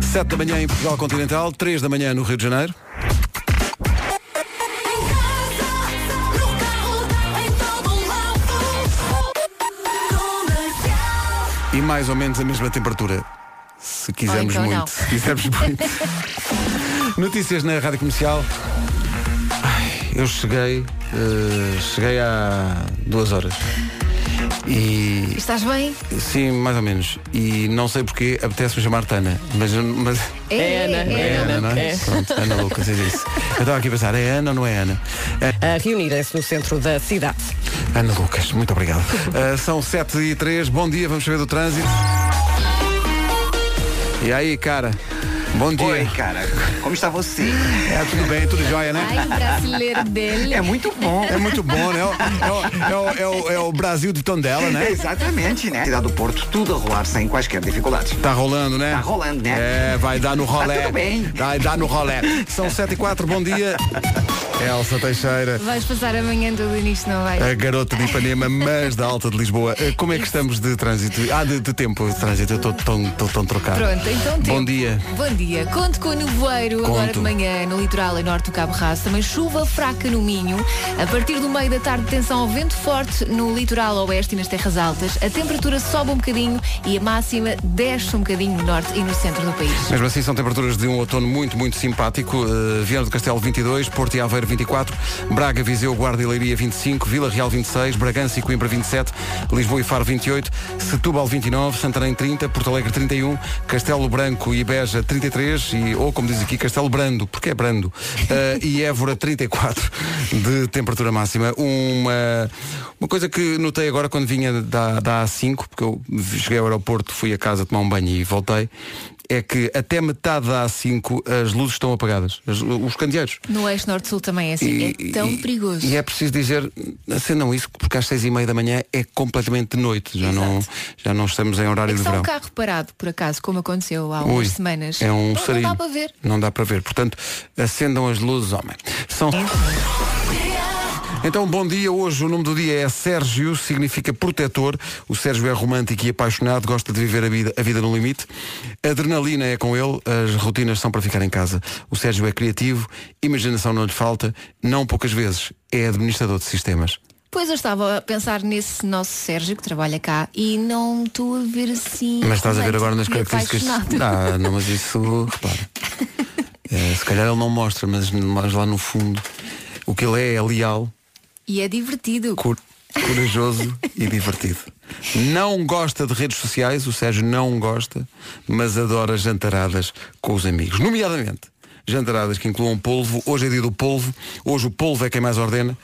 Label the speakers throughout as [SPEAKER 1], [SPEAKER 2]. [SPEAKER 1] 7 da manhã em Portugal Continental, 3 da manhã no Rio de Janeiro. E mais ou menos a mesma temperatura. Se quisermos
[SPEAKER 2] então
[SPEAKER 1] muito.
[SPEAKER 2] não.
[SPEAKER 1] Se quisermos muito. Notícias na Rádio Comercial. Ai, eu cheguei. eh, cheguei há duas horas. E,
[SPEAKER 2] Estás bem?
[SPEAKER 1] Sim, mais ou menos. E não sei porque apetece-me chamar Tana. Mas, mas...
[SPEAKER 2] É,
[SPEAKER 3] Ana,
[SPEAKER 1] É,
[SPEAKER 3] é
[SPEAKER 1] Ana, não é?
[SPEAKER 3] é.
[SPEAKER 1] Pronto, Ana Lucas, é isso. Eu estava aqui a pensar, é Ana ou não é Ana? É,
[SPEAKER 3] A reunirem-se no centro da cidade.
[SPEAKER 1] Ana Lucas, muito obrigado. Ah, são 7 e 3 bom dia, vamos saber do trânsito. E aí, cara? Bom dia.
[SPEAKER 4] Oi, cara. Como está você?
[SPEAKER 1] É, tudo bem, tudo jóia, né?
[SPEAKER 2] Ai, o brasileiro dele.
[SPEAKER 4] É muito bom.
[SPEAKER 1] É muito bom, né? É o, é o- é o- é o Brasil de Tondela, né?
[SPEAKER 4] Exatamente, né? Cidade do Porto, tudo a rolar sem quaisquer dificuldades.
[SPEAKER 1] Tá rolando, né?
[SPEAKER 4] Tá rolando, né?
[SPEAKER 1] É, vai dar no rolé.
[SPEAKER 4] tudo bem.
[SPEAKER 1] Vai dar no rolé. São 7 e 4, bom dia. Elsa Teixeira,
[SPEAKER 2] Vais passar amanhã do nisto, não vais?
[SPEAKER 1] a garota de Ipanema, mas da Alta de Lisboa. Eh, Como é que estamos de trânsito? Ah, de, de tempo de trânsito. Eu estou tão, tô tão trocado.
[SPEAKER 2] Pronto, então tempo.
[SPEAKER 1] Bom dia.
[SPEAKER 2] Bom dia. Conto com o nevoeiro agora
[SPEAKER 1] Conto.
[SPEAKER 2] de manhã no litoral e norte do Cabo Raso. Também chuva fraca no Minho. A partir do meio da tarde, tensão ao vento forte no litoral oeste e nas terras altas. A temperatura sobe um bocadinho e a máxima desce um bocadinho no norte e no centro do país.
[SPEAKER 1] Mesmo assim, são temperaturas de um outono muito, muito simpático. Eh, Viana do Castelo 22, Porto e Aveiro 24, Braga, Viseu, Guarda e Leiria 25, Vila Real 26, Bragança e Coimbra 27, Lisboa e Faro 28, Setúbal 29, Santarém 30, Porto Alegre 31, Castelo Branco e Beja 33, e, ou como diz aqui, Castelo Brando, porque é Brando, eh, e Évora 34 de temperatura máxima. Uma, uma coisa que notei agora quando vinha da, da A5, porque eu cheguei ao aeroporto, fui a casa tomar um banho e voltei, é que até metade da A5 as luzes estão apagadas, as- os candeeiros.
[SPEAKER 2] No eixo norte-sul também é assim. é tão
[SPEAKER 1] e-
[SPEAKER 2] perigoso.
[SPEAKER 1] E é preciso dizer, acendam isso, porque às seis e meia da manhã é completamente de noite. Já, não,
[SPEAKER 2] Exato.
[SPEAKER 1] já não estamos em horário
[SPEAKER 2] É que
[SPEAKER 1] de
[SPEAKER 2] só
[SPEAKER 1] verão.
[SPEAKER 2] um carro parado, por acaso, como aconteceu há
[SPEAKER 1] Ui,
[SPEAKER 2] umas semanas.
[SPEAKER 1] É um
[SPEAKER 2] não, não
[SPEAKER 1] sarilho.
[SPEAKER 2] dá para ver.
[SPEAKER 1] Não dá para ver. Portanto, acendam as luzes, homem. São... Então, bom dia. Hoje o nome do dia é Sérgio, significa protetor. O Sérgio é romântico e apaixonado, gosta de viver a vida, a vida no limite. Adrenalina é com ele, as rotinas são para ficar em casa. O Sérgio é criativo, imaginação não lhe falta, não poucas vezes é administrador de sistemas.
[SPEAKER 2] Pois eu estava a pensar nesse nosso Sérgio que trabalha cá e não estou a ver assim.
[SPEAKER 1] Mas estás a ver
[SPEAKER 2] romântico
[SPEAKER 1] agora nas
[SPEAKER 2] e
[SPEAKER 1] características.
[SPEAKER 2] apaixonado.
[SPEAKER 1] Ah, não, mas isso, repara. Eh, se calhar ele não mostra, mas, mas lá no fundo o que ele é é leal,
[SPEAKER 2] E é divertido.
[SPEAKER 1] cor- corajoso e divertido. Não gosta de redes sociais, o Sérgio não gosta, mas adora jantaradas com os amigos. Nomeadamente, jantaradas que incluam polvo. Hoje é dia do polvo. Hoje o polvo é quem mais ordena.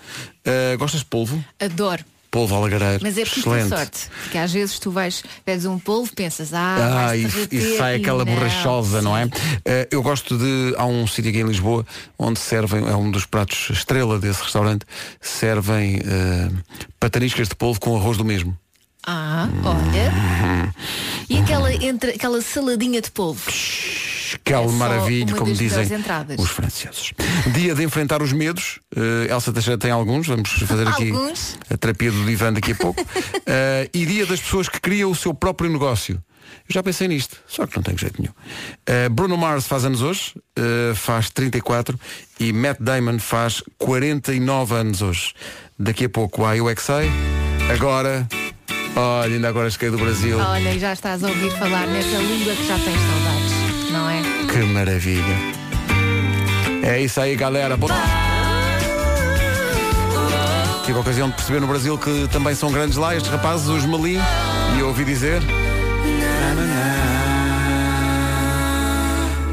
[SPEAKER 1] Eh, gostas de polvo?
[SPEAKER 2] Adoro.
[SPEAKER 1] Polvo alagareiro.
[SPEAKER 2] Mas é preciso ter
[SPEAKER 1] Excelente.
[SPEAKER 2] sorte. Porque às vezes tu vais, pedes um polvo, pensas, ah,
[SPEAKER 1] Ah,
[SPEAKER 2] vai
[SPEAKER 1] e, e sai aquela borrachosa, não é? Eh, eu gosto de. Há um sítio aqui em Lisboa onde servem, é um dos pratos estrela desse restaurante, servem eh, pataniscas de polvo com arroz do mesmo.
[SPEAKER 2] Ah, olha. E aquela, entre, aquela saladinha de polvo.
[SPEAKER 1] Aquela
[SPEAKER 2] É só
[SPEAKER 1] maravilha,
[SPEAKER 2] uma
[SPEAKER 1] como
[SPEAKER 2] das
[SPEAKER 1] dizem
[SPEAKER 2] melhores entradas.
[SPEAKER 1] os franceses. Dia de enfrentar os medos. Eh, Elsa Teixeira tem alguns, vamos fazer aqui
[SPEAKER 2] Alguns.
[SPEAKER 1] a terapia do divã daqui a pouco. Eh, e dia das pessoas que criam o seu próprio negócio. Eu já pensei nisto, só que não tenho jeito nenhum. Eh, Bruno Mars faz anos hoje, eh, faz 34, e Matt Damon faz 49 anos hoje. Daqui a pouco há Eu É Que Sei. Agora, olha, ainda agora cheguei do Brasil.
[SPEAKER 2] Olha, já estás a ouvir falar nessa língua que já tens saudades, não é?
[SPEAKER 1] Que maravilha. É isso aí, galera. Boa- Tive a ocasião de perceber no Brasil que também são grandes lá estes rapazes, os Melim, e eu ouvi dizer.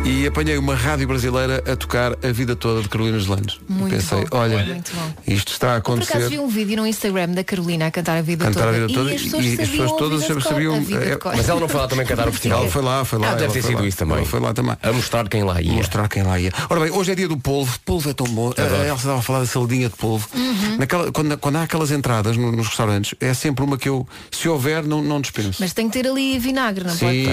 [SPEAKER 1] E apanhei uma rádio brasileira a tocar a vida toda de Carolina Landes.
[SPEAKER 2] Muito
[SPEAKER 1] Pensei,
[SPEAKER 2] bom,
[SPEAKER 1] olha,
[SPEAKER 2] muito bom.
[SPEAKER 1] isto está a
[SPEAKER 2] Por acaso
[SPEAKER 1] acontecer.
[SPEAKER 2] vi um vídeo no Instagram da Carolina a cantar a vida
[SPEAKER 1] Cantar a
[SPEAKER 2] toda.
[SPEAKER 1] vida toda
[SPEAKER 2] e as pessoas,
[SPEAKER 1] e as
[SPEAKER 2] sabiam
[SPEAKER 1] pessoas
[SPEAKER 2] a
[SPEAKER 1] todas
[SPEAKER 2] vida de cor,
[SPEAKER 1] sabiam,
[SPEAKER 2] a vida de
[SPEAKER 1] é,
[SPEAKER 2] cor.
[SPEAKER 5] Mas ela não foi lá também cantar o festival.
[SPEAKER 1] Ela foi lá, foi lá.
[SPEAKER 5] Ela Ah, deve ter
[SPEAKER 1] foi
[SPEAKER 5] sido
[SPEAKER 1] lá.
[SPEAKER 5] isso também.
[SPEAKER 1] Ela foi lá também.
[SPEAKER 5] A mostrar quem lá ia.
[SPEAKER 1] Mostrar quem lá ia. Ora bem, hoje é dia do polvo. Polvo é tão bom. A- A Elsa estava a falar da saladinha de polvo.
[SPEAKER 2] Uhum.
[SPEAKER 1] Naquela, quando, quando há aquelas entradas no- nos restaurantes, é sempre uma que eu, se houver, não, não dispenso.
[SPEAKER 2] Mas tem que ter ali vinagre, não
[SPEAKER 1] Sim,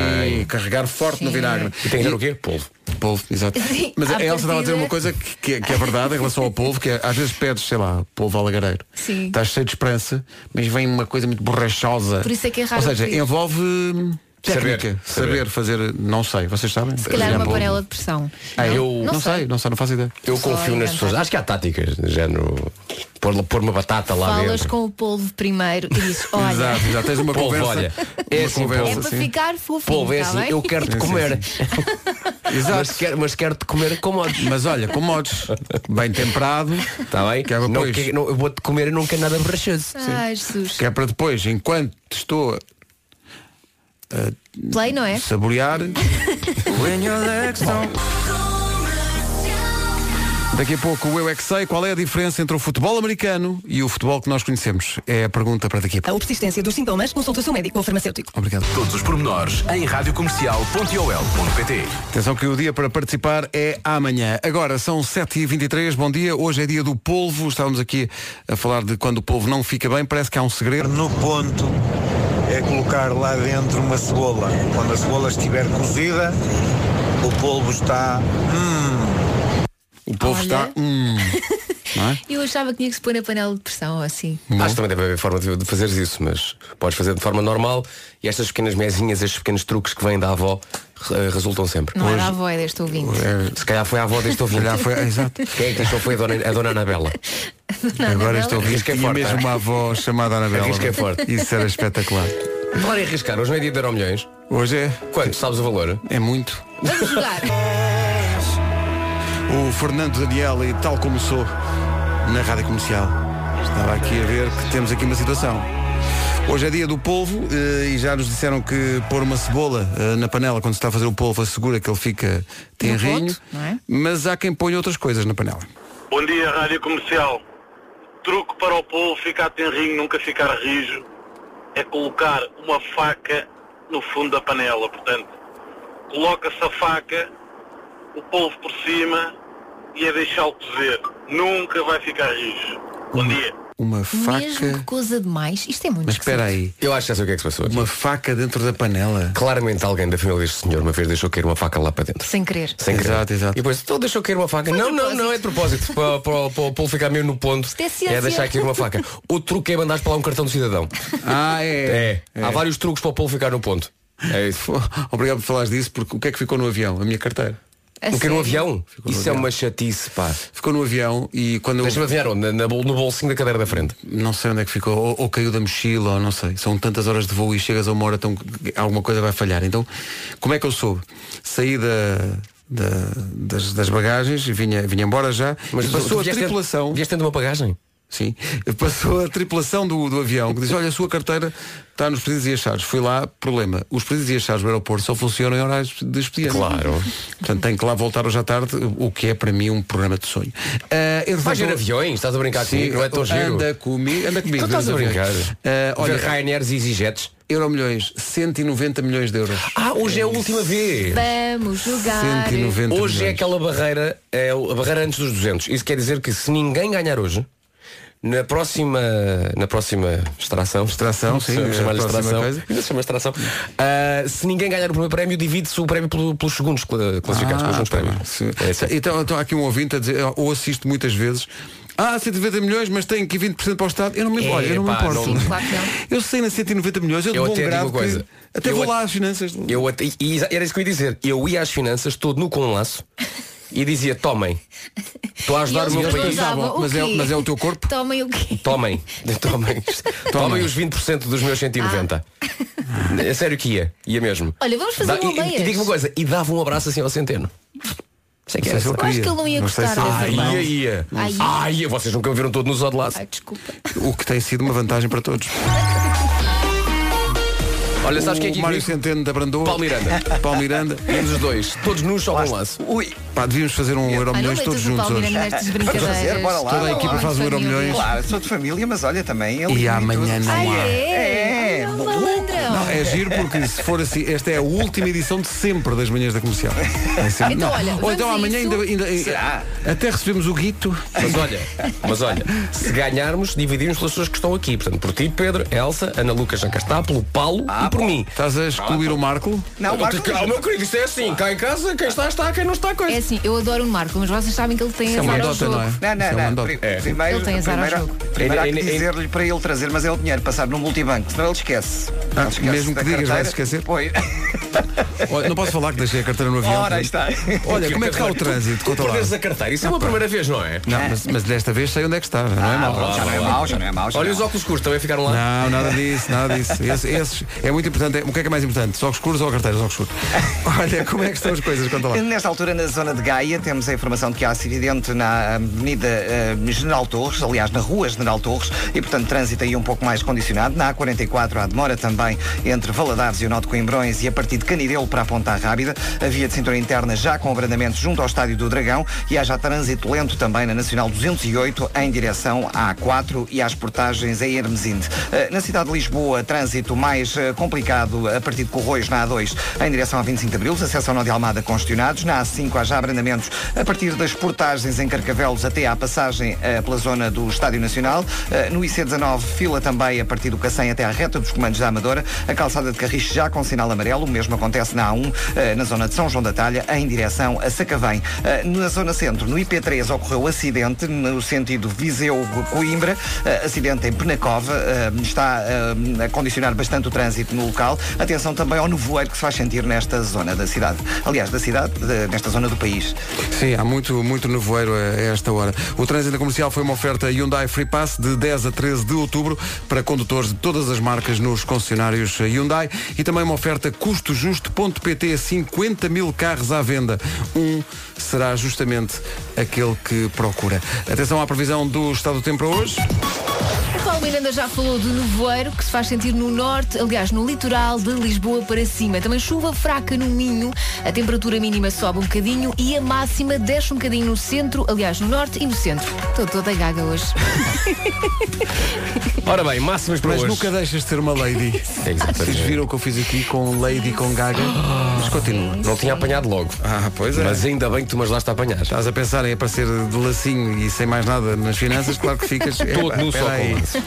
[SPEAKER 2] pode?
[SPEAKER 1] carregar forte no
[SPEAKER 2] Sim.
[SPEAKER 1] vinagre.
[SPEAKER 5] E tem que ter o quê? Polvo.
[SPEAKER 1] Polvo, exato.
[SPEAKER 2] Sim,
[SPEAKER 1] Mas a
[SPEAKER 2] à
[SPEAKER 1] Elsa estava a dizer
[SPEAKER 2] partida.
[SPEAKER 1] uma coisa que, que é- que é verdade em relação ao polvo, que é, às vezes pedes, sei lá, polvo alagareiro.
[SPEAKER 2] Sim.
[SPEAKER 1] Estás cheio de esperança, mas vem uma coisa muito borrachosa.
[SPEAKER 2] Por isso é que é raro
[SPEAKER 1] Ou seja,
[SPEAKER 2] pedir.
[SPEAKER 1] envolve hum, Técnica. Saber, fazer, não sei, vocês sabem?
[SPEAKER 2] Se calhar uma panela de pressão.
[SPEAKER 1] Ah,
[SPEAKER 2] Não?
[SPEAKER 1] eu não,
[SPEAKER 2] Não
[SPEAKER 1] sei.
[SPEAKER 2] sei.
[SPEAKER 1] não sei, não faço ideia.
[SPEAKER 5] Eu
[SPEAKER 2] Só
[SPEAKER 5] confio nas
[SPEAKER 2] inventar.
[SPEAKER 5] pessoas. Acho que há táticas, de género. Pôr, pôr uma batata lá
[SPEAKER 2] Falas
[SPEAKER 5] dentro.
[SPEAKER 2] com o polvo primeiro e dizes, olha,
[SPEAKER 1] Exato, já tens uma
[SPEAKER 5] Polvo,
[SPEAKER 1] conversa.
[SPEAKER 5] olha, é
[SPEAKER 1] uma
[SPEAKER 5] assim,
[SPEAKER 2] é
[SPEAKER 1] conversa
[SPEAKER 2] para
[SPEAKER 1] assim.
[SPEAKER 2] ficar fofinho,
[SPEAKER 5] Polvo, é
[SPEAKER 2] tá
[SPEAKER 5] assim,
[SPEAKER 2] bem?
[SPEAKER 5] eu quero-te
[SPEAKER 1] Sim, sim,
[SPEAKER 5] comer. Mas,
[SPEAKER 1] Exato.
[SPEAKER 5] quero, mas quero-te comer como
[SPEAKER 1] Mas olha, com modos bem temperado,
[SPEAKER 5] Está Tá bem?
[SPEAKER 1] Que é para
[SPEAKER 5] Não
[SPEAKER 1] depois.
[SPEAKER 5] que- não, eu vou-te comer e não quero nada borrachoso.
[SPEAKER 2] Ai, Jesus.
[SPEAKER 1] que é para depois, enquanto estou a
[SPEAKER 2] Play, não é?
[SPEAKER 1] saborear. When your legs don't- Daqui a pouco o Eu é que sei qual é a diferença entre o futebol americano e o futebol que nós conhecemos. É a pergunta para daqui a pouco.
[SPEAKER 3] A persistência dos sintomas consulta o seu médico ou farmacêutico.
[SPEAKER 1] Obrigado.
[SPEAKER 6] Todos os pormenores em radiocomercial.ol.pt
[SPEAKER 1] Atenção que o dia para participar é amanhã. Agora são 7h23, bom dia. Hoje é dia do polvo. Estávamos aqui a falar de quando o polvo não fica bem. Parece que há um segredo.
[SPEAKER 7] No ponto é colocar lá dentro uma cebola. Quando a cebola estiver cozida, o polvo está
[SPEAKER 1] O polvo
[SPEAKER 2] Olha.
[SPEAKER 1] está... Hum, não é?
[SPEAKER 2] Eu achava que tinha que se pôr na panela de pressão, ou assim.
[SPEAKER 5] Acho que também deve haver forma de, de fazeres isso, mas podes fazer de forma normal e estas pequenas mesinhas, estes pequenos truques que vêm da avó eh, resultam sempre.
[SPEAKER 2] Não era a avó, é deste ouvinte.
[SPEAKER 5] Se calhar foi a avó deste ouvinte.
[SPEAKER 1] Olha, foi... Exato.
[SPEAKER 5] Quem é que achou foi a dona, a dona Anabela?
[SPEAKER 1] Agora
[SPEAKER 2] Anabela?
[SPEAKER 1] estou a ouvir
[SPEAKER 5] Arrisca
[SPEAKER 1] que tinha
[SPEAKER 5] forte,
[SPEAKER 1] mesmo
[SPEAKER 5] é?
[SPEAKER 1] uma avó chamada Anabela. é?
[SPEAKER 5] Arrisca forte.
[SPEAKER 1] Isso era espetacular.
[SPEAKER 5] Falar em arriscar, hoje não é dia de dar milhões.
[SPEAKER 1] Hoje é,
[SPEAKER 5] Quanto? Sabes o valor?
[SPEAKER 1] é muito.
[SPEAKER 2] Vamos jogar.
[SPEAKER 1] O Fernando Daniel e tal como sou na Rádio Comercial. Estava aqui a ver que temos aqui uma situação. Hoje é dia do polvo eh, e já nos disseram que pôr uma cebola eh, na panela quando se está a fazer o polvo assegura que ele fica tenrinho.
[SPEAKER 2] ponto, não é?
[SPEAKER 1] Mas há quem ponha outras coisas na panela.
[SPEAKER 8] Bom dia, Rádio Comercial. Truque para o povo ficar tenrinho, nunca ficar rijo, é colocar uma faca no fundo da panela. Portanto, coloca-se a faca, o polvo por cima e é deixá-lo cozer. Nunca vai ficar rijo. Bom dia.
[SPEAKER 1] Uma
[SPEAKER 2] Mesmo que
[SPEAKER 1] faca.
[SPEAKER 2] coisa demais. Isto é muito
[SPEAKER 1] Mas espera aí.
[SPEAKER 5] Eu acho que já sei o que é que se passou. aqui.
[SPEAKER 1] Uma faca dentro da panela.
[SPEAKER 5] Claramente alguém da família deste senhor uma vez deixou cair uma faca lá para dentro.
[SPEAKER 2] Sem querer.
[SPEAKER 5] Sem querer.
[SPEAKER 1] Exato, exato.
[SPEAKER 5] E depois, então deixou cair uma faca.
[SPEAKER 2] de
[SPEAKER 5] não, não,
[SPEAKER 2] propósito.
[SPEAKER 5] não, é de propósito. para, para, para o Paulo ficar mesmo no ponto.
[SPEAKER 2] é ciência.
[SPEAKER 5] é deixar cair uma faca. O truque é mandar para lá um cartão de cidadão.
[SPEAKER 1] Ah, é.
[SPEAKER 5] Há vários truques para o Paulo ficar no ponto. É isso.
[SPEAKER 1] Obrigado por falares disso, porque o que é que ficou no avião? A minha carteira.
[SPEAKER 2] A
[SPEAKER 5] Porque
[SPEAKER 2] sério.
[SPEAKER 5] no Um avião.
[SPEAKER 1] no
[SPEAKER 5] Isso é
[SPEAKER 1] avião.
[SPEAKER 5] uma chatice, pá.
[SPEAKER 1] Ficou no avião e quando eu
[SPEAKER 5] Deixa-me adivinhar onde? Na- na bol- no bolsinho da cadeira da frente.
[SPEAKER 1] não sei onde é que ficou, ou, ou caiu da mochila, ou não sei. São tantas horas de voo e chegas a uma hora, então alguma coisa vai falhar. Então, como é que eu soube? Saí da, da- das, das bagagens, e vinha, vinha embora já, mas
[SPEAKER 5] tu-
[SPEAKER 1] passou
[SPEAKER 5] tu
[SPEAKER 1] a
[SPEAKER 5] vieste dentro-
[SPEAKER 1] tripulação.
[SPEAKER 5] Vieste dentro de uma bagagem?
[SPEAKER 1] Sim, passou a tripulação do, do avião que diz, olha, a sua carteira está nos pedidos e achados. Fui lá, problema. Os pedidos e achados do aeroporto só funcionam em horários de expediente.
[SPEAKER 5] Claro.
[SPEAKER 1] Portanto, tenho que lá voltar hoje à tarde, o que é para mim um programa de sonho. Ah, entretanto,
[SPEAKER 5] Vais ver aviões? Estás a brincar
[SPEAKER 1] Sim,
[SPEAKER 5] comigo? Não é tão giro?
[SPEAKER 1] anda comigo, anda comigo.
[SPEAKER 5] Tu estás a
[SPEAKER 1] durante
[SPEAKER 5] brincar. Eh,
[SPEAKER 1] aviões. Ah,
[SPEAKER 5] olha,
[SPEAKER 1] olha,
[SPEAKER 5] ver Ryanair's e EasyJets.
[SPEAKER 1] euro milhões, 190 milhões de euros.
[SPEAKER 5] Ah, hoje é a última vez.
[SPEAKER 2] Vamos jogar.
[SPEAKER 1] 190
[SPEAKER 5] Ah, Hoje é
[SPEAKER 1] milhões.
[SPEAKER 5] aquela barreira, é a barreira antes dos 200. Isso quer dizer que se ninguém ganhar hoje, na próxima, na próxima extração,
[SPEAKER 1] Extração, sim, é
[SPEAKER 5] vamos chamar-lhe
[SPEAKER 1] a próxima
[SPEAKER 5] extração,
[SPEAKER 1] coisa.
[SPEAKER 5] ainda se chama extração. Ah, se ninguém ganhar o primeiro prémio, divide-se o prémio pelo- pelos segundos cla- classificados, pelos segundos
[SPEAKER 1] pá,
[SPEAKER 5] prémios.
[SPEAKER 1] Ah, sim.
[SPEAKER 5] É assim.
[SPEAKER 1] tá Então, então há aqui um ouvinte a dizer, eu ouço isto muitas vezes. Ah, 190 milhões, mas tem aqui 20% para o Estado. Eu não me,
[SPEAKER 5] É,
[SPEAKER 1] olha, eu não me
[SPEAKER 5] pá,
[SPEAKER 1] importo.
[SPEAKER 5] não-
[SPEAKER 2] Sim, claro que não.
[SPEAKER 1] Eu sei na 190 milhões, eu,
[SPEAKER 5] Eu
[SPEAKER 1] de bom
[SPEAKER 5] até digo
[SPEAKER 1] grado
[SPEAKER 5] uma
[SPEAKER 1] que-
[SPEAKER 5] coisa.
[SPEAKER 1] até
[SPEAKER 5] Eu
[SPEAKER 1] vou
[SPEAKER 5] at-
[SPEAKER 1] lá às finanças.
[SPEAKER 5] Eu até- e- e era isso que eu ia dizer. Eu ia às finanças todo nu com um laço e dizia, tomem, estou a ajudar
[SPEAKER 2] E
[SPEAKER 5] o meu
[SPEAKER 2] eles
[SPEAKER 5] país.
[SPEAKER 1] Ah,
[SPEAKER 2] usavam
[SPEAKER 1] bom, mas é-
[SPEAKER 2] quê?
[SPEAKER 1] mas é o teu corpo?
[SPEAKER 2] Tomem o quê?
[SPEAKER 5] Tomem, tomem, tomem os 20% dos meus 190. É sério que ia, ia mesmo.
[SPEAKER 2] Olha, vamos fazer
[SPEAKER 5] Dá-
[SPEAKER 2] um
[SPEAKER 5] e, e,
[SPEAKER 2] ameias.
[SPEAKER 5] e digo uma coisa, e dava um abraço assim ao centeno. Sei que era.
[SPEAKER 1] se eu
[SPEAKER 5] essa.
[SPEAKER 2] Eu acho que ele não ia
[SPEAKER 1] Não sei
[SPEAKER 2] gostar
[SPEAKER 1] se-
[SPEAKER 2] dessa
[SPEAKER 5] Ai,
[SPEAKER 2] parte.
[SPEAKER 5] ia, ia.
[SPEAKER 2] Ai, ia.
[SPEAKER 5] Ai, ia. vocês nunca viram todo nos odelados.
[SPEAKER 2] Ai, desculpa.
[SPEAKER 1] O que tem sido uma vantagem para todos.
[SPEAKER 5] Olha, sabes
[SPEAKER 1] o
[SPEAKER 5] quem é que
[SPEAKER 1] Mário
[SPEAKER 5] ia comigo?
[SPEAKER 1] Centeno da Brandoa.
[SPEAKER 5] Paulo Miranda.
[SPEAKER 1] Paulo Miranda.
[SPEAKER 5] Íamos os dois, todos nus só com um laço.
[SPEAKER 1] Ui. Pá, devíamos fazer um Euro
[SPEAKER 2] Ai, não
[SPEAKER 1] milhões todos
[SPEAKER 2] metas o
[SPEAKER 1] juntos hoje.
[SPEAKER 2] Palmeiras nestas brincadeiras.
[SPEAKER 7] fazer, bora lá.
[SPEAKER 1] Toda a
[SPEAKER 2] Não,
[SPEAKER 1] equipa faz o
[SPEAKER 2] homem,
[SPEAKER 1] Euro
[SPEAKER 2] família.
[SPEAKER 1] milhões.
[SPEAKER 7] Claro, sou de família, mas olha também. ele
[SPEAKER 1] E
[SPEAKER 7] tem
[SPEAKER 1] amanhã
[SPEAKER 7] tudo.
[SPEAKER 1] não
[SPEAKER 2] Ai,
[SPEAKER 1] há.
[SPEAKER 2] é?
[SPEAKER 7] É,
[SPEAKER 2] Olha o
[SPEAKER 7] maluco.
[SPEAKER 2] malandrão.
[SPEAKER 1] Não, é giro porque se for assim, esta é a última edição de sempre das manhãs da comercial. É sempre-
[SPEAKER 2] Então,
[SPEAKER 1] Não.
[SPEAKER 2] olha,
[SPEAKER 1] Ou
[SPEAKER 2] vamos
[SPEAKER 1] então
[SPEAKER 2] a
[SPEAKER 1] amanhã
[SPEAKER 2] isso?
[SPEAKER 1] ainda, ainda-
[SPEAKER 7] Será?
[SPEAKER 1] Até recebemos o guito.
[SPEAKER 5] Mas olha, mas olha, se ganharmos, dividimos pelas pessoas que estão aqui. Portanto, por ti, Pedro, Elsa, Ana Lucas, já cá está, pelo Paulo e por mim.
[SPEAKER 1] Estás a excluir o Marco?
[SPEAKER 7] Não,
[SPEAKER 5] Ah,
[SPEAKER 7] Marco,
[SPEAKER 5] ah, meu querido, isto é assim, cá em casa, quem está, está, quem não está, coisa.
[SPEAKER 2] É assim, eu adoro o Marco, mas vocês sabem que ele tem
[SPEAKER 1] Isso é uma
[SPEAKER 2] azar ao
[SPEAKER 1] andota,
[SPEAKER 2] jogo.
[SPEAKER 1] não é?
[SPEAKER 7] Não,
[SPEAKER 1] Isso é uma
[SPEAKER 7] não, não.
[SPEAKER 1] andota.
[SPEAKER 7] Pri- Primeiro,
[SPEAKER 2] Ele tem azar ao
[SPEAKER 7] primeiro,
[SPEAKER 2] jogo.
[SPEAKER 7] primeiro há que
[SPEAKER 5] Ele- ele-
[SPEAKER 7] dizer-lhe para ele trazer, mas é o dinheiro, passar no multibanco, senão ele esquece.
[SPEAKER 1] Ah,
[SPEAKER 9] Não te esqueces
[SPEAKER 1] mesmo que
[SPEAKER 9] da
[SPEAKER 1] digas,
[SPEAKER 9] carteira.
[SPEAKER 1] vais esquecer?
[SPEAKER 9] Pois.
[SPEAKER 1] Olha, não posso falar que deixei a carteira no avião.
[SPEAKER 9] Ora, aí está.
[SPEAKER 1] Olha, como é que está o trânsito? Conta lá.
[SPEAKER 5] Perdes a carteira, isso é uma primeira vez, não é?
[SPEAKER 1] Não, mas, mas desta vez sei onde é que estava, não é
[SPEAKER 9] Ah,
[SPEAKER 1] mal.
[SPEAKER 9] pronto, já não é mau, já não é mau. já
[SPEAKER 5] Olha,
[SPEAKER 9] não é
[SPEAKER 5] os
[SPEAKER 9] mau.
[SPEAKER 5] óculos escuros também ficaram lá.
[SPEAKER 1] Não, nada disso, nada disso. Esse- esses- é muito importante. O que é que é mais importante? Só escuros ou carteiras? Só escuros. Olha, como é que estão as coisas? Conta lá.
[SPEAKER 9] Nesta altura, na zona de Gaia, temos a informação de que há acidente na Avenida eh, General Torres, aliás, na Rua General Torres, e, portanto, trânsito aí um pouco mais condicionado. Na A44, há demora também entre Valadares e o Norte de Coimbrões e a partir de Canidelo para a Ponta Rábida. A via de cintura interna já com abrandamento junto ao Estádio do Dragão e há já trânsito lento também na Nacional 208 em direção à A4 e às portagens em Hermesinde. Eh, Na cidade de Lisboa, trânsito mais eh, complicado a partir de Corroios na A2 em direção a 25 de Abril, acesso ao Nó de Almada congestionados. Na A5 há já abrandamentos a partir das portagens em Carcavelos até à passagem eh, pela zona do Estádio Nacional. Eh, No IC19, fila também a partir do Cacém até à reta dos comandos da Amadora. A calçada de Carriche já com sinal amarelo. O mesmo acontece na A1, eh, na zona de São João da Talha, em direção a Sacavém. Eh, Na zona centro, no IP3, ocorreu acidente no sentido Viseu-Coimbra. Eh, Acidente em Penacova. eh, Está eh, a condicionar bastante o trânsito no local. Atenção também ao nevoeiro que se faz sentir nesta zona da cidade. Aliás, da cidade, de- nesta zona do país.
[SPEAKER 1] Sim, há muito, muito nevoeiro a a esta hora. O trânsito comercial foi uma oferta Hyundai Free Pass de 10 a 13 de outubro para condutores de todas as marcas nos concessionários Hyundai e também uma oferta custojusto.pt 50 mil carros à venda. Um será justamente aquele que procura. Atenção à previsão do estado do tempo para hoje.
[SPEAKER 2] O Paulo Miranda já falou do nevoeiro que se faz sentir no norte, aliás, no litoral de Lisboa para cima. Também chuva fraca no Minho, a temperatura mínima sobe um bocadinho e a máxima desce um bocadinho no centro, aliás, no norte e no centro. Estou toda gaga hoje.
[SPEAKER 5] Ora bem, máximas para
[SPEAKER 1] Mas
[SPEAKER 5] hoje.
[SPEAKER 1] nunca deixas de ser uma lady.
[SPEAKER 5] É exatamente.
[SPEAKER 1] Vocês viram o que eu fiz aqui com Lady com Gaga? Mas continua.
[SPEAKER 5] Não tinha apanhado logo.
[SPEAKER 1] Ah, pois Tá-
[SPEAKER 5] Mas ainda bem que tu mas lá está a apanhar.
[SPEAKER 1] Estás a pensar em aparecer de lacinho e sem mais nada nas finanças, claro que ficas.
[SPEAKER 5] Todo
[SPEAKER 1] Epá,
[SPEAKER 5] nu só
[SPEAKER 1] espera aí.
[SPEAKER 5] com laços.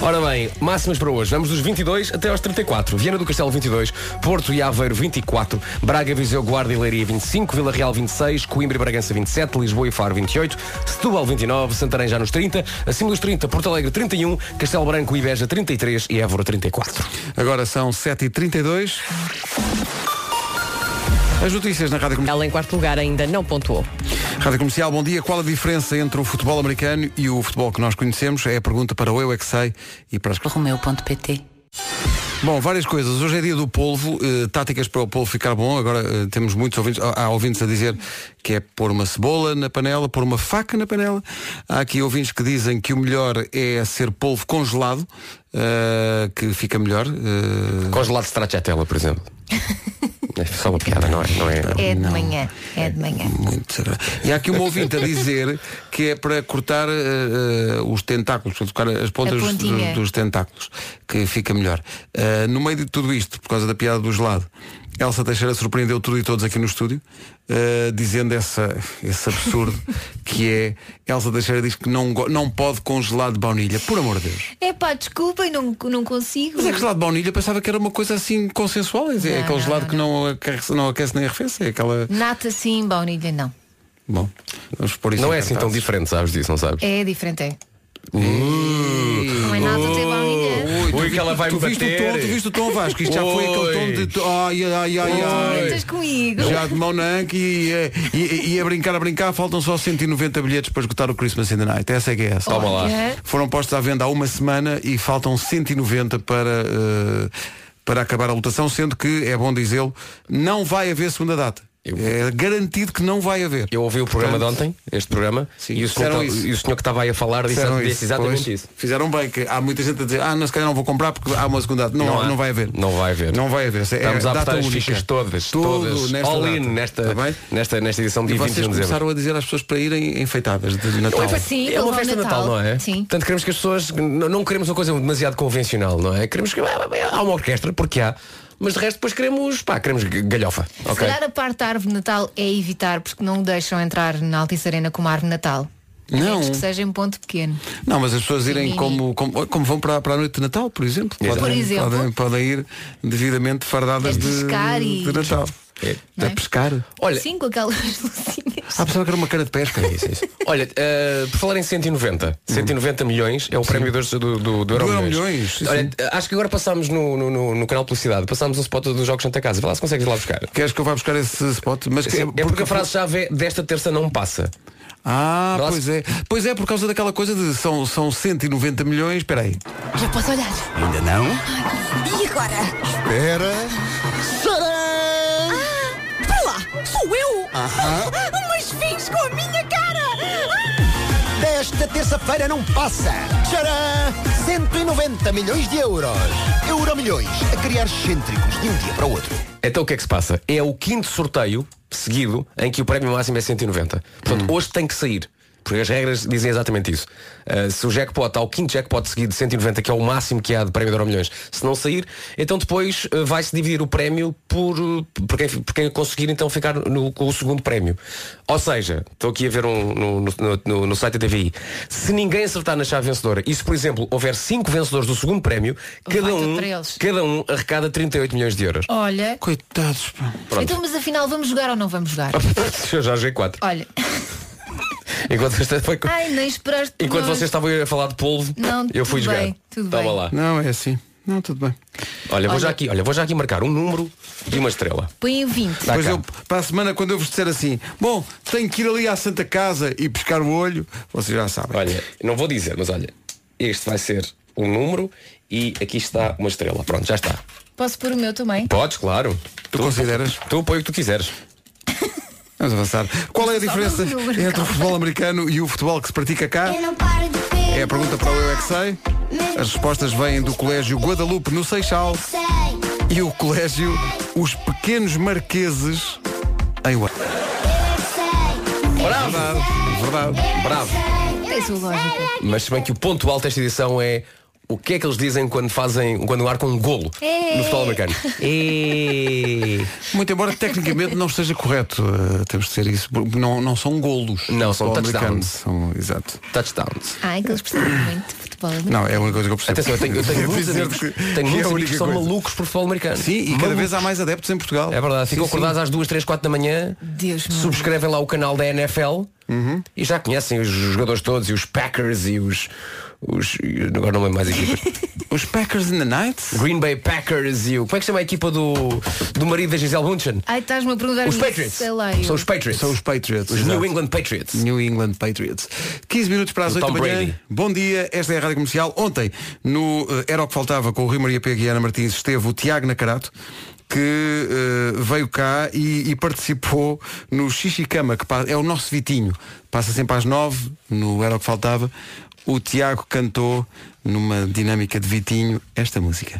[SPEAKER 5] Ora bem, máximas para hoje. Vamos dos 22 até aos 34. Viana do Castelo 22, Porto e Aveiro 24, Braga, Viseu, Guarda e Leiria 25, Vila Real 26, Coimbra e Bragança 27, Lisboa e Faro 28, Setúbal 29, Santarém já nos 30, acima dos 30, Porto Alegre 31, Castelo Branco e Beja 33 e Évora 34.
[SPEAKER 1] Agora são 7h32. As notícias na Rádio Comercial.
[SPEAKER 10] Ela em quarto lugar ainda não pontuou.
[SPEAKER 1] Rádio Comercial, bom dia. Qual a diferença entre o futebol americano e o futebol que nós conhecemos? É a pergunta para o Eu É Que Sei e para as
[SPEAKER 10] Romeu.pt
[SPEAKER 1] Bom, várias coisas. Hoje é dia do polvo, eh, táticas para o polvo ficar bom. Agora eh, temos muitos ouvintes, há há ouvintes a dizer que é pôr uma cebola na panela, pôr uma faca na panela. Há aqui ouvintes que dizem que o melhor é ser polvo congelado, eh, que fica melhor. eh,
[SPEAKER 5] Congelado stracciatella, por exemplo. É só uma piada, não é? Não é?
[SPEAKER 2] É de manhã, é de manhã.
[SPEAKER 1] muito. E há aqui um ouvinte a dizer que é para cortar eh, eh, os tentáculos, para tocar as pontas dos,
[SPEAKER 2] pontinha.
[SPEAKER 1] dos tentáculos, que fica melhor. Eh, no meio de tudo isto, por causa da piada do gelado, Elsa Teixeira surpreendeu tudo e todos aqui no estúdio, eh, dizendo essa, esse absurdo que é Elsa Teixeira diz que não, go- não pode congelar de baunilha, por amor de Deus.
[SPEAKER 2] É pá, desculpem, não, não consigo.
[SPEAKER 1] Mas é que gelado de baunilha pensava que era uma coisa assim consensual, é
[SPEAKER 2] Não,
[SPEAKER 1] aquele
[SPEAKER 2] não,
[SPEAKER 1] gelado que não aquece, não aquece nem arrefece, é aquela.
[SPEAKER 2] Nata sim, baunilha não.
[SPEAKER 1] Bom, vamos pôr isso
[SPEAKER 5] Não
[SPEAKER 1] em
[SPEAKER 5] é assim tão
[SPEAKER 1] cartazes.
[SPEAKER 5] diferente, sabes disso, não sabes?
[SPEAKER 2] É diferente, é. Não é nada ter baunilha.
[SPEAKER 1] É. Ui, tu
[SPEAKER 5] Ui,
[SPEAKER 1] vi-
[SPEAKER 5] que ela vai
[SPEAKER 1] tu
[SPEAKER 5] me
[SPEAKER 1] viste o
[SPEAKER 5] bater.
[SPEAKER 1] tom, tu viste o tom Vasco, isto já foi
[SPEAKER 5] Oi.
[SPEAKER 1] aquele tom de tu- ai, ai, ai, ai, ai.
[SPEAKER 2] Estás comigo.
[SPEAKER 1] Já de mão na anca e, eh, e- e a brincar, a brincar, faltam só 190 bilhetes para esgotar o Christmas in the Night. Essa é que é essa.
[SPEAKER 5] Toma lá.
[SPEAKER 2] Olha.
[SPEAKER 1] Foram postos à venda há uma semana e faltam 190 para, eh, para acabar a lotação, sendo que, é bom dizê-lo, não vai haver segunda data.
[SPEAKER 5] Eu-
[SPEAKER 1] É garantido que não vai haver.
[SPEAKER 5] Eu ouvi o programa
[SPEAKER 1] Portanto,
[SPEAKER 5] de ontem, este programa,
[SPEAKER 1] Sim,
[SPEAKER 5] e, o senhor,
[SPEAKER 1] disseram
[SPEAKER 5] ta-
[SPEAKER 1] isso.
[SPEAKER 5] e o senhor que estava aí a falar disse,
[SPEAKER 1] Fizeram
[SPEAKER 5] disse
[SPEAKER 1] isso,
[SPEAKER 5] exatamente
[SPEAKER 1] pois.
[SPEAKER 5] isso.
[SPEAKER 1] Fizeram bem, que há muita gente a dizer, ah, não, se calhar não vou comprar porque há uma segunda data. Não,
[SPEAKER 5] Não
[SPEAKER 1] não,
[SPEAKER 5] há.
[SPEAKER 1] vai haver.
[SPEAKER 5] Não vai haver.
[SPEAKER 1] Não vai haver. É
[SPEAKER 5] Estamos a
[SPEAKER 1] data
[SPEAKER 5] apertar as
[SPEAKER 1] única.
[SPEAKER 5] fichas todas,
[SPEAKER 1] Tudo
[SPEAKER 5] todas,
[SPEAKER 1] nesta
[SPEAKER 5] all
[SPEAKER 1] data.
[SPEAKER 5] in nesta,
[SPEAKER 1] Está bem?
[SPEAKER 5] nesta, nesta edição de
[SPEAKER 1] E
[SPEAKER 5] 21
[SPEAKER 1] vocês
[SPEAKER 5] de dezembro.
[SPEAKER 1] começaram a dizer às pessoas para irem enfeitadas de Natal.
[SPEAKER 2] Sim,
[SPEAKER 5] é
[SPEAKER 2] vão
[SPEAKER 5] uma
[SPEAKER 2] ao
[SPEAKER 5] festa de Natal, não é?
[SPEAKER 2] Sim.
[SPEAKER 5] Portanto, queremos que as pessoas. n- Não queremos uma coisa demasiado convencional, não é? Queremos que. Há uma orquestra, porque há. Mas de resto, depois queremos. Pá, queremos g- galhofa.
[SPEAKER 2] Se
[SPEAKER 5] ok?
[SPEAKER 2] calhar a parte da árvore de Natal é evitar, porque não o deixam entrar na Altice Arena como árvore de Natal. A
[SPEAKER 1] Não.
[SPEAKER 2] menos que seja em ponto pequeno.
[SPEAKER 1] Não, mas as pessoas irem
[SPEAKER 2] Sim.
[SPEAKER 1] como, como, como vão para, para a noite de Natal, por exemplo. É
[SPEAKER 2] Por exemplo.
[SPEAKER 1] Podem, podem ir devidamente fardadas
[SPEAKER 2] Vestes
[SPEAKER 1] de,
[SPEAKER 2] cari.
[SPEAKER 1] de Natal. É
[SPEAKER 5] A pescar? Olha,
[SPEAKER 2] Sim, com aquelas luzinhas.
[SPEAKER 1] Ah, pensava que era uma cara de pesca.
[SPEAKER 5] É Isso, isso. Olha, eh, por falar em 190, 190 milhões é o prémio de hoje do, do, do Euro
[SPEAKER 1] Do Euro
[SPEAKER 5] Milhões.
[SPEAKER 1] Milhões, sim,
[SPEAKER 5] Olha,
[SPEAKER 1] sim.
[SPEAKER 5] eh, acho que agora passámos no, no, no, no canal de Publicidade, passámos o spot dos Jogos Santa Casa. Vê lá se consegues ir lá buscar.
[SPEAKER 1] Queres que eu vá buscar esse spot? Mas que-
[SPEAKER 5] Sim, é porque a frase-chave é desta terça não passa.
[SPEAKER 1] Ah,
[SPEAKER 5] Nossa.
[SPEAKER 1] pois é. Pois é, por causa daquela coisa de são, são 190 milhões. Espera aí.
[SPEAKER 2] Já posso olhar.
[SPEAKER 6] Ainda não?
[SPEAKER 3] E agora?
[SPEAKER 6] Espera. Será?
[SPEAKER 3] Para Ah, lá! Sou eu! Mas fins com a minha cara!
[SPEAKER 11] Desta terça-feira não passa. Tcharam! 190 milhões de euros. Euro milhões a criar excêntricos de um dia para o outro.
[SPEAKER 5] Então o que é que se passa? É o quinto sorteio seguido em que o prémio máximo é 190. Portanto,
[SPEAKER 2] Hum.
[SPEAKER 5] hoje tem que sair. Porque as regras dizem exatamente isso. Uh, se o jackpot, ao quinto jackpot seguido de 190, que é o máximo que há de prémio de Euro Milhões, se não sair, então depois uh, vai-se dividir o prémio por, uh, por, quem, por quem conseguir então ficar no, com o segundo prémio. Ou seja, estou aqui a ver um, no, no- no- no site da TVI, se ninguém acertar na chave vencedora, e se por exemplo houver cinco vencedores do segundo prémio,
[SPEAKER 2] Vai
[SPEAKER 5] cada
[SPEAKER 2] tudo
[SPEAKER 5] um,
[SPEAKER 2] para eles.
[SPEAKER 5] cada um arrecada 38 milhões de euros.
[SPEAKER 2] Olha.
[SPEAKER 1] Coitados, pá.
[SPEAKER 5] Pronto.
[SPEAKER 2] Então, mas afinal, vamos jogar ou não vamos jogar?
[SPEAKER 5] Eu já joguei 4.
[SPEAKER 2] Olha.
[SPEAKER 5] Enquanto, esta foi-
[SPEAKER 2] Ai, nem esperaste. por
[SPEAKER 5] Enquanto
[SPEAKER 2] nós.
[SPEAKER 5] vocês estavam a falar de polvo,
[SPEAKER 2] Não,
[SPEAKER 5] eu fui
[SPEAKER 2] tudo
[SPEAKER 5] jogar.
[SPEAKER 2] bem, tudo
[SPEAKER 5] Toma
[SPEAKER 2] bem.
[SPEAKER 5] lá.
[SPEAKER 1] Não, é assim. Não, tudo bem.
[SPEAKER 5] Olha, vou
[SPEAKER 2] Olha.
[SPEAKER 5] já aqui, olha, vou já aqui marcar um número e uma estrela.
[SPEAKER 2] Põem 20.
[SPEAKER 5] Tá
[SPEAKER 1] Pois
[SPEAKER 5] cá.
[SPEAKER 1] eu, para a semana, quando eu vos disser assim, bom, tenho que ir ali à Santa Casa e pescar o olho, vocês já sabem.
[SPEAKER 5] Olha, não vou dizer, mas olha, este vai ser um número e aqui está uma estrela. Pronto, já está.
[SPEAKER 2] Posso pôr o meu também?
[SPEAKER 5] Podes, claro.
[SPEAKER 1] Tu consideras?
[SPEAKER 5] Tu põe o que tu quiseres.
[SPEAKER 1] Vamos avançar. Qual é a diferença
[SPEAKER 2] Só no número,
[SPEAKER 1] entre o
[SPEAKER 2] calma.
[SPEAKER 1] futebol americano e o futebol que se pratica cá? É a pergunta para o Eu é que Sei. As respostas vêm do Colégio Guadalupe no Seixal e o Colégio Os Pequenos Marqueses em Ué.
[SPEAKER 5] Bravo!
[SPEAKER 1] Verdade, verdade.
[SPEAKER 5] Bravo!
[SPEAKER 2] Tem É sua lógica.
[SPEAKER 5] Mas se bem que o ponto alto desta edição é o que é que eles dizem quando fazem, quando arcam um golo no futebol americano. E...
[SPEAKER 1] Muito embora tecnicamente não esteja correto, eh, temos de ser isso. porque Não, não são golos.
[SPEAKER 5] Não, são
[SPEAKER 1] Futebol
[SPEAKER 5] touchdowns.
[SPEAKER 1] americano. São, exato.
[SPEAKER 5] Touchdowns.
[SPEAKER 2] Ai, que eles precisam muito de futebol.
[SPEAKER 1] Não, é a única coisa que eu percebo.
[SPEAKER 5] Atenção, eu tenho, eu tenho
[SPEAKER 1] Devo
[SPEAKER 5] muitos
[SPEAKER 1] dizer
[SPEAKER 5] amigos,
[SPEAKER 1] É que- que
[SPEAKER 5] tenho
[SPEAKER 1] é
[SPEAKER 5] muitos
[SPEAKER 1] a
[SPEAKER 5] amigos
[SPEAKER 1] única
[SPEAKER 5] que são
[SPEAKER 1] coisa.
[SPEAKER 5] malucos por futebol americano.
[SPEAKER 1] Sim, e cada vez há mais adeptos em Portugal.
[SPEAKER 5] É verdade,
[SPEAKER 1] Sim,
[SPEAKER 5] ficam
[SPEAKER 1] sim.
[SPEAKER 5] acordados às 2, 3, 4 da manhã,
[SPEAKER 2] Deus meu.
[SPEAKER 5] subscrevem lá o canal da NFL
[SPEAKER 1] Uhum.
[SPEAKER 5] e já conhecem os jogadores todos e os Packers e os. os e agora não lembro mais equipas.
[SPEAKER 1] Os Packers in the Night?
[SPEAKER 5] Green Bay Packers e o. Como é que se chama a equipa do, do marido da Gisele Bunchen?
[SPEAKER 2] Ai, estás-me a perguntar
[SPEAKER 5] Os
[SPEAKER 2] isso,
[SPEAKER 5] Patriots.
[SPEAKER 2] Sei lá, eu.
[SPEAKER 5] São os Patriots.
[SPEAKER 1] São os Patriots.
[SPEAKER 5] Os
[SPEAKER 1] exato.
[SPEAKER 5] New England Patriots.
[SPEAKER 1] New England Patriots. 15 minutos para as
[SPEAKER 5] Do
[SPEAKER 1] 8 da
[SPEAKER 5] Tom
[SPEAKER 1] manhã.
[SPEAKER 5] Brady.
[SPEAKER 1] Bom dia, esta é a Rádio Comercial. Ontem, no eh, Era o que Faltava com o Rui Maria Pega e Ana Martins, esteve o Tiago Nacarato, que eh, veio cá e, e participou no Xixicama, que pa- é o nosso Vitinho. Passa sempre às 9, no Era o que Faltava. O Tiago cantou, numa dinâmica de Vitinho, esta música.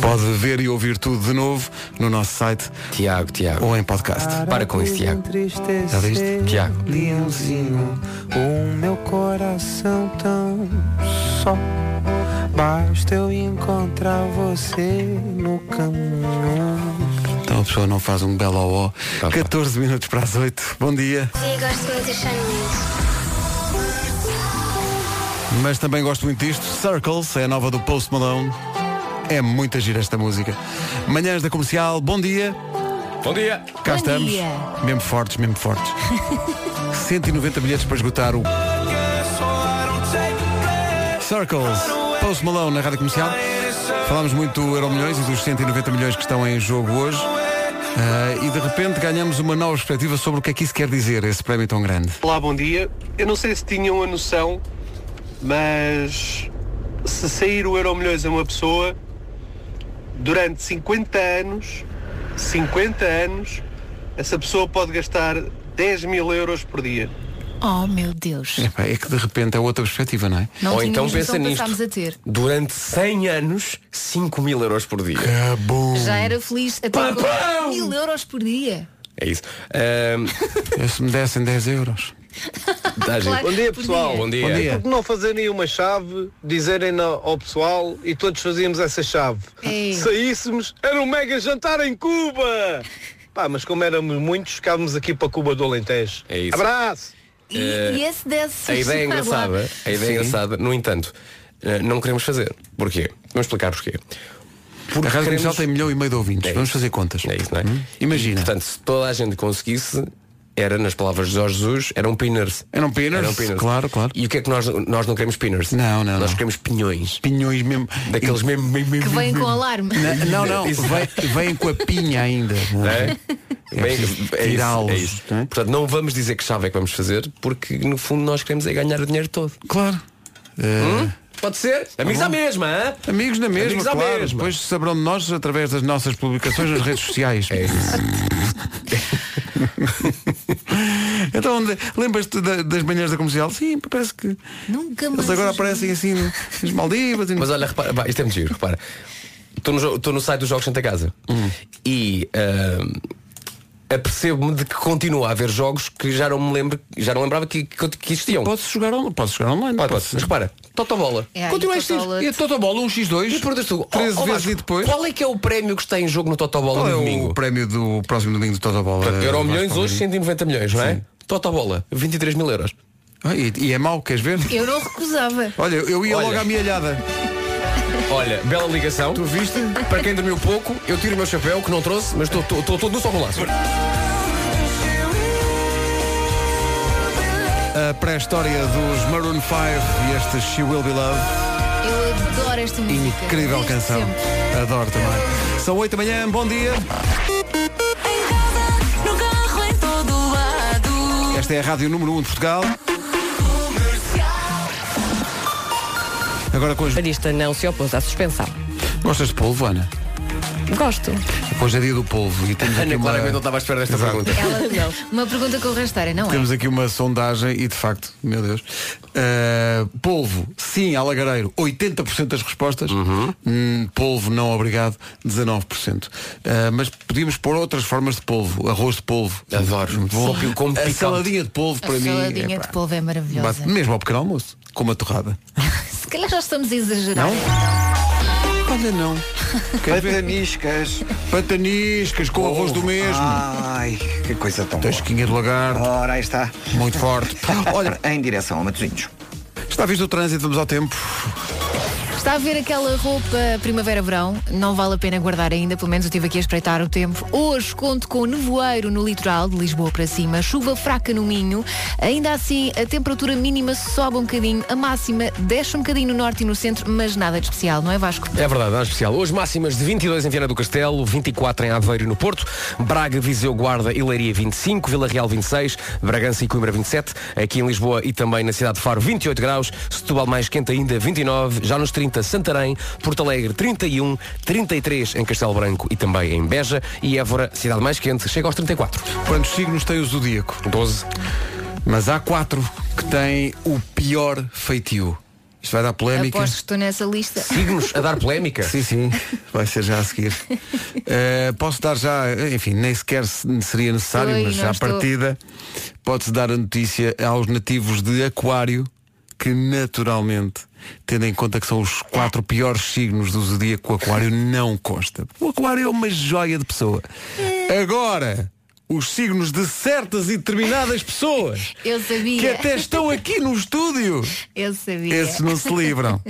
[SPEAKER 1] Pode ver e ouvir tudo de novo no nosso site
[SPEAKER 5] Tiago, Tiago.
[SPEAKER 1] ou em podcast.
[SPEAKER 5] Para com isso, Tiago.
[SPEAKER 1] Já viste?
[SPEAKER 5] Tiago.
[SPEAKER 12] Leãozinho, o meu coração tão só. Basta eu encontrar você no caminho.
[SPEAKER 1] Então a pessoa não faz um belo ó.
[SPEAKER 5] Opa.
[SPEAKER 1] 14 minutos para as 8. Bom dia.
[SPEAKER 13] Sim, gosto muito de Sean
[SPEAKER 1] Mas também gosto muito disto. Circles é a nova do Post Malone. É muita gira esta música. Manhãs da comercial, bom dia.
[SPEAKER 5] Bom dia!
[SPEAKER 1] Cá
[SPEAKER 2] Bom
[SPEAKER 1] estamos.
[SPEAKER 2] dia.
[SPEAKER 1] Mesmo fortes, mesmo fortes. 190 bilhetes para esgotar o. Circles, Post Malone na rádio comercial. Falámos muito do Euro Milhões e dos 190 milhões que estão em jogo hoje. Ah, e de repente ganhamos uma nova perspectiva sobre o que é que isso quer dizer, esse prémio tão grande.
[SPEAKER 12] Olá, bom dia. Eu não sei se tinham a noção, mas se sair o Euro Milhões a uma pessoa, durante 50 anos, 50 anos, essa pessoa pode gastar 10 mil euros por dia.
[SPEAKER 2] Oh, meu Deus.
[SPEAKER 1] Epá, é que de repente é outra perspectiva, não é?
[SPEAKER 2] Não tínhamos
[SPEAKER 5] Ou então
[SPEAKER 2] noção
[SPEAKER 5] pensa
[SPEAKER 2] que
[SPEAKER 5] nisto.
[SPEAKER 2] passámos a ter.
[SPEAKER 5] Durante 100 anos, 5 mil euros por dia.
[SPEAKER 2] Já é. era feliz até com
[SPEAKER 5] Papão!
[SPEAKER 2] mil euros por dia.
[SPEAKER 5] É isso. Ahm,
[SPEAKER 1] Eu É, se me dessem 10 euros.
[SPEAKER 5] tá, gente.
[SPEAKER 12] Bom dia,
[SPEAKER 2] por
[SPEAKER 12] pessoal.
[SPEAKER 5] Bom dia.
[SPEAKER 1] Bom dia.
[SPEAKER 12] Porque não fazerem uma chave, dizerem na- ao pessoal e todos fazíamos essa chave.
[SPEAKER 2] Ei.
[SPEAKER 12] Saíssemos, era um mega jantar em Cuba! Pá, mas como éramos muitos, ficávamos aqui para Cuba do Alentejo.
[SPEAKER 5] É isso.
[SPEAKER 12] Abraço!
[SPEAKER 2] E, e esse desse.
[SPEAKER 5] Eh, A ideia é engraçada, a ideia é engraçada, no entanto, eh, não queremos fazer. Porquê? Vamos explicar porquê.
[SPEAKER 1] a Rádio Comercial tem Hum? milhão e meio de ouvintes. Vamos fazer contas.
[SPEAKER 5] É isso, não é? Imagina. Portanto, se toda a gente conseguisse, era, nas palavras de Jorge Jesus, eram pinners.
[SPEAKER 1] Eram um pinners, claro,
[SPEAKER 5] claro. E o que é que nós, nós não queremos pinners?
[SPEAKER 1] Não, não.
[SPEAKER 5] Nós queremos pinhões.
[SPEAKER 1] Pinhões mesmo.
[SPEAKER 5] Daqueles mesmo. mesmo,
[SPEAKER 2] Que
[SPEAKER 5] mesmo,
[SPEAKER 2] vêm com
[SPEAKER 5] mesmo.
[SPEAKER 2] alarme.
[SPEAKER 1] Não, não, vem, vem com a pinha ainda. não é? É
[SPEAKER 5] Bem,
[SPEAKER 1] preciso
[SPEAKER 5] é isso,
[SPEAKER 1] tirá-los,
[SPEAKER 5] é isso. Portanto, não vamos dizer que chave é que vamos fazer, porque no fundo nós queremos é ganhar o dinheiro todo.
[SPEAKER 1] Claro. Eh,
[SPEAKER 5] Hum? Pode ser? Amigos
[SPEAKER 1] bom.
[SPEAKER 5] à mesma, hã?
[SPEAKER 1] Amigos na mesma,
[SPEAKER 5] Amigos à
[SPEAKER 1] claro.
[SPEAKER 5] mesma.
[SPEAKER 1] Depois saberão de nós através das nossas publicações nas redes sociais. É então, onde- lembras-te da- das manhãs da comercial? Sim, parece que.
[SPEAKER 2] Nunca mais.
[SPEAKER 1] Eles agora aparecem assim nas Maldivas. e-
[SPEAKER 5] Mas olha, repara, pá, isto é muito giro, repara. Estou no, jo- estou no site dos Jogos Santa Casa e ah, apercebo-me de que continua a haver jogos que já não me lembro, já não lembrava que, que, que existiam.
[SPEAKER 1] Posso jogar, on- posso jogar online?
[SPEAKER 5] Pode, pode. Mas repara, Totobola.
[SPEAKER 2] É,
[SPEAKER 5] Continua
[SPEAKER 2] e
[SPEAKER 5] a existir. um
[SPEAKER 2] Totola.
[SPEAKER 1] E a Totobola 1x2?
[SPEAKER 5] E perguntas tu,
[SPEAKER 1] 13
[SPEAKER 5] ó, ó,
[SPEAKER 1] vezes
[SPEAKER 5] Vasco,
[SPEAKER 1] e depois?
[SPEAKER 5] Qual é que é o prémio que está em jogo no Totobola
[SPEAKER 1] Qual
[SPEAKER 5] no
[SPEAKER 1] é
[SPEAKER 5] domingo?
[SPEAKER 1] o prémio do próximo domingo de Totobola?
[SPEAKER 5] Portanto, euro milhões
[SPEAKER 1] Vasco
[SPEAKER 5] hoje,
[SPEAKER 1] Palmeirinho?
[SPEAKER 5] 190 milhões, não é?
[SPEAKER 1] Sim.
[SPEAKER 5] Totobola, 23 mil euros.
[SPEAKER 1] Ah, e, e é mau, queres ver?
[SPEAKER 2] Eu não recusava.
[SPEAKER 1] Olha, eu ia
[SPEAKER 5] Olha.
[SPEAKER 1] logo à mielhada.
[SPEAKER 5] Olha, bela ligação.
[SPEAKER 1] Tu viste?
[SPEAKER 5] Para quem dormiu pouco, eu tiro o meu chapéu, que não trouxe, mas estou- estou estou todo no só com laço.
[SPEAKER 1] A pré-história dos Maroon 5 e este She Will Be Loved.
[SPEAKER 2] Eu adoro esta música.
[SPEAKER 1] Incrível
[SPEAKER 2] Desde
[SPEAKER 1] canção.
[SPEAKER 2] sempre.
[SPEAKER 1] Adoro também. São 8 da manhã, bom dia.
[SPEAKER 3] No carro em todo lado.
[SPEAKER 1] Esta é a Rádio Número 1 de Portugal. Agora com as...
[SPEAKER 13] Barista não se opôs à suspensão.
[SPEAKER 1] Gostas de polvo, Ana?
[SPEAKER 13] Gosto.
[SPEAKER 1] Hoje é dia do polvo e temos aqui
[SPEAKER 5] Ana
[SPEAKER 1] uma...
[SPEAKER 5] claramente não estava à espera desta
[SPEAKER 1] Exato.
[SPEAKER 5] pergunta.
[SPEAKER 2] Ela, uma pergunta com rasteira, não é?
[SPEAKER 1] Temos aqui uma sondagem e de facto, meu Deus. Uh, polvo, sim, alagareiro, 80% das respostas.
[SPEAKER 5] Uhum.
[SPEAKER 1] Hum, polvo, não obrigado, 19%. Uh, mas podíamos pôr outras formas de polvo, arroz de polvo.
[SPEAKER 5] Adoro.
[SPEAKER 1] Bom,
[SPEAKER 5] Só que como
[SPEAKER 1] a
[SPEAKER 5] picante.
[SPEAKER 1] saladinha de polvo para
[SPEAKER 2] a
[SPEAKER 1] mim.
[SPEAKER 2] saladinha
[SPEAKER 1] epá,
[SPEAKER 2] de polvo é maravilhosa.
[SPEAKER 1] bate mesmo ao pequeno almoço, com uma torrada.
[SPEAKER 2] Se calhar já estamos a exagerar.
[SPEAKER 1] Não? Olha não. Quer ver?
[SPEAKER 4] Pataniscas.
[SPEAKER 1] Pataniscas com arroz do mesmo.
[SPEAKER 5] Ah.
[SPEAKER 4] Ai, que coisa tão boa.
[SPEAKER 1] Tasquinha de lagarto,
[SPEAKER 4] Ora, aí está.
[SPEAKER 1] muito forte.
[SPEAKER 4] Olha, em direção a Matosinhos.
[SPEAKER 1] Está visto o trânsito, vamos ao tempo.
[SPEAKER 2] Está a ver aquela roupa primavera-verão? Não vale a pena guardar ainda, pelo menos eu estive aqui a espreitar o tempo. Hoje conto com nevoeiro no litoral, de Lisboa para cima, chuva fraca no Minho. Ainda assim, a temperatura mínima sobe um bocadinho, a máxima desce um bocadinho no norte e no centro, mas nada de especial, não é Vasco?
[SPEAKER 5] É verdade, é um especial. Hoje máximas de 22 em Viana do Castelo, 24 em Aveiro e no Porto, Braga, Viseu, Guarda e Leiria 25, Vila Real 26, Bragança e Coimbra 27, aqui em Lisboa e também na cidade de Faro 28 graus, Setúbal mais quente ainda 29, já nos 30 Santarém, Porto Alegre 31, 33 em Castelo Branco e também em Beja e Évora, cidade mais quente, chega aos 34.
[SPEAKER 1] Quantos signos tem o zodíaco?
[SPEAKER 5] 12.
[SPEAKER 1] Mas há quatro que têm o pior feitio. Isto vai dar polémica.
[SPEAKER 2] Aposto que estou nessa lista.
[SPEAKER 5] Signos a dar polémica.
[SPEAKER 1] Sim, sim, vai ser já a seguir. Eh, posso dar já, enfim, nem sequer se- seria necessário,
[SPEAKER 2] Oi,
[SPEAKER 1] mas
[SPEAKER 2] não
[SPEAKER 1] já à
[SPEAKER 2] estou.
[SPEAKER 1] partida pode-se dar a notícia aos nativos de Aquário que naturalmente, tendo em conta que são os quatro piores signos do zodíaco, o Aquário não consta. O Aquário é uma joia de pessoa. Agora, os signos de certas e determinadas pessoas
[SPEAKER 2] Eu
[SPEAKER 1] que
[SPEAKER 2] sabia,
[SPEAKER 1] até estão aqui no estúdio.
[SPEAKER 2] eu sabia.
[SPEAKER 5] É.
[SPEAKER 1] Esses não se livram.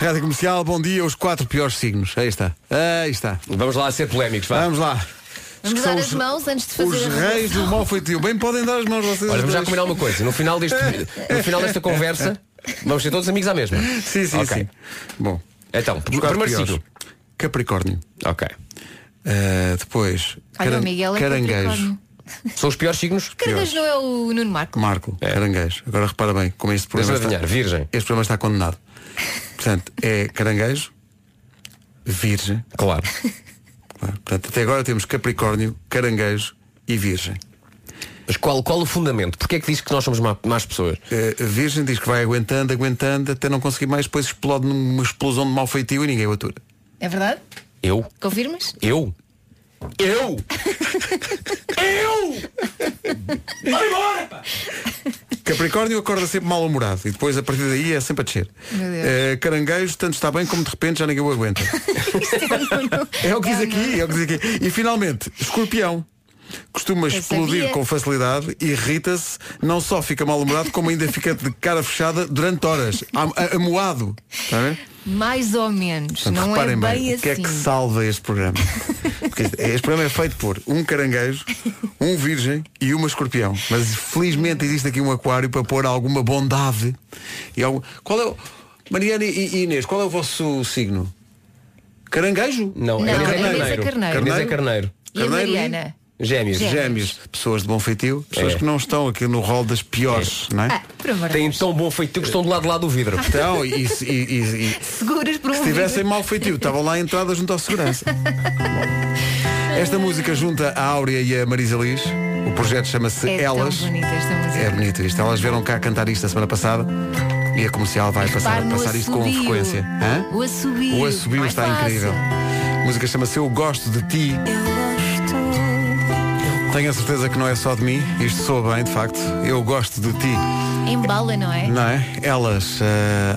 [SPEAKER 1] Rádio Comercial, bom dia, os quatro piores signos. Aí está. Aí está.
[SPEAKER 5] Vamos lá a ser polémicos, vá.
[SPEAKER 1] Vamos lá.
[SPEAKER 2] Vamos
[SPEAKER 1] Que são
[SPEAKER 2] dar
[SPEAKER 1] os-
[SPEAKER 2] as mãos antes de
[SPEAKER 1] Os
[SPEAKER 2] fazer a
[SPEAKER 1] reis do
[SPEAKER 2] revelação.
[SPEAKER 1] mal feitio. Bem, podem dar as mãos vocês.
[SPEAKER 5] Olha,
[SPEAKER 1] os
[SPEAKER 5] vamos já
[SPEAKER 1] dois.
[SPEAKER 5] combinar uma coisa. No final, deste, no final desta conversa, vamos ser todos amigos à mesma.
[SPEAKER 1] Sim, sim,
[SPEAKER 5] Ok.
[SPEAKER 1] sim. Bom,
[SPEAKER 5] Então,
[SPEAKER 1] os quatro
[SPEAKER 5] primeiro
[SPEAKER 1] piores.
[SPEAKER 5] signo.
[SPEAKER 1] Capricórnio.
[SPEAKER 5] Ok.
[SPEAKER 1] Ah, depois,
[SPEAKER 2] Olha,
[SPEAKER 1] caran-
[SPEAKER 2] o Miguel é
[SPEAKER 1] caranguejo.
[SPEAKER 2] capricórnio.
[SPEAKER 5] São os piores signos?
[SPEAKER 2] Cargas não é o Nuno Marco.
[SPEAKER 1] Marco, caranguejo. Agora repara bem como este
[SPEAKER 5] É. Deixa-me
[SPEAKER 1] programa
[SPEAKER 5] adivinhar,
[SPEAKER 1] está.
[SPEAKER 5] virgem.
[SPEAKER 1] Este programa está condenado. Portanto, é caranguejo, virgem.
[SPEAKER 5] Claro.
[SPEAKER 1] claro. Portanto, até agora temos Capricórnio, caranguejo e virgem.
[SPEAKER 5] Mas qual, qual o fundamento? Porquê é que diz que nós somos má- más pessoas?
[SPEAKER 1] Eh, a Virgem diz que vai aguentando, aguentando, até não conseguir mais, depois explode numa explosão de mau feitio e ninguém o atura.
[SPEAKER 2] É verdade?
[SPEAKER 5] Eu?
[SPEAKER 2] Confirmas?
[SPEAKER 5] Eu? Eu?
[SPEAKER 1] Capricórnio acorda sempre mal-humorado e depois a partir daí é sempre a descer.
[SPEAKER 2] Meu Deus.
[SPEAKER 1] Eh, caranguejo, tanto está bem como de repente já ninguém o é aguenta. é o que diz aqui, é o que diz aqui. E finalmente, escorpião. costuma
[SPEAKER 2] Eu
[SPEAKER 1] explodir
[SPEAKER 2] sabia.
[SPEAKER 1] com facilidade, irrita-se, não só fica mal-humorado, como ainda fica de cara fechada durante horas, am- a- amuado. Está a ver?
[SPEAKER 2] Mais ou menos.
[SPEAKER 1] Portanto,
[SPEAKER 2] não é
[SPEAKER 1] reparem
[SPEAKER 2] bem,
[SPEAKER 1] bem, o
[SPEAKER 2] assim.
[SPEAKER 1] que é que salva este programa? Porque este- este programa é feito por um caranguejo, um virgem e uma escorpião. Mas felizmente existe aqui um aquário para pôr alguma bondade. E algo... Qual é o... Mariana e e Inês, qual é o vosso signo? Caranguejo?
[SPEAKER 5] Não,
[SPEAKER 2] Não, a Inês é carneiro.
[SPEAKER 5] Inês é carneiro.
[SPEAKER 2] E a Mariana?
[SPEAKER 5] Gêmeos.
[SPEAKER 1] Gêmeos. Pessoas de bom feitio, pessoas
[SPEAKER 5] É.
[SPEAKER 1] que não estão aqui no rol das piores, não é?
[SPEAKER 2] Ah, por amor de
[SPEAKER 5] Têm
[SPEAKER 2] Deus.
[SPEAKER 5] tão bom feitio que estão do lado lá do vidro.
[SPEAKER 1] Então, e, se- e- e- e-
[SPEAKER 2] Seguras por um
[SPEAKER 1] se tivessem
[SPEAKER 2] vidro.
[SPEAKER 1] mau feitio, estavam lá entradas junto ao segurança. Bom. Esta música junta a Áurea e a Marisa Liz. O projeto chama-se
[SPEAKER 2] É
[SPEAKER 1] Elas.
[SPEAKER 2] tão bonita esta música.
[SPEAKER 1] É bonito isto. Elas vieram cá cantar isto a semana passada e a comercial vai passar,
[SPEAKER 2] Repare no
[SPEAKER 1] passar isto com
[SPEAKER 2] assobio.
[SPEAKER 1] frequência. Hã?
[SPEAKER 2] O assobio.
[SPEAKER 1] O assobio
[SPEAKER 2] Mais
[SPEAKER 1] está
[SPEAKER 2] fácil.
[SPEAKER 1] incrível. A música chama-se Eu Gosto de Ti. Tenho a certeza que não é só de mim. Isto soa bem, de facto. Eu gosto de ti.
[SPEAKER 2] Embala, não é?
[SPEAKER 1] Não é? Elas,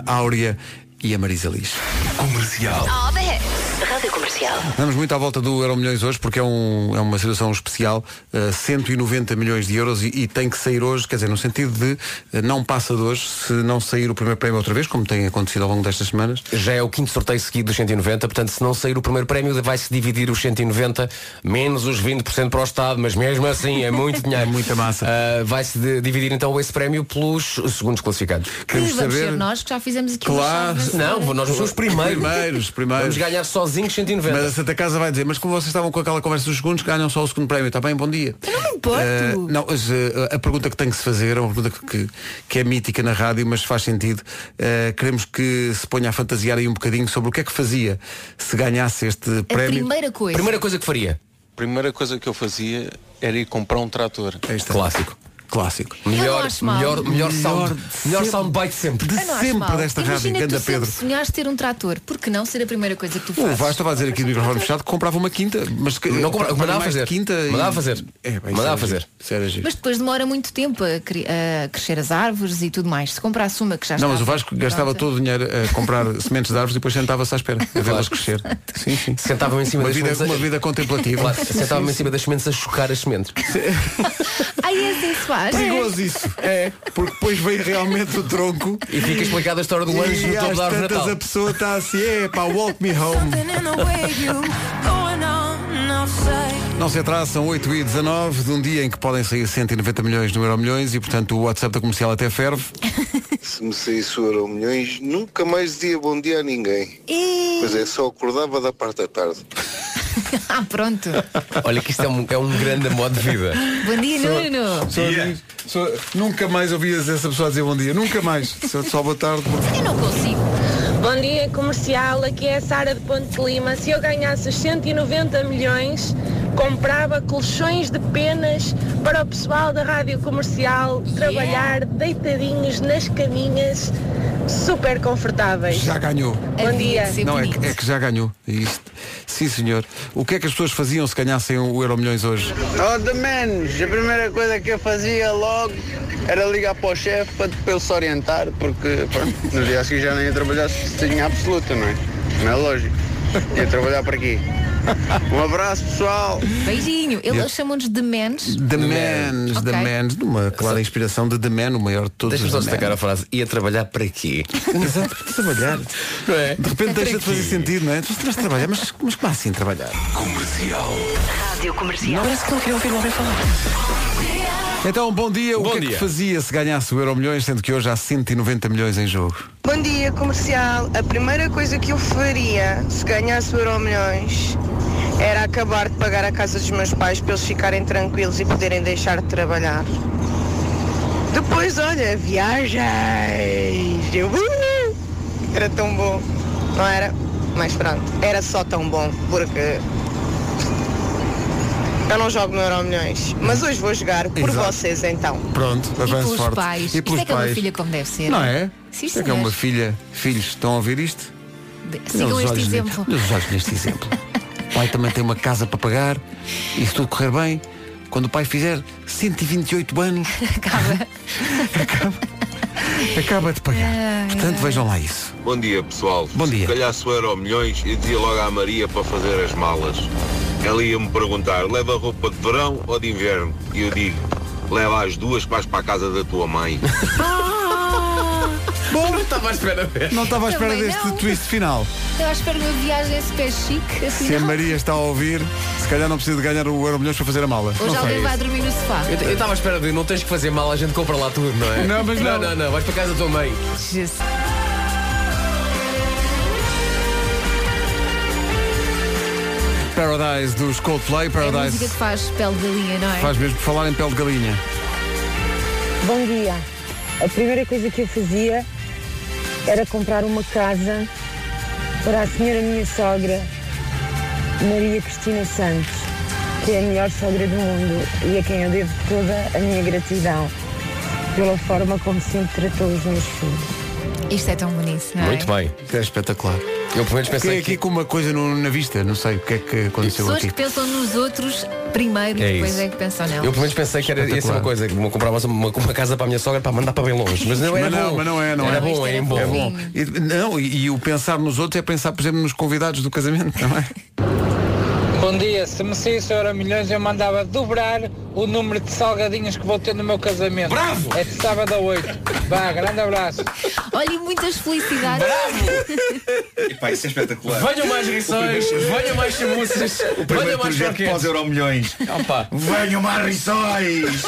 [SPEAKER 1] a Áurea e a Marisa Liz. Comercial.
[SPEAKER 14] All the hits. Rádio Comercial.
[SPEAKER 1] Damos muito à volta do Euro Milhões hoje porque é, um- é uma situação especial. eh, 190 milhões de euros e, e tem que sair hoje, quer dizer, no sentido de eh, não passa de hoje se não sair o primeiro prémio outra vez, como tem acontecido ao longo destas semanas.
[SPEAKER 5] Já é o quinto sorteio seguido dos 190, portanto, se não sair o primeiro prémio, vai-se dividir os 190 menos os 20% para o Estado, mas mesmo assim é muito dinheiro. Ah,
[SPEAKER 1] muita massa.
[SPEAKER 5] vai-se de- dividir então esse prémio pelos segundos classificados.
[SPEAKER 2] Que vamos ser nós que já fizemos aqui uma chave
[SPEAKER 5] Não, vou- nós somos os primeiros.
[SPEAKER 1] Primeiros, primeiros.
[SPEAKER 5] Vamos ganhar sozinhos 190.
[SPEAKER 1] Mas a Santa Casa vai dizer, mas como vocês estavam com aquela conversa dos segundos, ganham só o segundo prémio, está bem? Bom dia. Eu não me importo. não, mas, eh, a pergunta que tem que se fazer é uma pergunta que, que é mítica na rádio, mas faz sentido. Eh, queremos que se ponha a fantasiar aí um bocadinho sobre o que é que fazia se ganhasse este prémio.
[SPEAKER 2] primeira coisa. Primeira
[SPEAKER 5] coisa que faria.
[SPEAKER 15] Primeira coisa que eu fazia era ir comprar um trator.
[SPEAKER 5] Clássico.
[SPEAKER 1] É Clássico.
[SPEAKER 5] Melhor,
[SPEAKER 2] não acho mal.
[SPEAKER 5] melhor,
[SPEAKER 1] Melhor
[SPEAKER 5] melhor, sound,
[SPEAKER 1] de
[SPEAKER 5] melhor
[SPEAKER 1] sempre.
[SPEAKER 5] soundbite sempre.
[SPEAKER 1] De
[SPEAKER 2] Eu não acho
[SPEAKER 1] sempre
[SPEAKER 2] mal.
[SPEAKER 1] desta
[SPEAKER 2] Imagina
[SPEAKER 1] rádio,
[SPEAKER 2] que
[SPEAKER 1] ganda
[SPEAKER 2] tu sempre
[SPEAKER 1] Pedro. Um
[SPEAKER 2] sonhaste ter um trator, porque não ser a primeira coisa que tu
[SPEAKER 1] O
[SPEAKER 2] fazes?
[SPEAKER 1] Vasco estava a dizer aqui do microfone fechado que comprava uma quinta, mas que
[SPEAKER 5] Não compra-
[SPEAKER 1] comprava
[SPEAKER 5] mandava
[SPEAKER 1] mais de
[SPEAKER 5] fazer.
[SPEAKER 1] quinta e-
[SPEAKER 5] Mandava fazer.
[SPEAKER 1] É, bem,
[SPEAKER 5] Mandava
[SPEAKER 1] isso era
[SPEAKER 5] fazer.
[SPEAKER 1] giro. Isso era giro.
[SPEAKER 2] Mas depois demora muito tempo a, cri- a crescer as árvores e tudo mais. Se comprasse uma que já
[SPEAKER 1] Não,
[SPEAKER 2] está
[SPEAKER 1] mas o Vasco
[SPEAKER 2] pronta.
[SPEAKER 1] gastava todo o dinheiro a comprar sementes de árvores e depois sentava-se à espera, a vê-las crescer. Sim, sim.
[SPEAKER 5] Sentavam em cima
[SPEAKER 1] uma
[SPEAKER 5] das
[SPEAKER 1] vida,
[SPEAKER 5] sementes a-
[SPEAKER 1] uma vida contemplativa.
[SPEAKER 5] Claro, Sentava-me em cima das sementes a chocar as sementes.
[SPEAKER 2] Ai, é assim que se faz.
[SPEAKER 1] Perigoso isso. É, porque depois vem realmente o tronco.
[SPEAKER 5] E fica explicada a história do anjo
[SPEAKER 1] e
[SPEAKER 5] no topo
[SPEAKER 1] às
[SPEAKER 5] da árvore de
[SPEAKER 1] tantas
[SPEAKER 5] Natal.
[SPEAKER 1] a pessoa está assim, é pá, walk me home. Não se atrasa, são 8 e 19 de um dia em que podem sair 190 milhões no Euro Milhões e portanto o WhatsApp da comercial até ferve.
[SPEAKER 16] Se me saísse o Euro Milhões, nunca mais dizia bom dia a ninguém. Pois é, só acordava da parte da tarde.
[SPEAKER 2] Ah, pronto.
[SPEAKER 5] Olha que isto é um, é um grande modo de vida.
[SPEAKER 2] Bom dia,
[SPEAKER 1] Só-
[SPEAKER 2] Nuno.
[SPEAKER 1] só diz- só- nunca mais ouvias essa pessoa dizer bom dia, nunca mais. Só, só boa tarde.
[SPEAKER 2] Eu não consigo.
[SPEAKER 17] Bom dia, comercial. Aqui é a Sara de Ponte de Lima. Se eu ganhasse os 190 milhões, comprava colchões de penas para o pessoal da rádio comercial trabalhar deitadinhos nas caminhas, super confortáveis.
[SPEAKER 1] Já ganhou.
[SPEAKER 17] Bom dia.
[SPEAKER 1] Não, é, que- é que já ganhou. Isto. Sim, senhor. O que é que as pessoas faziam se ganhassem o Euro Milhões hoje?
[SPEAKER 18] Oh, the menos, a primeira coisa que eu fazia logo era ligar para o chefe para depois se orientar, porque pronto, no dia a seguir já nem ia trabalhar se tinha absoluta, não é? Não é lógico. Ia trabalhar para aqui. Um abraço, pessoal.
[SPEAKER 2] Beijinho. Eles
[SPEAKER 1] Yeah.
[SPEAKER 2] chamam-nos de mans.
[SPEAKER 1] The Mans,
[SPEAKER 2] Ok.
[SPEAKER 1] The Mans, numa clara inspiração de The Man, o maior de todos.
[SPEAKER 5] Deixa-me só
[SPEAKER 1] os The
[SPEAKER 5] destacar
[SPEAKER 1] Man.
[SPEAKER 5] a frase. Ia trabalhar para quê?
[SPEAKER 1] Exato, para trabalhar.
[SPEAKER 5] Não é?
[SPEAKER 1] De repente deixa de fazer sentido, não é? Tu estás a trabalhar, mas, mas como assim trabalhar?
[SPEAKER 6] Comercial.
[SPEAKER 14] Rádio Comercial.
[SPEAKER 5] Não parece que não queria
[SPEAKER 1] um
[SPEAKER 5] ouvir, não falar.
[SPEAKER 1] Então, bom dia. o
[SPEAKER 5] Bom
[SPEAKER 1] que é
[SPEAKER 5] dia.
[SPEAKER 1] que fazia se ganhasse o Euro Milhões, sendo que hoje há 190 milhões em jogo?
[SPEAKER 10] Bom dia, comercial. A primeira coisa que eu faria se ganhasse o Euro Milhões era acabar de pagar a casa dos meus pais para eles ficarem tranquilos e poderem deixar de trabalhar. Depois, olha, viagens. Eu, uh, Era tão bom. Não era? Mas pronto, era só tão bom porque eu não jogo no Euro Milhões. Mas hoje vou jogar por
[SPEAKER 1] Exato.
[SPEAKER 10] vocês então.
[SPEAKER 1] Pronto,
[SPEAKER 2] E
[SPEAKER 1] avanço
[SPEAKER 2] pelos
[SPEAKER 1] forte.
[SPEAKER 2] pais.
[SPEAKER 1] E
[SPEAKER 2] Isto
[SPEAKER 1] pelos
[SPEAKER 2] é que é uma
[SPEAKER 1] pais.
[SPEAKER 2] filha como deve ser.
[SPEAKER 1] Não é?
[SPEAKER 2] Sim,
[SPEAKER 1] Isto é que é
[SPEAKER 2] senhor.
[SPEAKER 1] uma filha. Filhos, estão a ouvir isto?
[SPEAKER 2] De-
[SPEAKER 1] Olha
[SPEAKER 2] Sigam
[SPEAKER 1] os
[SPEAKER 2] este
[SPEAKER 1] olhos ne-
[SPEAKER 2] exemplo.
[SPEAKER 1] olha os olhos neste exemplo. O pai também tem uma casa para pagar e se tudo correr bem, quando o pai fizer 128 anos,
[SPEAKER 2] Acaba.
[SPEAKER 1] acaba de pagar. Portanto, vejam lá isso.
[SPEAKER 19] Bom dia, pessoal.
[SPEAKER 1] Bom dia.
[SPEAKER 19] Se calhasse o euro milhões, eu dizia logo à Maria para fazer as malas. Ela ia-me perguntar, leva roupa de verão ou de inverno? E eu digo, leva as duas que vais para a casa da tua mãe.
[SPEAKER 1] Bom, não
[SPEAKER 5] estava à espera deste.
[SPEAKER 1] Não estava à espera
[SPEAKER 2] Também
[SPEAKER 1] deste
[SPEAKER 2] não.
[SPEAKER 1] twist final.
[SPEAKER 2] Eu acho que era uma viagem super chique. Assim,
[SPEAKER 1] Se a
[SPEAKER 2] não.
[SPEAKER 1] Maria está a ouvir, se calhar não precisa de ganhar o euro milhões para fazer a mala.
[SPEAKER 2] Hoje
[SPEAKER 1] Não
[SPEAKER 2] alguém
[SPEAKER 1] sei.
[SPEAKER 2] vai dormir no sofá. É
[SPEAKER 5] Eu eu estava à espera de não tens que fazer mal, a gente compra lá tudo, não é?
[SPEAKER 1] Não, mas não.
[SPEAKER 5] Não, não, não, vais para casa da tua mãe.
[SPEAKER 2] Jesus.
[SPEAKER 1] Paradise dos Coldplay,
[SPEAKER 2] É a música
[SPEAKER 1] Paradise
[SPEAKER 2] que faz pele de galinha, não é?
[SPEAKER 1] faz mesmo por falar em pele de galinha.
[SPEAKER 20] Bom dia. A primeira coisa que eu fazia era comprar uma casa para a senhora minha sogra, Maria Cristina Santos, que é a melhor sogra do mundo e a quem eu devo toda a minha gratidão pela forma como sempre tratou os meus filhos.
[SPEAKER 2] Isto é tão bonito, não é?
[SPEAKER 5] bem.
[SPEAKER 1] Isso é espetacular.
[SPEAKER 5] Eu pelo menos
[SPEAKER 1] pensei é aqui com uma coisa no- na vista, não sei o que é que aconteceu
[SPEAKER 2] Pessoas
[SPEAKER 1] aqui.
[SPEAKER 2] que pensam nos outros primeiro
[SPEAKER 5] É
[SPEAKER 2] e depois
[SPEAKER 5] isso.
[SPEAKER 2] é que pensam nela.
[SPEAKER 5] Eu pelo menos pensei que era ia ser uma coisa, que vou comprar uma, uma, uma casa para a minha sogra para mandar para bem longe. Mas não era
[SPEAKER 1] mas não,
[SPEAKER 5] bom.
[SPEAKER 1] mas não é, não
[SPEAKER 5] era
[SPEAKER 1] é.
[SPEAKER 5] bom, é em bom.
[SPEAKER 1] É bom. E, não, e, e o pensar nos outros é pensar, por exemplo, nos convidados do casamento, não é?
[SPEAKER 21] Bom dia, se me saísse eu era milhões eu mandava dobrar o número de salgadinhos que vou ter no meu casamento. Bravo! É de sábado a 8. Vá, grande abraço.
[SPEAKER 2] Olha, e muitas felicidades.
[SPEAKER 9] Epá, isso é espetacular.
[SPEAKER 5] Venham mais rissóis, venham mais chamuças,
[SPEAKER 9] O primeiro
[SPEAKER 5] venham mais
[SPEAKER 9] projeto
[SPEAKER 5] croquetes.
[SPEAKER 9] pós-euro milhões. Venham mais rissóis.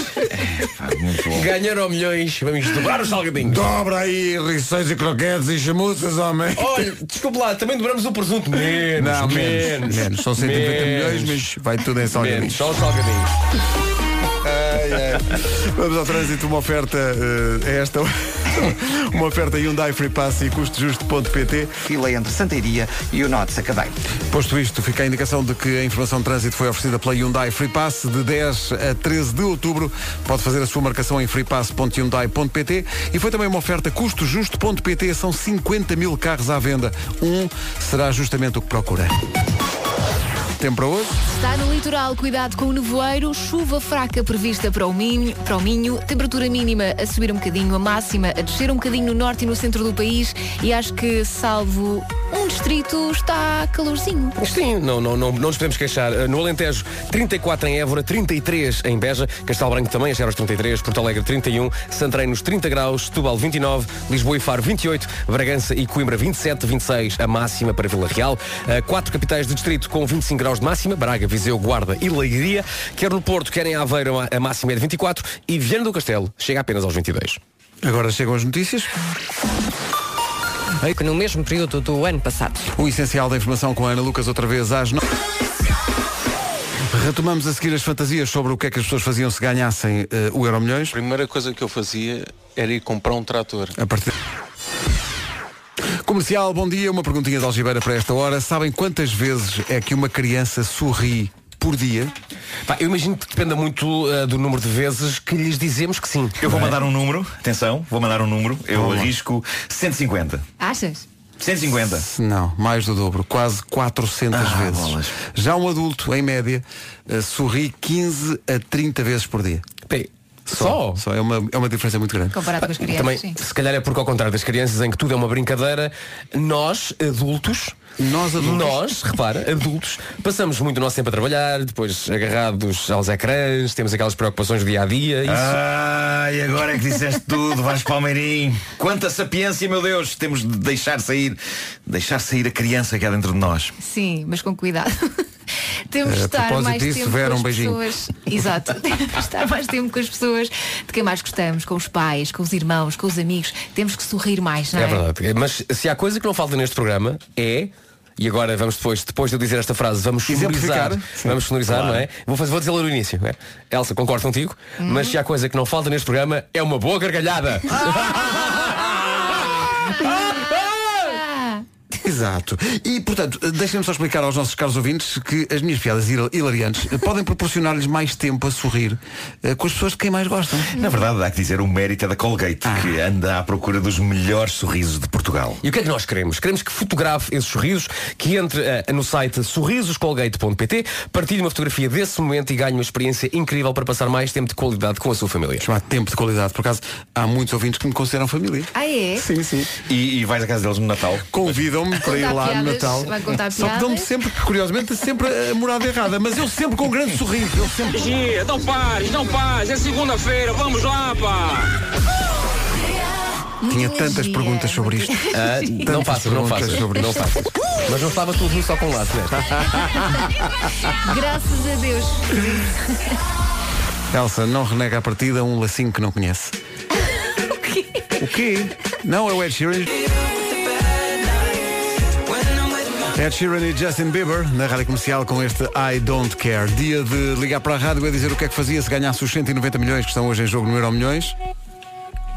[SPEAKER 5] Ganharam milhões, vamos dobrar os salgadinhos.
[SPEAKER 1] Dobra aí rissóis e croquetes e chamuças, homem.
[SPEAKER 5] Olha, desculpe lá, também dobramos o presunto. Oh, Menos,
[SPEAKER 1] não, menos,
[SPEAKER 5] menos,
[SPEAKER 1] menos. São 190 milhões, mas vai tudo em um salgadinhos.
[SPEAKER 5] Menos, só os salgadinhos.
[SPEAKER 1] Vamos ao trânsito, uma oferta eh, é esta. uma oferta Hyundai Free Pass e custojusto.pt.
[SPEAKER 4] Fila entre Santeiria e o Norte Sacadém.
[SPEAKER 1] Posto isto, fica a indicação de que a informação de trânsito foi oferecida pela Hyundai Free Pass de 10 a 13 de outubro. Pode fazer a sua marcação em freepass.hyundai.pt e foi também uma oferta custojusto.pt. São 50 mil carros à venda. Um será justamente o que procura. Tempo para hoje?
[SPEAKER 2] Está no litoral, cuidado com o nevoeiro, chuva fraca prevista para o Minho, para o Minho, temperatura mínima a subir um bocadinho, a máxima a descer um bocadinho no norte e no centro do país e acho que, salvo um distrito, está calorzinho.
[SPEAKER 5] Mas Sim, não, não, não, não nos podemos queixar. Eh, No Alentejo, 34 em Évora, 33 em Beja, Castelo Branco também a chegar aos 33, Porto Alegre 31, Santarém nos 30 graus, Setúbal 29, Lisboa e Faro 28, Bragança e Coimbra 27, 26 a máxima para Vila Real. Eh, Quatro capitais de distrito com 25 graus de máxima, Braga, Viseu, Guarda e Leiria. Quer no Porto, quer em Aveiro, a máxima é de 24 e Viana do Castelo chega apenas aos 22.
[SPEAKER 1] Agora chegam as notícias.
[SPEAKER 13] Que no mesmo período do ano passado.
[SPEAKER 1] O essencial da informação com a Ana Lucas outra vez às 9. Retomamos a seguir as fantasias sobre o que é que as pessoas faziam se ganhassem eh, o Euro Milhões.
[SPEAKER 15] A primeira coisa que eu fazia era ir comprar um trator.
[SPEAKER 1] A partir... Comercial, bom dia. Uma perguntinha de Algibeira para esta hora. Sabem quantas vezes é que uma criança sorri por dia?
[SPEAKER 5] Pá, eu imagino que dependa muito eh, do número de vezes que lhes dizemos que sim.
[SPEAKER 9] Eu vou
[SPEAKER 5] Não é?
[SPEAKER 9] mandar um número, atenção, vou mandar um número, eu
[SPEAKER 1] Vamos lá.
[SPEAKER 9] arrisco 150.
[SPEAKER 2] Achas?
[SPEAKER 9] 150.
[SPEAKER 1] Se Não, mais do dobro, quase 400 vezes. Já um adulto, em média, eh, sorri 15 a 30 vezes por dia. Só? Só é uma, é uma diferença muito grande.
[SPEAKER 2] Comparado com as crianças,
[SPEAKER 5] Ah, Também,
[SPEAKER 2] sim.
[SPEAKER 5] se calhar é porque ao contrário das crianças em que tudo é uma brincadeira, nós, adultos,
[SPEAKER 1] nós,
[SPEAKER 5] adultos. nós repara, adultos, passamos muito o nosso tempo a trabalhar, depois agarrados aos ecrãs, temos aquelas preocupações do dia a dia. Isso.
[SPEAKER 2] Ah.
[SPEAKER 9] Ai, agora é que disseste tudo, Vasco Palmeirim. Quanta sapiência, meu Deus. Temos de deixar sair, deixar sair a criança que há dentro de nós.
[SPEAKER 2] Sim, mas com cuidado. Temos de
[SPEAKER 9] Eh, a
[SPEAKER 2] estar
[SPEAKER 9] propósito
[SPEAKER 2] mais
[SPEAKER 9] disso,
[SPEAKER 2] tempo
[SPEAKER 9] Vera,
[SPEAKER 2] com as
[SPEAKER 9] um beijinho.
[SPEAKER 2] pessoas. Exato. Temos de estar mais tempo com as pessoas de quem mais gostamos, com os pais, com os irmãos, com os amigos. Temos que sorrir mais, não é?
[SPEAKER 5] É verdade. Mas se há coisa que não falta neste programa é. E agora vamos depois, depois de eu dizer esta frase, vamos sonorizar.
[SPEAKER 1] Exemplificar.
[SPEAKER 5] Vamos
[SPEAKER 1] Sim.
[SPEAKER 5] sonorizar,
[SPEAKER 1] Claro.
[SPEAKER 5] não é? Vou, fazer, vou dizer lá no início. não é? Elsa, concordo contigo,
[SPEAKER 1] Uhum.
[SPEAKER 2] Hum.
[SPEAKER 5] mas se há coisa que não falta neste programa é uma boa gargalhada.
[SPEAKER 2] Ah,
[SPEAKER 1] Exato. E, portanto, deixem-me só explicar aos nossos caros ouvintes que as minhas piadas hila- hilariantes eh, podem proporcionar-lhes mais tempo a sorrir eh, com as pessoas de quem mais gostam.
[SPEAKER 9] Na verdade, há que dizer o mérito é da Colgate,
[SPEAKER 4] Ah.
[SPEAKER 9] que anda à procura dos melhores sorrisos de Portugal.
[SPEAKER 5] E o que é que nós queremos? Queremos que fotografe esses sorrisos, que entre eh, no site sorrisoscolgate.pt, partilhe uma fotografia desse momento e ganhe uma experiência incrível para passar mais tempo de qualidade com a sua família.
[SPEAKER 1] Chamado tempo de qualidade. Por acaso, há muitos ouvintes que me consideram família.
[SPEAKER 2] Ah, é?
[SPEAKER 1] Sim, sim.
[SPEAKER 9] E, e vais à casa deles no Natal?
[SPEAKER 1] Convidam-me por aí
[SPEAKER 2] contar
[SPEAKER 1] lá no
[SPEAKER 2] piadas,
[SPEAKER 1] Natal.
[SPEAKER 2] vai contar
[SPEAKER 1] Só que dão-me
[SPEAKER 2] piadas.
[SPEAKER 1] sempre, curiosamente, sempre a morada errada. Mas eu sempre com um grande sorriso. Eu sempre.
[SPEAKER 8] Gia, não então pares, não pares, é segunda-feira, vamos lá, pá!
[SPEAKER 1] Tinha tantas perguntas sobre isto.
[SPEAKER 5] Ah, não
[SPEAKER 1] Tantas
[SPEAKER 5] faças, não
[SPEAKER 1] perguntas
[SPEAKER 5] faças,
[SPEAKER 1] sobre
[SPEAKER 5] não
[SPEAKER 1] isto.
[SPEAKER 5] faças. Mas não estava tudo no só com um lado,
[SPEAKER 2] Graças a Deus.
[SPEAKER 1] Elsa, não renega a partida um lacinho que não conhece.
[SPEAKER 2] o quê?
[SPEAKER 1] O quê? Não é o Ed Sheeran. Ed Sheeran e Justin Bieber na rádio comercial com este I Don't Care. Dia de ligar para a rádio e dizer o que é que fazia se ganhasse os 190 milhões que estão hoje em jogo no Euro Milhões.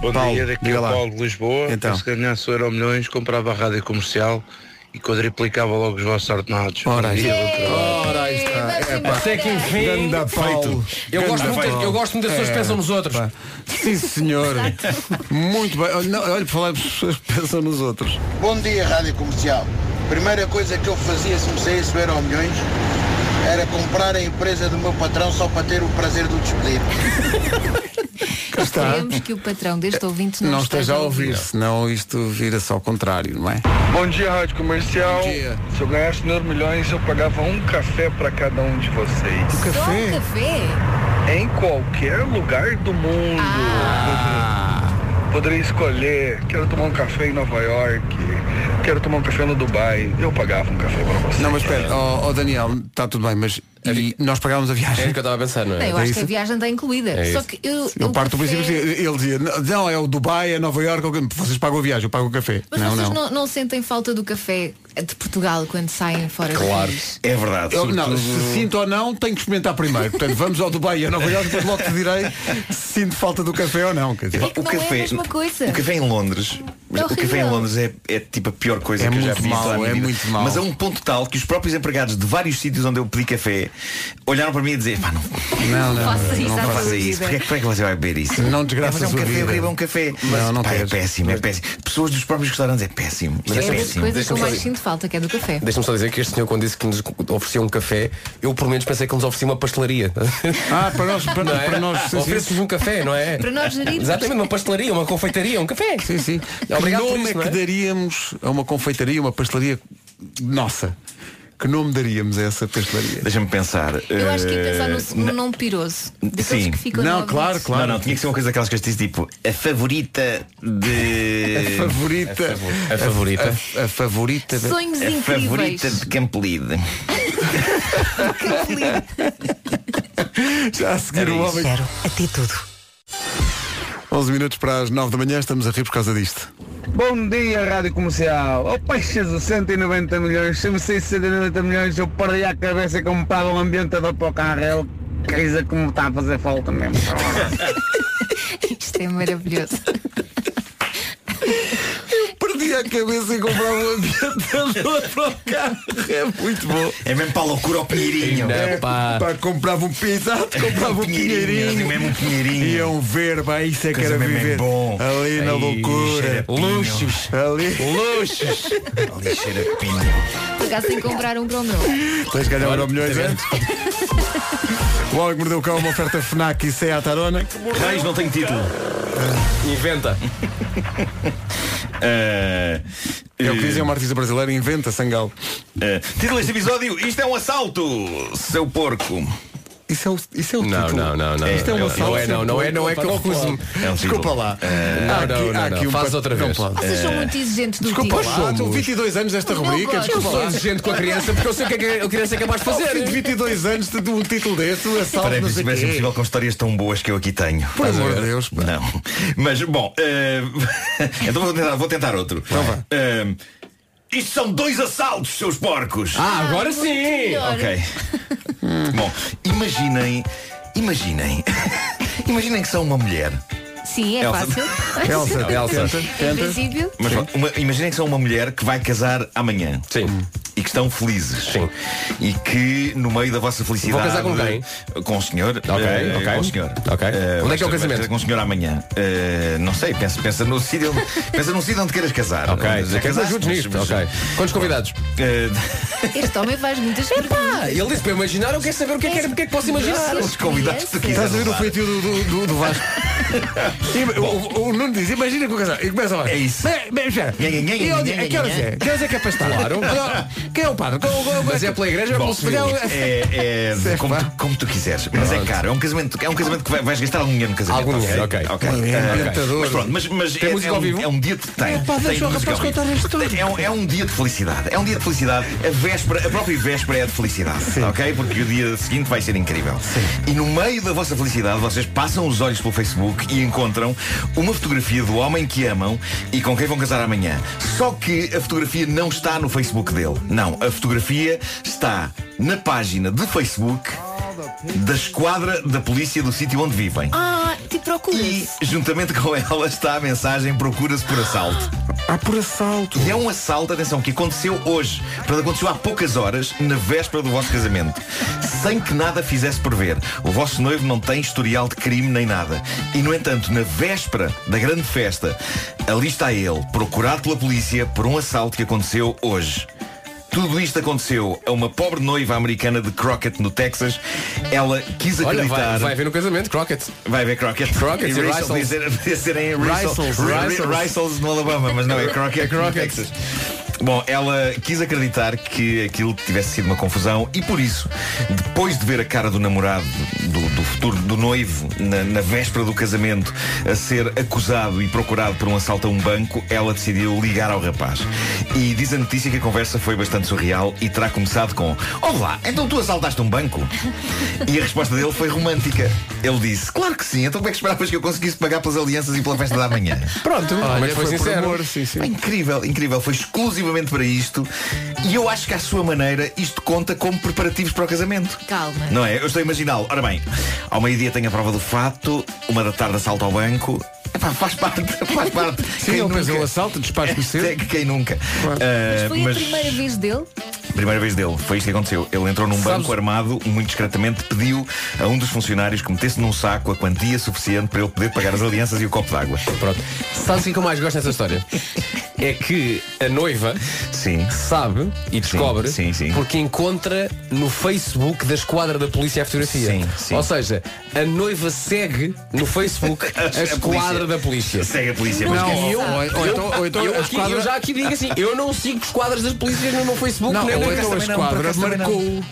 [SPEAKER 22] Bom
[SPEAKER 1] Paulo,
[SPEAKER 22] dia, daqui é
[SPEAKER 1] diga
[SPEAKER 22] o
[SPEAKER 1] lá.
[SPEAKER 22] Paulo de Lisboa. é
[SPEAKER 1] Então.
[SPEAKER 22] Se ganhasse o Euro Milhões, comprava a rádio comercial e quadriplicava logo os vossos ordenados.
[SPEAKER 1] Ora,
[SPEAKER 22] Bom
[SPEAKER 1] aí
[SPEAKER 22] dia,
[SPEAKER 1] está.
[SPEAKER 22] doutor.
[SPEAKER 1] Ora, aí está. É, pá.
[SPEAKER 5] Até que enfim,
[SPEAKER 1] Ganda Paulo.
[SPEAKER 5] Eu
[SPEAKER 1] Ganda É.
[SPEAKER 5] gosto muito-
[SPEAKER 1] Paulo.
[SPEAKER 5] eu gosto muito das pessoas que pensam nos outros.
[SPEAKER 1] pá. Sim, senhor. muito bem. Olha, não, olha, por falar das pessoas que pensam nos outros.
[SPEAKER 23] Bom dia, Rádio Comercial. Primeira coisa que eu fazia se me saísse o Euro Milhões era comprar a empresa do meu patrão só para ter o prazer de o despedir.
[SPEAKER 1] Cá está.
[SPEAKER 2] Queremos que o patrão deste ouvinte não,
[SPEAKER 1] Tá. Eh, Não esteja a ouvir, senão isto vira-se ao contrário, não é?
[SPEAKER 24] Bom dia, Rádio Comercial. Se eu ganhasse meus milhões, eu pagava um café para cada um de vocês. Um
[SPEAKER 2] Só um café?
[SPEAKER 24] Em qualquer lugar do mundo.
[SPEAKER 2] Ah,
[SPEAKER 24] Poderia escolher, quero tomar um café em Nova York, quero tomar um café no Dubai. Eu pagava um café para vocês.
[SPEAKER 1] Não, mas espera, ó ó, Daniel, está tudo bem, mas e nós pagámos a viagem. É
[SPEAKER 5] que eu estava a pensar,
[SPEAKER 2] Não, eu acho que a viagem está incluída.
[SPEAKER 1] É
[SPEAKER 2] Só
[SPEAKER 1] isso.
[SPEAKER 2] que eu.
[SPEAKER 1] Eu
[SPEAKER 2] o
[SPEAKER 1] parto do
[SPEAKER 2] café-
[SPEAKER 1] princípio que ele dizia, "Não, não, é o Dubai, é Nova Iorque, alguém- vocês pagam a viagem, eu pago o café.
[SPEAKER 2] Mas
[SPEAKER 1] não,
[SPEAKER 2] vocês
[SPEAKER 1] não.
[SPEAKER 2] não. não sentem falta do café de Portugal quando saem fora do país?
[SPEAKER 1] É verdade. Eu, não,
[SPEAKER 9] sobretudo-
[SPEAKER 1] se sinto ou não, tenho que experimentar primeiro. Portanto, vamos ao Dubai e a Nova Iorque, depois logo te direi se sinto falta do café ou não. Quer dizer.
[SPEAKER 2] Não é a mesma coisa.
[SPEAKER 9] O café em Londres, mas
[SPEAKER 2] É
[SPEAKER 9] o café em
[SPEAKER 2] horrível.
[SPEAKER 9] Londres é, é tipo a pior coisa
[SPEAKER 1] É
[SPEAKER 9] que eu já
[SPEAKER 1] muito
[SPEAKER 9] fiz.
[SPEAKER 1] mau,
[SPEAKER 9] toda a minha
[SPEAKER 1] é
[SPEAKER 9] vida.
[SPEAKER 1] muito mau.
[SPEAKER 9] Mas a um ponto tal que os próprios empregados de vários sítios onde eu pedi café olharam para mim e dizer, pá, não,
[SPEAKER 1] não, não,
[SPEAKER 9] faça
[SPEAKER 1] não,
[SPEAKER 9] isso,
[SPEAKER 1] não faça isso.
[SPEAKER 9] Porquê é que- porquê é que você vai beber isso?
[SPEAKER 1] Não desgraça
[SPEAKER 9] é, mas é um
[SPEAKER 1] a sua
[SPEAKER 9] café, eu
[SPEAKER 1] vida.
[SPEAKER 9] queria beber um café.
[SPEAKER 1] Não,
[SPEAKER 9] Mas,
[SPEAKER 1] não
[SPEAKER 9] pá, é
[SPEAKER 1] queres.
[SPEAKER 9] péssimo, é péssimo. Pessoas dos próprios restaurantes é péssimo.
[SPEAKER 2] É
[SPEAKER 9] é
[SPEAKER 2] uma das
[SPEAKER 9] péssimo.
[SPEAKER 2] coisas que eu
[SPEAKER 9] Deixa-me
[SPEAKER 2] mais
[SPEAKER 9] só-
[SPEAKER 2] sinto falta, que é do café.
[SPEAKER 5] Deixa-me só dizer que este senhor quando disse que nos oferecia um café, eu pelo menos pensei que nos oferecia uma pastelaria.
[SPEAKER 1] Ah, para nós, para,
[SPEAKER 5] Não é?
[SPEAKER 1] para nós. sim, sim.
[SPEAKER 5] Ofereço-vos um café, não é?
[SPEAKER 2] Para nós gerirmos.
[SPEAKER 5] Exatamente, uma pastelaria, uma confeitaria, um café.
[SPEAKER 1] Sim, sim.
[SPEAKER 5] Obrigado
[SPEAKER 1] que
[SPEAKER 5] por
[SPEAKER 1] nome
[SPEAKER 5] isso,
[SPEAKER 1] é
[SPEAKER 5] não
[SPEAKER 1] que
[SPEAKER 5] é?
[SPEAKER 1] daríamos a uma confeitaria, uma pastelaria nossa? Que nome daríamos a essa pastelaria?
[SPEAKER 9] Deixa-me pensar.
[SPEAKER 2] Eu acho que ia
[SPEAKER 9] eh,
[SPEAKER 2] pensar no segundo
[SPEAKER 9] na-
[SPEAKER 2] nome piroso. Daqueles
[SPEAKER 9] Sim.
[SPEAKER 2] que ficam no ouvido.
[SPEAKER 9] Não, não, tinha que ser uma coisa daquelas que eu disse tipo a favorita de. A
[SPEAKER 5] É
[SPEAKER 9] favorita.
[SPEAKER 1] A favorita. A, a favorita. de-
[SPEAKER 2] Sonhos
[SPEAKER 9] a
[SPEAKER 2] incríveis.
[SPEAKER 9] favorita de Campolide.
[SPEAKER 1] Já a seguir
[SPEAKER 9] Era
[SPEAKER 1] o
[SPEAKER 9] isso.
[SPEAKER 1] homem.
[SPEAKER 9] Quero
[SPEAKER 1] até tudo. 11 minutos para as 9 da manhã, estamos a rir por causa disto.
[SPEAKER 25] Bom dia, Rádio Comercial. Oh, paixas de 190 milhões. Se me saísse 190 milhões, eu perdi a cabeça e comprava um ambientador para o carro. Que risa que me está a fazer falta mesmo.
[SPEAKER 2] Isto é maravilhoso.
[SPEAKER 1] Perdi a cabeça e comprava um ambientador para o carro. É muito bom.
[SPEAKER 9] É mesmo para a loucura ao pinheirinho.
[SPEAKER 1] É, pá. comprava um pisado, comprava um pinheirinho.
[SPEAKER 9] mesmo um pinheirinho.
[SPEAKER 1] Iam ver, pá, isso é que
[SPEAKER 9] Coisa
[SPEAKER 1] era
[SPEAKER 9] mesmo é
[SPEAKER 1] viver.
[SPEAKER 9] bom.
[SPEAKER 1] Ali na
[SPEAKER 9] Aí, cheira a
[SPEAKER 1] loucura.
[SPEAKER 9] pinho.
[SPEAKER 1] Ali.
[SPEAKER 9] Luxos. Ali cheira a pinho.
[SPEAKER 2] Por acaso sem comprar um para o meu.
[SPEAKER 1] Tens de ganhar euro milhões, é? O Homem que Mordeu o Cão é uma oferta FNAC e sem a tarona.
[SPEAKER 9] Reis não tem título.
[SPEAKER 5] Inventa.
[SPEAKER 9] é
[SPEAKER 1] o que
[SPEAKER 9] um-
[SPEAKER 1] dizem uma artista brasileira, inventa Sangal.
[SPEAKER 9] ah. título deste episódio, isto é um assalto, seu porco.
[SPEAKER 1] Isso é o, isso é o
[SPEAKER 5] Não,
[SPEAKER 1] título.
[SPEAKER 5] não, não, não.
[SPEAKER 1] Isto é um
[SPEAKER 5] Não
[SPEAKER 1] assalto
[SPEAKER 5] é, não,
[SPEAKER 1] sem
[SPEAKER 5] não é,
[SPEAKER 1] ponto.
[SPEAKER 5] não é que eu
[SPEAKER 1] Não pode.
[SPEAKER 5] recuso-me.
[SPEAKER 9] É um título.
[SPEAKER 1] Desculpa lá.
[SPEAKER 9] Eh,
[SPEAKER 1] Há
[SPEAKER 5] não,
[SPEAKER 1] aqui-
[SPEAKER 5] não,
[SPEAKER 1] há
[SPEAKER 5] não,
[SPEAKER 1] aqui um
[SPEAKER 5] faz
[SPEAKER 1] pa-
[SPEAKER 5] outra
[SPEAKER 1] não
[SPEAKER 5] vez.
[SPEAKER 1] pode.
[SPEAKER 2] Vocês são muito exigentes do
[SPEAKER 1] Eh, Desculpa
[SPEAKER 2] tipo.
[SPEAKER 1] lá, estão 22 anos desta
[SPEAKER 2] Eu
[SPEAKER 1] rubrica.
[SPEAKER 2] gosto.
[SPEAKER 1] Desculpa
[SPEAKER 2] Eu sou
[SPEAKER 1] lá.
[SPEAKER 5] exigente com a criança porque eu sei o que é que a criança é capaz de fazer.
[SPEAKER 1] Ao fim de 22 anos de de um título desse, um assalto,
[SPEAKER 9] Parece
[SPEAKER 1] não
[SPEAKER 9] que se
[SPEAKER 1] sei
[SPEAKER 9] tivesse
[SPEAKER 1] quê.
[SPEAKER 9] possível com histórias tão boas que eu aqui tenho.
[SPEAKER 1] Por
[SPEAKER 9] Estás a
[SPEAKER 1] amor
[SPEAKER 9] ver?
[SPEAKER 1] de Deus,
[SPEAKER 9] Não. Mas, bom, eh, então vou tentar, vou tentar outro. Eh, isto são dois assaltos, seus porcos!
[SPEAKER 5] Ah, agora sim!
[SPEAKER 9] Ok. bom, imaginem, imaginem, imaginem que são uma mulher.
[SPEAKER 2] Sim, é
[SPEAKER 9] Elsa.
[SPEAKER 2] fácil.
[SPEAKER 9] Elsa, Elsa,
[SPEAKER 2] Em
[SPEAKER 9] tenta.
[SPEAKER 2] princípio,
[SPEAKER 9] Mas pronto, uma- imaginem que são uma mulher que vai casar amanhã.
[SPEAKER 5] Sim.
[SPEAKER 1] Hum.
[SPEAKER 9] E que estão felizes. Sim. E que no meio da vossa felicidade.
[SPEAKER 5] Vou casar com quem?
[SPEAKER 9] Com o senhor.
[SPEAKER 5] Ok,
[SPEAKER 9] eh,
[SPEAKER 5] ok.
[SPEAKER 9] Com o senhor. Eh,
[SPEAKER 5] Ok. Onde é que é o
[SPEAKER 9] vais- vais
[SPEAKER 5] casamento?
[SPEAKER 9] casar Com o senhor amanhã. Eh, não sei, pensa, pensa no sítio onde, pensa no sítio onde queiras casar.
[SPEAKER 5] Ok,
[SPEAKER 9] Onde já
[SPEAKER 5] ok,
[SPEAKER 1] é
[SPEAKER 9] casaste,
[SPEAKER 5] ajudes
[SPEAKER 9] mas-
[SPEAKER 5] nisto,
[SPEAKER 9] mas-
[SPEAKER 5] ok. Quantos convidados?
[SPEAKER 9] Eh,
[SPEAKER 2] este homem faz muitas
[SPEAKER 1] Ah,
[SPEAKER 2] perguntas.
[SPEAKER 5] Ele disse para imaginar, eu quero saber o que é que, é, o que, é que posso imaginar.
[SPEAKER 9] Os convidados que tu quiseres
[SPEAKER 1] Estás a ver o
[SPEAKER 9] levar.
[SPEAKER 1] feitio do, do, do- do Vasco? E o, o Nuno diz, imagina que o casal. E começa lá. É isso. Bem, espera. E onde é? Que horas é? Que horas é que é para estar?
[SPEAKER 5] Claro.
[SPEAKER 1] Olha, Quem é o padre? Qual- qual-
[SPEAKER 5] Mas é pela igreja ou
[SPEAKER 1] Bom,
[SPEAKER 5] pelo civil?
[SPEAKER 9] É, é,
[SPEAKER 1] Sei
[SPEAKER 9] como,
[SPEAKER 1] lá.
[SPEAKER 9] tu, como tu quiseres. Mas é
[SPEAKER 1] Pronto.
[SPEAKER 9] caro. É um casamento, é um casamento que vai- vais gastar algum dinheiro no casamento.
[SPEAKER 5] Algum
[SPEAKER 9] ok?
[SPEAKER 5] dinheiro, ok.
[SPEAKER 9] Ok.
[SPEAKER 5] Um dinheiro,
[SPEAKER 9] Ah, ok.
[SPEAKER 5] ambientador.
[SPEAKER 9] Mas pronto, mas, mas
[SPEAKER 5] Tem
[SPEAKER 9] é, é
[SPEAKER 5] música ao
[SPEAKER 9] um,
[SPEAKER 5] vivo?
[SPEAKER 9] é um dia de tem.
[SPEAKER 5] É, pá,
[SPEAKER 9] tem
[SPEAKER 5] deixa
[SPEAKER 9] música
[SPEAKER 5] o rapaz
[SPEAKER 9] ao vivo.
[SPEAKER 5] contar a história.
[SPEAKER 9] É um, é um dia de felicidade. É um dia de felicidade. A véspera, a própria véspera é de felicidade. Ok? Porque o dia seguinte vai ser incrível. E no meio da vossa felicidade, vocês passam os olhos pelo Facebook e encontram uma fotografia do homem que amam e com quem vão casar amanhã. Só que a fotografia não está no Facebook dele. Não, a fotografia está na página de Facebook da esquadra da polícia do sítio onde vivem.
[SPEAKER 2] Ah, te procuras.
[SPEAKER 9] Juntamente com ela está a mensagem Procura-se por assalto.
[SPEAKER 1] Ah, por assalto.
[SPEAKER 9] E é um assalto, atenção, que aconteceu hoje. Portanto, aconteceu há poucas horas, na véspera do vosso casamento. Sem que nada fizesse prever. O vosso noivo não tem historial de crime nem nada. E, no entanto, na véspera da grande festa, ali está ele, procurado pela polícia por um assalto que aconteceu hoje. Tudo isto aconteceu a uma pobre noiva americana de Crockett, no Texas. Ela quis
[SPEAKER 5] Olha,
[SPEAKER 9] acreditar.
[SPEAKER 5] vai- vai ver no casamento, Crockett.
[SPEAKER 9] Vai ver Crockett.
[SPEAKER 5] Crockett e
[SPEAKER 9] e Rysel.
[SPEAKER 5] Rysel.
[SPEAKER 9] dizer- Devia ser em
[SPEAKER 5] Rysels,
[SPEAKER 9] Rysel.
[SPEAKER 5] Rysels.
[SPEAKER 9] Rysels no Alabama, mas não, é Crockett,
[SPEAKER 5] É Crockett.
[SPEAKER 9] no Texas. Bom, ela quis acreditar que aquilo tivesse sido uma confusão e por isso, depois de ver a cara do namorado, do, do futuro do noivo, na, na véspera do casamento, a ser acusado e procurado por um assalto a um banco, ela decidiu ligar ao rapaz. E diz a notícia que a conversa foi bastante surreal e terá começado com Olá, então tu assaltaste um banco? E a resposta dele foi romântica. Ele disse, claro que sim, então como é que esperavas que eu conseguisse pagar pelas alianças e pela festa da manhã?
[SPEAKER 5] Pronto,
[SPEAKER 9] Olha,
[SPEAKER 5] Ah, mas foi
[SPEAKER 9] foi por
[SPEAKER 5] sincero.
[SPEAKER 9] amor, É incrível, incrível. Foi exclusivamente para isto. E eu acho que à sua maneira isto conta como preparativos para o casamento.
[SPEAKER 2] Calma.
[SPEAKER 9] Não é? Eu estou a imaginá-lo. Ora bem, ao meio-dia tem a prova do fato, uma da tarde assalto ao banco. Epá, faz parte, faz parte.
[SPEAKER 1] Sim, ele pensou, assalto, despacho-me cedo.
[SPEAKER 9] É que Quem nunca? Ah,
[SPEAKER 2] Foi a primeira vez dele?
[SPEAKER 9] Primeira vez dele, foi isto que aconteceu. Ele entrou num
[SPEAKER 5] Sabes-
[SPEAKER 9] banco armado, muito discretamente pediu a um dos funcionários que metesse num saco a quantia suficiente para ele poder pagar as alianças e o copo d'água.
[SPEAKER 5] Pronto. Sabes o assim que eu mais gosto nessa história? É que a noiva sabe e descobre
[SPEAKER 9] sim, sim.
[SPEAKER 5] porque encontra no Facebook da esquadra da polícia a fotografia.
[SPEAKER 9] Sim, sim.
[SPEAKER 5] Ou seja, a noiva segue no Facebook a,
[SPEAKER 9] A
[SPEAKER 5] esquadra
[SPEAKER 9] polícia.
[SPEAKER 5] da polícia.
[SPEAKER 9] Segue a polícia.
[SPEAKER 1] Não,
[SPEAKER 5] E eu,
[SPEAKER 1] ou- ou- ou então- ou então
[SPEAKER 5] eu
[SPEAKER 1] a
[SPEAKER 5] aqui-
[SPEAKER 1] esquadra-
[SPEAKER 5] eu já aqui digo assim, eu não sigo esquadras das polícias no meu Facebook,
[SPEAKER 1] Não,
[SPEAKER 5] nem
[SPEAKER 1] ou
[SPEAKER 5] no
[SPEAKER 1] então a
[SPEAKER 5] Instagram.
[SPEAKER 1] esquadra
[SPEAKER 9] acaso também não.
[SPEAKER 1] marcou,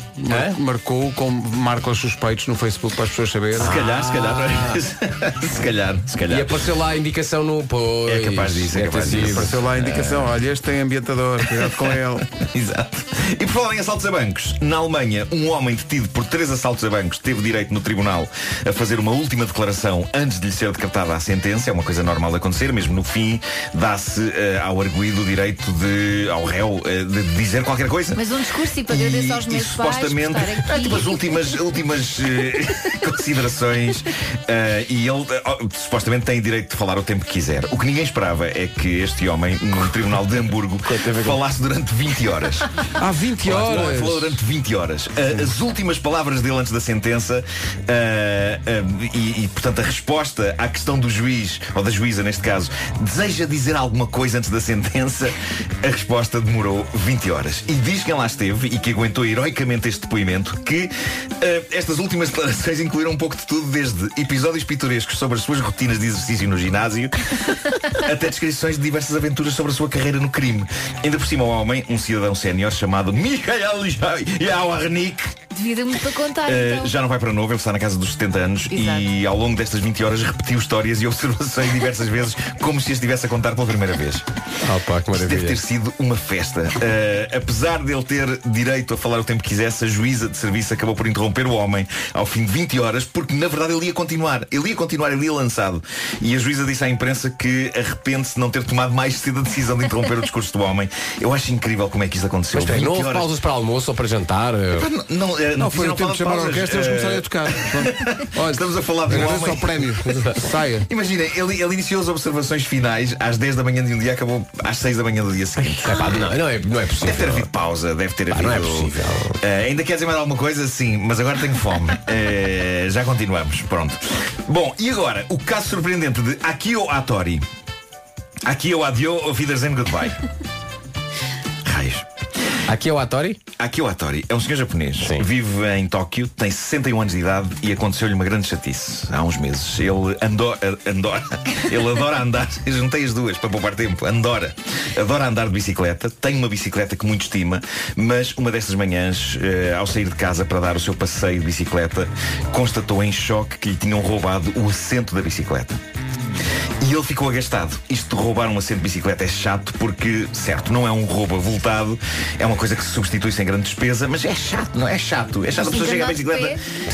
[SPEAKER 1] mar- marcou como marca os suspeitos no Facebook para as pessoas saberem.
[SPEAKER 9] Se calhar, se calhar, se calhar, se calhar.
[SPEAKER 5] E é apareceu lá a indicação no pois,
[SPEAKER 9] É capaz disso, é
[SPEAKER 5] deve ter
[SPEAKER 9] capaz disso.
[SPEAKER 5] sido.
[SPEAKER 1] Apareceu lá a
[SPEAKER 5] É.
[SPEAKER 1] indicação, olha, este tem ambientador, cuidado com ele.
[SPEAKER 9] Exato. E por falar em assaltos a bancos, na Alemanha, um homem detido por três assaltos a bancos teve direito no tribunal a fazer uma última declaração antes de lhe ser decretada a sentença. É uma coisa normal de acontecer, mesmo no fim, dá-se eh, ao arguído o direito de, ao réu, eh, de dizer qualquer coisa.
[SPEAKER 2] Mas um discurso tipo agradeço aos
[SPEAKER 9] E-
[SPEAKER 2] meus
[SPEAKER 9] e
[SPEAKER 2] pais
[SPEAKER 9] supostamente
[SPEAKER 2] por estar
[SPEAKER 9] é,
[SPEAKER 2] aqui.
[SPEAKER 9] tipo as últimas, últimas eh, considerações eh, e ele eh, oh, supostamente tem direito de falar o tempo que quiser. O que ninguém esperava é que este homem no tribunal de Hamburgo falasse durante 20 horas.
[SPEAKER 1] Há 20
[SPEAKER 9] Ele
[SPEAKER 1] horas.
[SPEAKER 9] falou durante 20 horas. Ah, as últimas palavras dele antes da sentença ah, ah, e, e, portanto, a resposta à questão do juiz, ou da juíza neste caso, deseja dizer alguma coisa antes da sentença, a resposta demorou 20 horas. E diz quem lá esteve e que aguentou heroicamente este depoimento que ah, estas últimas declarações incluíram um pouco de tudo, desde episódios pitorescos sobre as suas rotinas de exercício no ginásio até descrições de diversas aventuras sobre a sua carreira no crime. Ainda por cima, um homem, um cidadão sénior chamado Michael Jawarnik,
[SPEAKER 2] Devia ter muito para contar,
[SPEAKER 9] eh,
[SPEAKER 2] então.
[SPEAKER 9] já não vai para novo, ele está na casa dos 70 anos e
[SPEAKER 2] Exato.
[SPEAKER 9] ao longo destas 20 horas repetiu histórias e observações diversas vezes, como se as estivesse a contar pela primeira vez.
[SPEAKER 5] Ah, pá, que
[SPEAKER 9] Isto deve
[SPEAKER 5] maravilha.
[SPEAKER 9] ter sido uma festa. Uh, apesar dele ter direito a falar o tempo que quisesse, a juíza de serviço acabou por interromper o homem ao fim de 20 horas, porque na verdade ele ia continuar. Ele ia continuar, ele ia lançado. E a juíza disse à imprensa que arrepende-se de não ter tomado mais cedo a decisão de interromper o discurso do homem. Eu acho incrível como é que isto aconteceu.
[SPEAKER 5] Mas peraí, não
[SPEAKER 9] 20
[SPEAKER 5] houve
[SPEAKER 9] horas.
[SPEAKER 5] pausas para almoço ou para jantar?
[SPEAKER 9] Pá, Não, não, eh,
[SPEAKER 1] Não, foi
[SPEAKER 9] fizeram
[SPEAKER 1] o tempo de chamar a
[SPEAKER 9] pausas,
[SPEAKER 1] orquestra eles começaram
[SPEAKER 9] eh,
[SPEAKER 1] a tocar. Pronto. Olha,
[SPEAKER 9] Estamos a falar de um
[SPEAKER 1] agradeço
[SPEAKER 9] homem.
[SPEAKER 1] ao prémio. Saia.
[SPEAKER 9] Imagina, ele, ele iniciou as observações finais às 10 da manhã de um dia, acabou às 6 da manhã do dia seguinte.
[SPEAKER 5] Epá, não, não é, não
[SPEAKER 9] Deve
[SPEAKER 5] é
[SPEAKER 9] ter
[SPEAKER 5] possível.
[SPEAKER 9] havido pausa, deve ter
[SPEAKER 5] Pá,
[SPEAKER 9] havido.
[SPEAKER 5] não é possível.
[SPEAKER 9] Eh, ainda quer dizer mais alguma coisa? Sim, mas agora tenho fome. Eh, já continuamos, pronto. Bom, e agora, o caso surpreendente de Akio Atori. Akio Adio, Auf Wiedersehen, Goodbye. Raios.
[SPEAKER 5] Aqui é o Atori?
[SPEAKER 9] Aqui é o Atori. É um senhor japonês. Vive em Tóquio, tem 61 anos de idade e aconteceu-lhe uma grande chatice há uns meses. Ele andou, andora. Ele adora andar. Eu Juntei as duas para poupar tempo. Andora. Adora andar de bicicleta. Tem uma bicicleta que muito estima, mas uma destas manhãs, eh, ao sair de casa para dar o seu passeio de bicicleta, constatou em choque que lhe tinham roubado o assento da bicicleta. E ele ficou agastado. Isto de roubar um assento de bicicleta é chato porque, certo, não é um roubo avultado, é uma coisa que se substitui sem grande despesa, mas é chato, não é? É chato. É chato a pessoa chega à bicicleta.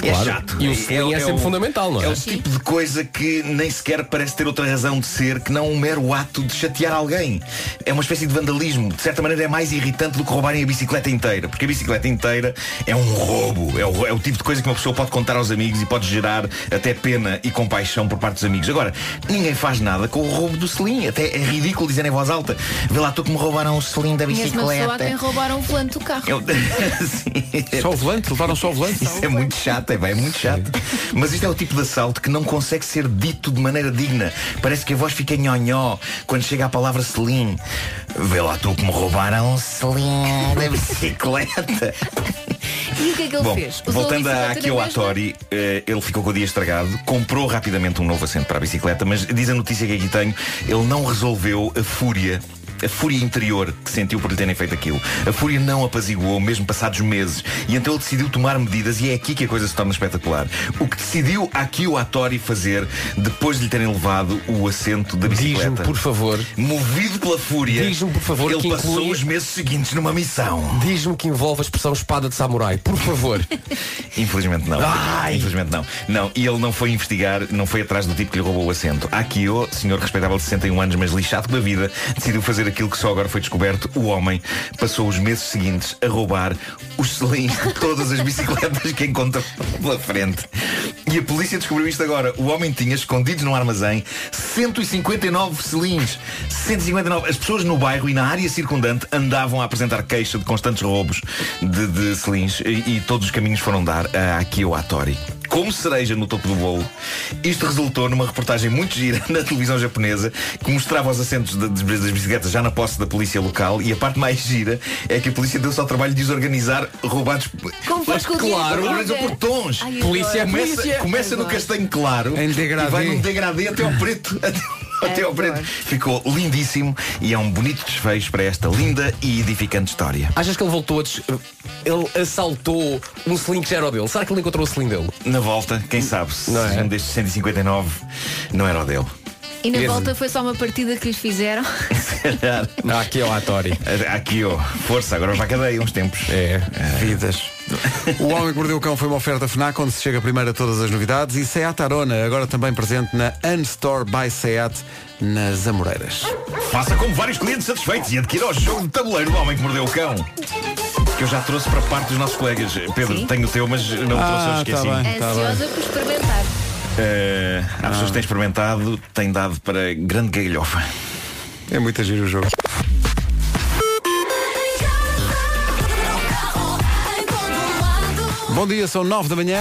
[SPEAKER 9] É
[SPEAKER 5] Claro.
[SPEAKER 9] chato.
[SPEAKER 5] E o feeling é sempre
[SPEAKER 9] o-
[SPEAKER 5] fundamental, não é?
[SPEAKER 9] É o tipo de coisa que nem sequer parece ter outra razão de ser que não um mero ato de chatear alguém. É uma espécie de vandalismo. De certa maneira é mais irritante do que roubarem a bicicleta inteira, porque a bicicleta inteira é um roubo. É o, é o tipo de coisa que uma pessoa pode contar aos amigos e pode gerar até pena e compaixão por parte dos amigos. Agora, ninguém faz nada com o roubo do selim. Até é ridículo dizer em voz alta, vê lá tu que me roubaram o selim da
[SPEAKER 2] Mesma pessoa a quem
[SPEAKER 9] bicicleta.
[SPEAKER 2] roubaram o volante do carro.
[SPEAKER 9] Eu- Sim. Só o volante? Levaram só o volante? Isso é muito chato, é, bem, é muito chato. Mas isto é o tipo de assalto que não consegue ser dito de maneira digna. Parece que a voz fica nhonhó quando chega a palavra selim. Vê lá tu que me roubaram o selim da bicicleta.
[SPEAKER 2] E o que é que ele
[SPEAKER 9] Bom,
[SPEAKER 2] fez? Usou
[SPEAKER 9] voltando
[SPEAKER 2] bicicleta
[SPEAKER 9] a,
[SPEAKER 2] na
[SPEAKER 9] aqui ao
[SPEAKER 2] mesma?
[SPEAKER 9] Atori, eh, ele ficou com o dia estragado, comprou rapidamente um novo assento para a bicicleta, mas diz a notícia que aqui tenho, ele não resolveu a fúria. A fúria interior que sentiu por lhe terem feito aquilo. A fúria não apaziguou, mesmo passados meses. E então ele decidiu tomar medidas e é aqui que a coisa se torna espetacular. O que decidiu aqui o Atori fazer depois de lhe terem levado o assento da bicicleta.
[SPEAKER 5] Diz-me, por favor.
[SPEAKER 9] Movido pela fúria.
[SPEAKER 5] Diz-me, por favor,
[SPEAKER 9] Ele
[SPEAKER 5] que
[SPEAKER 9] passou
[SPEAKER 5] inclui-
[SPEAKER 9] os meses seguintes numa missão.
[SPEAKER 5] Diz-me que envolve a expressão espada de samurai, por favor.
[SPEAKER 9] Infelizmente não.
[SPEAKER 5] Ai!
[SPEAKER 9] Infelizmente não. Não, e ele não foi investigar, não foi atrás do tipo que lhe roubou o assento. Akio, senhor respeitável de 61 anos, mas lixado pela vida, decidiu fazer aquilo que só agora foi descoberto. O homem passou os meses seguintes a roubar os selins de todas as bicicletas que encontrou pela frente. E a polícia descobriu isto agora. O homem tinha escondidos num armazém 159 selins. 159. As pessoas no bairro e na área circundante andavam a apresentar queixa de constantes roubos de, de selins e, e todos os caminhos foram dar a Akio Atori. Como cereja no topo do bolo, isto resultou numa reportagem muito gira na televisão japonesa que mostrava os assentos de- de- das bicicletas já na posse da polícia local e a parte mais gira é que a polícia deu-se ao trabalho de desorganizar roubados
[SPEAKER 2] Como
[SPEAKER 9] Mas
[SPEAKER 2] faz com o dinheiro
[SPEAKER 9] claro, organizou
[SPEAKER 2] todo?
[SPEAKER 9] por tons.
[SPEAKER 2] Ai, Polícia é adoro.
[SPEAKER 9] começa,
[SPEAKER 2] polícia.
[SPEAKER 9] começa no
[SPEAKER 2] Adoro.
[SPEAKER 9] castanho claro
[SPEAKER 1] Em
[SPEAKER 9] e vai
[SPEAKER 1] degradê.
[SPEAKER 9] num degradê até ao preto. até- Até ao preto. Ficou lindíssimo e é um bonito desfecho para esta linda e edificante história.
[SPEAKER 5] Achas que ele voltou a. Des... Ele assaltou um selim que já era o dele? Será que ele encontrou o selim dele?
[SPEAKER 9] Na volta, quem sabe, se
[SPEAKER 5] Não é?
[SPEAKER 9] um destes 159 não era o dele.
[SPEAKER 2] E na
[SPEAKER 9] Mesmo.
[SPEAKER 2] volta foi só uma partida que lhes fizeram.
[SPEAKER 9] Tá
[SPEAKER 5] Ah, é
[SPEAKER 9] Aqui ó, Atori. Aqui ó. Força, agora vai à cadeia uns tempos. É.
[SPEAKER 1] Vidas. O Homem que Mordeu o Cão foi uma oferta FNAC, onde se chega primeiro a todas as novidades, e Seat Arona, agora também presente na Unstore by Seat, nas Amoreiras.
[SPEAKER 9] Faça como vários clientes satisfeitos e adquira o jogo de tabuleiro do homem que mordeu o cão. Que eu já trouxe para parte dos nossos colegas. Eh, Pedro, tenho o teu, mas não o trouxe, eu
[SPEAKER 1] Ah,
[SPEAKER 9] esqueci.
[SPEAKER 1] tá bem,
[SPEAKER 2] Ansiosa por experimentar.
[SPEAKER 9] Eh, há pessoas que têm experimentado, têm dado para grande gagalhofa.
[SPEAKER 1] É muito giro o jogo. Bom dia, são 9 da manhã.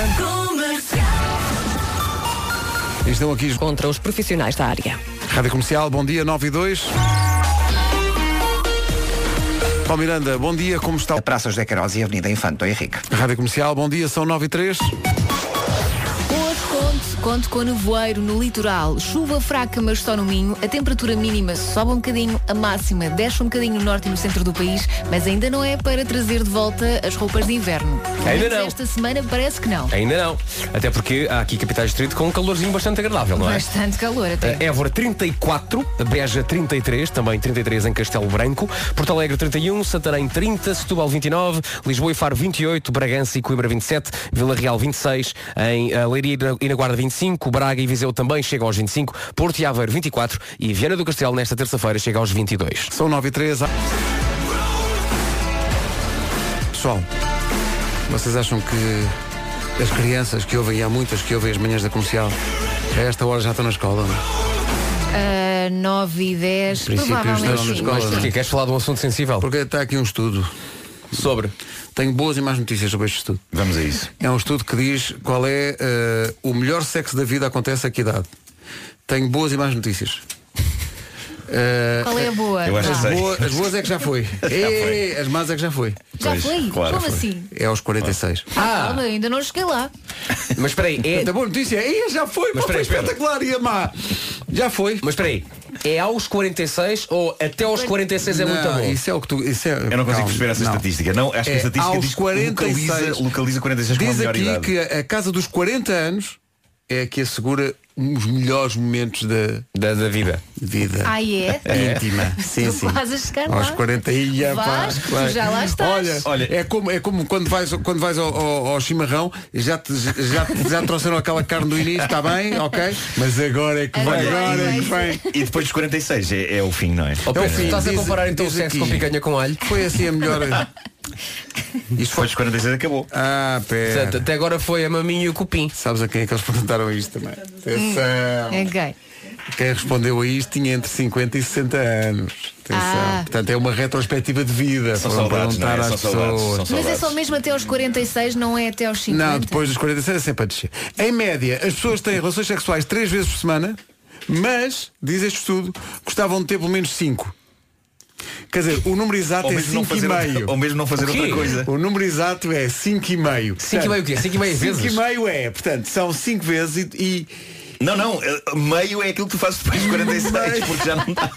[SPEAKER 1] Estão aqui
[SPEAKER 13] contra os profissionais da área.
[SPEAKER 1] Rádio Comercial, bom dia, 9 e 2. Paulo Miranda, bom dia, como está?
[SPEAKER 4] A Praça José Queiroz e a Avenida Infanto Henrique.
[SPEAKER 1] Rádio Comercial, bom dia, são 9 e 3.
[SPEAKER 2] Hoje conto, conto com nevoeiro no litoral, chuva fraca mas só no Minho, a temperatura mínima sobe um bocadinho, a máxima desce um bocadinho no norte e no centro do país, mas ainda não é para trazer de volta as roupas de inverno.
[SPEAKER 5] Ainda
[SPEAKER 2] Mas
[SPEAKER 5] não.
[SPEAKER 2] Esta semana parece que não.
[SPEAKER 5] Ainda não. Até porque há aqui capitais de distrito com um calorzinho bastante agradável, não é?
[SPEAKER 2] Bastante calor até.
[SPEAKER 5] Uh, Évora 34, Beja 33, também 33 em Castelo Branco, Porto Alegre 31, Santarém 30, Setúbal 29, Lisboa e Faro 28, Bragança e Coimbra 27, Vila Real 26, em uh, Leiria e na- e na Guarda 25, Braga e Viseu também chegam aos 25, Porto e Aveiro 24 e Viana do Castelo nesta terça-feira chega aos 22.
[SPEAKER 1] São 9 e 3. Pessoal, vocês acham que as crianças que ouvem, e há muitas que ouvem as manhãs da comercial, a esta hora já estão na escola? não é?
[SPEAKER 2] Ah, 9 e 10, provavelmente sim.
[SPEAKER 5] porquê? Queres falar de um assunto sensível?
[SPEAKER 1] Porque está aqui um estudo.
[SPEAKER 5] Sobre?
[SPEAKER 1] Tenho boas e más notícias sobre este estudo.
[SPEAKER 9] Vamos a isso.
[SPEAKER 1] É um estudo que diz qual é eh, o melhor sexo da vida acontece a que idade. Tenho boas e más notícias. Eh,
[SPEAKER 2] Qual é a boa?
[SPEAKER 1] eu acho que
[SPEAKER 2] Vá.
[SPEAKER 1] sei. as, boas, as boas é que já foi. Eh, As más é que já foi.
[SPEAKER 2] Já foi? Como assim?
[SPEAKER 1] É aos 46.
[SPEAKER 2] Ah, calma, ainda não cheguei lá.
[SPEAKER 5] Mas espera aí, é...
[SPEAKER 1] Da boa notícia, eh, já foi,
[SPEAKER 5] Mas
[SPEAKER 1] pá, foi
[SPEAKER 5] espera aí, espera.
[SPEAKER 1] espetacular e a má. Já foi.
[SPEAKER 5] Mas espera aí, é aos 46 ou até aos 46 é
[SPEAKER 1] Não,
[SPEAKER 5] muito bom?
[SPEAKER 1] Isso é o que tu. Isso é, eu
[SPEAKER 9] não consigo perceber essa estatística. Não, acho que a
[SPEAKER 1] É,
[SPEAKER 9] estatística diz que localiza- localiza 46 como a
[SPEAKER 1] Diz
[SPEAKER 9] melhor
[SPEAKER 1] aqui
[SPEAKER 9] idade.
[SPEAKER 1] que a a casa dos 40 anos é a que assegura os melhores momentos da,
[SPEAKER 5] da, vida.
[SPEAKER 1] Vida.
[SPEAKER 2] Ah, é?
[SPEAKER 1] Íntima. Sim,
[SPEAKER 2] Tu
[SPEAKER 1] sim.
[SPEAKER 2] Quase a chegar
[SPEAKER 1] Aos
[SPEAKER 2] lá.
[SPEAKER 1] 40 e já, pá,
[SPEAKER 2] Vasco,
[SPEAKER 1] claro.
[SPEAKER 2] já lá estás.
[SPEAKER 1] Olha, é como, é como quando vais, quando vais ao, ao- ao chimarrão, já te, já, te- já te trouxeram aquela carne do início, está bem, ok? Mas agora é que vai. Agora é que vai.
[SPEAKER 9] E depois dos 46 é, é o fim, não
[SPEAKER 1] É
[SPEAKER 9] é?
[SPEAKER 1] o fim.
[SPEAKER 5] Estás a
[SPEAKER 1] Diz-
[SPEAKER 5] comparar então o
[SPEAKER 1] diz
[SPEAKER 5] sexo
[SPEAKER 1] aqui.
[SPEAKER 5] com picanha com alho?
[SPEAKER 1] Foi assim a melhor. Isto
[SPEAKER 9] foi dos 46 acabou.
[SPEAKER 1] Ah, pera.
[SPEAKER 5] Portanto, até agora foi a maminha e o cupim.
[SPEAKER 1] Sabes a quem é que eles perguntaram isto também? Atenção.
[SPEAKER 2] É gay.
[SPEAKER 1] Quem respondeu a isto tinha entre 50 e 60 anos. Atenção.
[SPEAKER 2] Ah.
[SPEAKER 1] Portanto, é uma retrospectiva de vida.
[SPEAKER 9] São
[SPEAKER 1] Foram
[SPEAKER 9] saudades,
[SPEAKER 1] perguntar
[SPEAKER 9] não é?
[SPEAKER 1] às
[SPEAKER 9] São saudades,
[SPEAKER 1] pessoas.
[SPEAKER 9] são
[SPEAKER 2] Mas é só mesmo até aos 46, não é até aos 50.
[SPEAKER 1] Não, depois dos 46 é sempre a descer. Em média, as pessoas têm relações sexuais três vezes por semana, mas, diz este estudo, gostavam de ter pelo menos cinco. Quer dizer, o número exato
[SPEAKER 9] Ou
[SPEAKER 1] é
[SPEAKER 9] mesmo não
[SPEAKER 1] 5,5.
[SPEAKER 9] fazer outra- ou mesmo não fazer
[SPEAKER 1] O
[SPEAKER 9] outra
[SPEAKER 1] quê?
[SPEAKER 9] coisa.
[SPEAKER 1] O número exato é 5,5.
[SPEAKER 5] Cinco e meio o quê? Cinco e meio vezes?
[SPEAKER 1] 5,5 é, portanto, são 5 vezes e.
[SPEAKER 9] Não, não, eh, meio é aquilo que tu fazes depois dos 46, porque já não dá.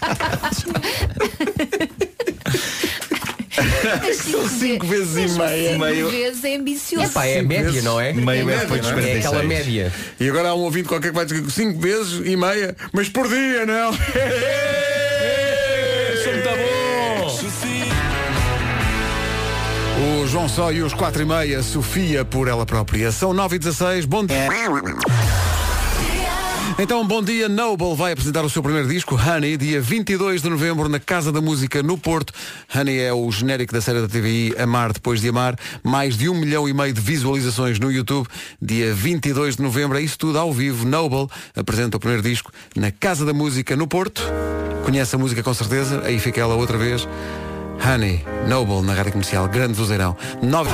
[SPEAKER 2] São
[SPEAKER 1] 5 vezes e meia.
[SPEAKER 2] Meio... vezes é ambicioso.
[SPEAKER 5] Epá, é a
[SPEAKER 1] Cinco
[SPEAKER 5] média,
[SPEAKER 1] vezes.
[SPEAKER 5] não é?
[SPEAKER 9] Meio é
[SPEAKER 5] média,
[SPEAKER 9] depois dos
[SPEAKER 5] não é? É aquela
[SPEAKER 9] 46.
[SPEAKER 5] média.
[SPEAKER 1] E agora há um ouvinte qualquer que vai dizer 5 vezes e meia, mas por dia, não? Tá O João Só e os 4 e meia, Sofia por ela própria. São 9 e 16, bom dia. Então, bom dia. Noble vai apresentar o seu primeiro disco, Honey, dia 22 de novembro, na Casa da Música, no Porto. Honey é o genérico da série da TVI Amar Depois de Amar. Mais de um milhão e meio de visualizações no YouTube. Dia 22 de novembro, é isso tudo ao vivo. Noble apresenta o primeiro disco na Casa da Música, no Porto. Conhece a música com certeza, aí fica ela outra vez. Honey, Noble, na Rádio Comercial. Grande vozeirão. Nove...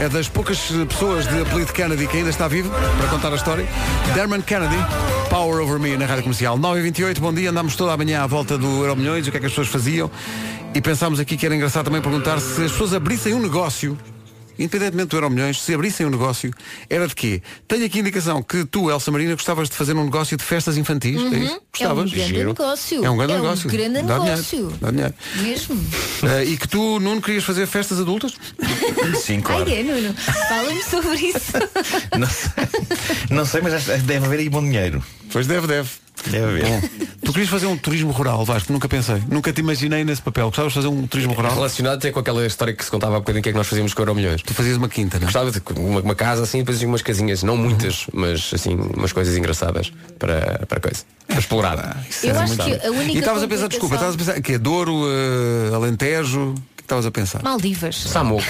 [SPEAKER 1] É das poucas pessoas de apelido Kennedy que ainda está vivo, para contar a história. Derman Kennedy, Power Over Me, na Rádio Comercial. 9h28, bom dia. Andámos toda a manhã à volta do Euro Milhões, o que é que as pessoas faziam. E pensámos aqui que era engraçado também perguntar se as pessoas abrissem um negócio, independentemente do Euro Milhões, se abrissem um negócio, era de quê? Tenho aqui indicação que tu, Elsa Marina, gostavas de fazer um negócio de festas infantis, é
[SPEAKER 2] Uhum.
[SPEAKER 1] isso? Gostavas?
[SPEAKER 2] É um grande negócio.
[SPEAKER 1] É um grande
[SPEAKER 2] É um
[SPEAKER 1] negócio.
[SPEAKER 2] grande
[SPEAKER 1] Dá dinheiro.
[SPEAKER 2] negócio.
[SPEAKER 1] Dá dinheiro.
[SPEAKER 2] Mesmo?
[SPEAKER 1] Eh, e que tu, Nuno, querias fazer festas adultas?
[SPEAKER 9] Sim,
[SPEAKER 2] Ai,
[SPEAKER 9] claro.
[SPEAKER 2] é, Nuno. Fala-me sobre isso.
[SPEAKER 9] Não sei, não sei, mas acho- deve haver aí bom dinheiro.
[SPEAKER 1] Pois deve, deve.
[SPEAKER 9] Deve haver.
[SPEAKER 1] Bom, tu querias fazer um turismo rural, Vasco, nunca pensei. Nunca te imaginei nesse papel. Gostavas de fazer um turismo rural?
[SPEAKER 5] Relacionado até é com aquela história que se contava há bocadinho, que é que nós fazíamos com Euro Milhões.
[SPEAKER 1] Tu fazias uma quinta, não é?
[SPEAKER 5] Gostava de uma, uma casa assim, depois umas casinhas, não muitas, mas assim, umas coisas engraçadas para, para coisa. Para explorar.
[SPEAKER 1] Ah,
[SPEAKER 2] Eu
[SPEAKER 1] é
[SPEAKER 5] Era
[SPEAKER 2] acho
[SPEAKER 5] muito
[SPEAKER 2] que
[SPEAKER 5] bom.
[SPEAKER 2] a única
[SPEAKER 1] E estavas a pensar,
[SPEAKER 2] complicação-
[SPEAKER 1] desculpa, estavas a pensar que é Douro, eh, Alentejo, o que estavas a pensar?
[SPEAKER 2] Maldivas.
[SPEAKER 5] Samoco.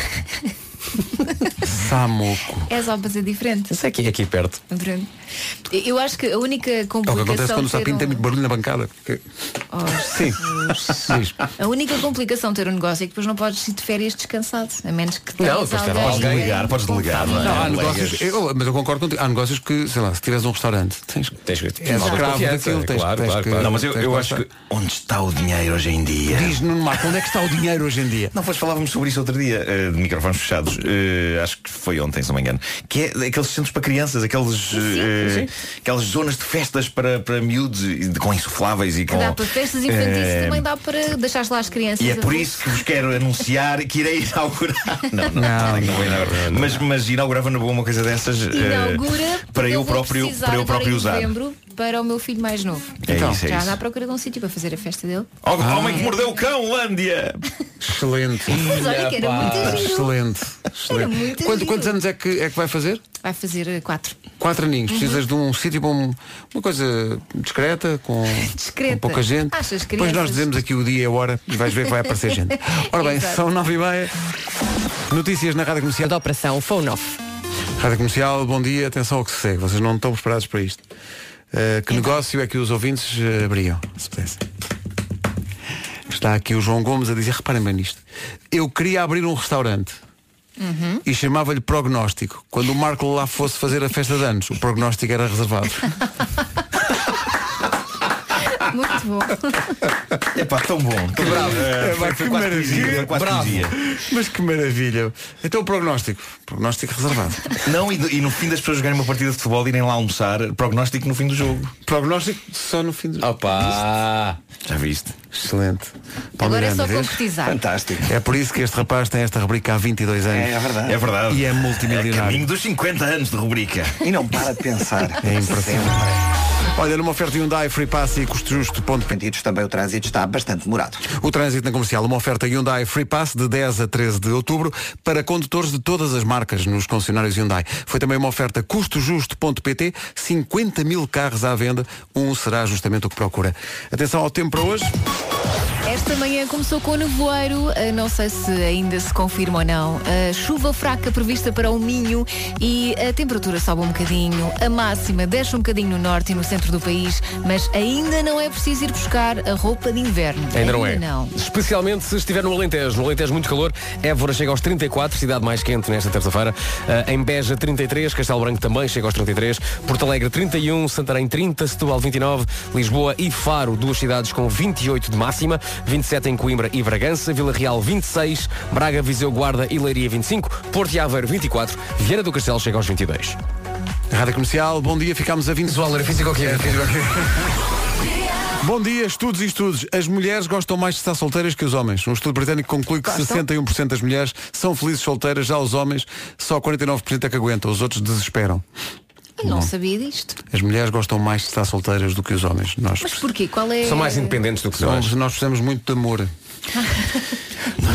[SPEAKER 1] Samoco.
[SPEAKER 2] É só fazer diferente.
[SPEAKER 5] Isso é aqui, aqui perto.
[SPEAKER 2] Pronto. Eu acho que a única
[SPEAKER 1] É o que
[SPEAKER 2] complicação.
[SPEAKER 1] acontece quando o
[SPEAKER 2] de ter
[SPEAKER 1] sapinho
[SPEAKER 2] um-
[SPEAKER 1] tem muito barulho na bancada. Porque- Sim. Diz.
[SPEAKER 2] A única complicação de ter um negócio é que depois não podes ir de férias descansado. A menos que tenhas
[SPEAKER 5] Não, depois
[SPEAKER 2] alguém-
[SPEAKER 5] podes
[SPEAKER 9] delegar, podes delegar, não é?
[SPEAKER 1] Não, há
[SPEAKER 9] Delegas.
[SPEAKER 1] negócios, eu- mas eu concordo contigo, há negócios que, sei lá, se tiveres um restaurante, tens que.
[SPEAKER 5] Tens que
[SPEAKER 1] És É escravo daquilo, tens,
[SPEAKER 5] claro,
[SPEAKER 1] tens
[SPEAKER 5] claro,
[SPEAKER 1] que.
[SPEAKER 5] claro.
[SPEAKER 9] Não, mas eu,
[SPEAKER 1] tens
[SPEAKER 9] eu
[SPEAKER 1] que
[SPEAKER 9] acho
[SPEAKER 1] passar.
[SPEAKER 9] que onde está o dinheiro hoje em dia?
[SPEAKER 1] Diz Nuno Marco, onde é que está o dinheiro hoje em dia?
[SPEAKER 9] Não, pois falávamos sobre isso outro dia, eh, de microfones fechados, eh, acho que foi ontem, se não me engano, que é aqueles centros para crianças, aqueles, eh, aquelas zonas de festas para, para miúdos e de- com insufláveis e
[SPEAKER 2] Que
[SPEAKER 9] com.
[SPEAKER 2] dá para festas infantis
[SPEAKER 9] eh,
[SPEAKER 2] também dá para deixar lá as crianças.
[SPEAKER 9] Oh. E é
[SPEAKER 2] a
[SPEAKER 9] por
[SPEAKER 2] ver.
[SPEAKER 9] isso que vos quero anunciar que irei inaugurar. Não, não, não, vou inaugurar. Mas, mas inaugurava na boa uma coisa dessas eh,
[SPEAKER 2] Inaugura
[SPEAKER 9] para
[SPEAKER 2] porque
[SPEAKER 9] eu
[SPEAKER 2] vou
[SPEAKER 9] próprio,
[SPEAKER 2] precisar
[SPEAKER 9] para eu
[SPEAKER 2] agora
[SPEAKER 9] próprio
[SPEAKER 2] em
[SPEAKER 9] usar.
[SPEAKER 2] novembro para o meu filho mais novo.
[SPEAKER 9] É Então. isso, é
[SPEAKER 2] já
[SPEAKER 9] isso.
[SPEAKER 2] anda à procura de um sítio para fazer a festa dele.
[SPEAKER 9] Ó, Homem que mordeu o cão, Lândia!
[SPEAKER 1] Excelente.
[SPEAKER 2] Mas olha que era muito giro.
[SPEAKER 1] Excelente. excelente.
[SPEAKER 2] muito
[SPEAKER 1] Quanto-
[SPEAKER 2] giro.
[SPEAKER 1] quantos anos é que, é que vai fazer?
[SPEAKER 2] Vai fazer eh, quatro.
[SPEAKER 1] Quatro aninhos. Precisas de um sítio bom, uma coisa discreta, com,
[SPEAKER 2] Discreta.
[SPEAKER 1] com pouca gente.
[SPEAKER 2] Achas,
[SPEAKER 1] Depois nós
[SPEAKER 2] crianças?
[SPEAKER 1] dizemos aqui o dia e a hora e vais ver que vai aparecer gente. Ora bem,
[SPEAKER 2] Exato.
[SPEAKER 1] são nove e meia. Notícias na Rádio Comercial.
[SPEAKER 13] Da operação Phone Off.
[SPEAKER 1] Rádio Comercial, bom dia, atenção ao que se segue. Vocês não estão preparados para isto. Uh,
[SPEAKER 13] Então.
[SPEAKER 1] que negócio é que os ouvintes uh, abriam, se pudessem? Está aqui o João Gomes a dizer, reparem bem nisto. Eu queria abrir um restaurante
[SPEAKER 13] Uhum.
[SPEAKER 1] e chamava-lhe prognóstico. Quando o Marco lá fosse fazer a festa de anos, o prognóstico era reservado.
[SPEAKER 2] Muito bom.
[SPEAKER 9] É pá, tão bom. Tão bom. Eh, foi- foi quase poesia, foi quase poesia.
[SPEAKER 1] Mas que maravilha. Então o prognóstico. Prognóstico reservado.
[SPEAKER 9] Não, e, do- e no fim das pessoas jogarem uma partida de futebol e irem lá almoçar, prognóstico no fim do jogo.
[SPEAKER 1] Prognóstico só no fim do jogo.
[SPEAKER 9] Opa! Já viste?
[SPEAKER 1] Ah, Excelente.
[SPEAKER 2] Agora é
[SPEAKER 1] Miranda,
[SPEAKER 2] só
[SPEAKER 1] vês?
[SPEAKER 2] concretizar.
[SPEAKER 9] Fantástico.
[SPEAKER 1] É por isso que este rapaz tem esta rubrica há 22 anos.
[SPEAKER 9] É verdade. É verdade.
[SPEAKER 1] E é multimilionário.
[SPEAKER 9] É caminho dos 50 anos de rubrica.
[SPEAKER 4] E não para de pensar.
[SPEAKER 1] É impressionante. Olha, numa oferta Hyundai Free Pass e custo justo ponto
[SPEAKER 4] Pedidos também o trânsito está bastante demorado.
[SPEAKER 1] O trânsito na comercial, uma oferta Hyundai Free Pass de 10 a 13 de outubro para condutores de todas as marcas nos concessionários Hyundai. Foi também uma oferta custojusto.pt, 50 mil carros à venda, um será justamente o que procura. Atenção ao tempo para hoje.
[SPEAKER 2] Esta manhã começou com nevoeiro, eh, não sei se ainda se confirma ou não. Eh, chuva fraca prevista para o Minho e a temperatura sobe um bocadinho. A máxima desce um bocadinho no norte e no centro do país, mas ainda não é preciso ir buscar a roupa de inverno.
[SPEAKER 5] Ainda não é.
[SPEAKER 2] não.
[SPEAKER 5] Especialmente se estiver no Alentejo. No Alentejo, muito calor. Évora chega aos 34, cidade mais quente nesta terça-feira. Ah, em Beja, 33. Castelo Branco também chega aos 33. Porto Alegre, 31. Santarém, 30. Setúbal, 29. Lisboa e Faro, duas cidades com 28 de máxima. 27 em Coimbra e Bragança. Vila Real, 26. Braga, Viseu, Guarda e Leiria, 25. Porto e Aveiro, 24. Vieira do Castelo chega aos 22.
[SPEAKER 1] Rádio Comercial, bom dia, ficámos a 20.
[SPEAKER 5] Zoller, fiz igual que é.
[SPEAKER 1] Bom dia, estudos e estudos. As mulheres gostam mais de estar solteiras que os homens. Um estudo britânico conclui que 61% das mulheres são felizes solteiras, já os homens só 49% é que aguentam, os outros desesperam.
[SPEAKER 2] Eu
[SPEAKER 9] Uhum.
[SPEAKER 2] não sabia disto.
[SPEAKER 1] As mulheres gostam mais de estar solteiras do que os homens. Nós
[SPEAKER 2] Mas porquê? Qual é.
[SPEAKER 5] independentes do que
[SPEAKER 1] São- nós. precisamos muito de amor.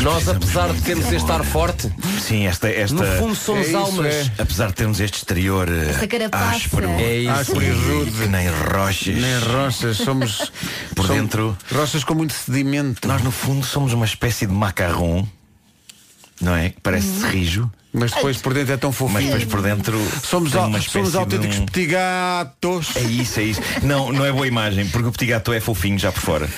[SPEAKER 5] Nós, apesar de termos este ar forte,
[SPEAKER 9] Sim, esta. esta
[SPEAKER 5] No fundo somos É isso, almas. é.
[SPEAKER 9] Apesar de termos este exterior eh,
[SPEAKER 5] Esta carapaça.
[SPEAKER 9] áspero.
[SPEAKER 5] É isso. Áspero e
[SPEAKER 1] rude.
[SPEAKER 9] Que nem rochas.
[SPEAKER 1] Nem rochas, somos.
[SPEAKER 9] Por
[SPEAKER 1] somos
[SPEAKER 9] dentro.
[SPEAKER 1] Rochas com muito sedimento.
[SPEAKER 9] Nós, no fundo, somos uma espécie de macarrão. Não é? Que parece
[SPEAKER 5] Uhum.
[SPEAKER 9] rijo.
[SPEAKER 1] Mas depois por dentro é tão fofinho.
[SPEAKER 9] Mas depois por dentro.
[SPEAKER 1] Somos,
[SPEAKER 9] tem
[SPEAKER 1] au-
[SPEAKER 9] uma espécie
[SPEAKER 1] somos
[SPEAKER 9] de
[SPEAKER 1] autênticos
[SPEAKER 9] um-
[SPEAKER 1] petigatos.
[SPEAKER 9] É isso, é isso. Não, não é boa imagem, porque o petit gato é fofinho já por fora.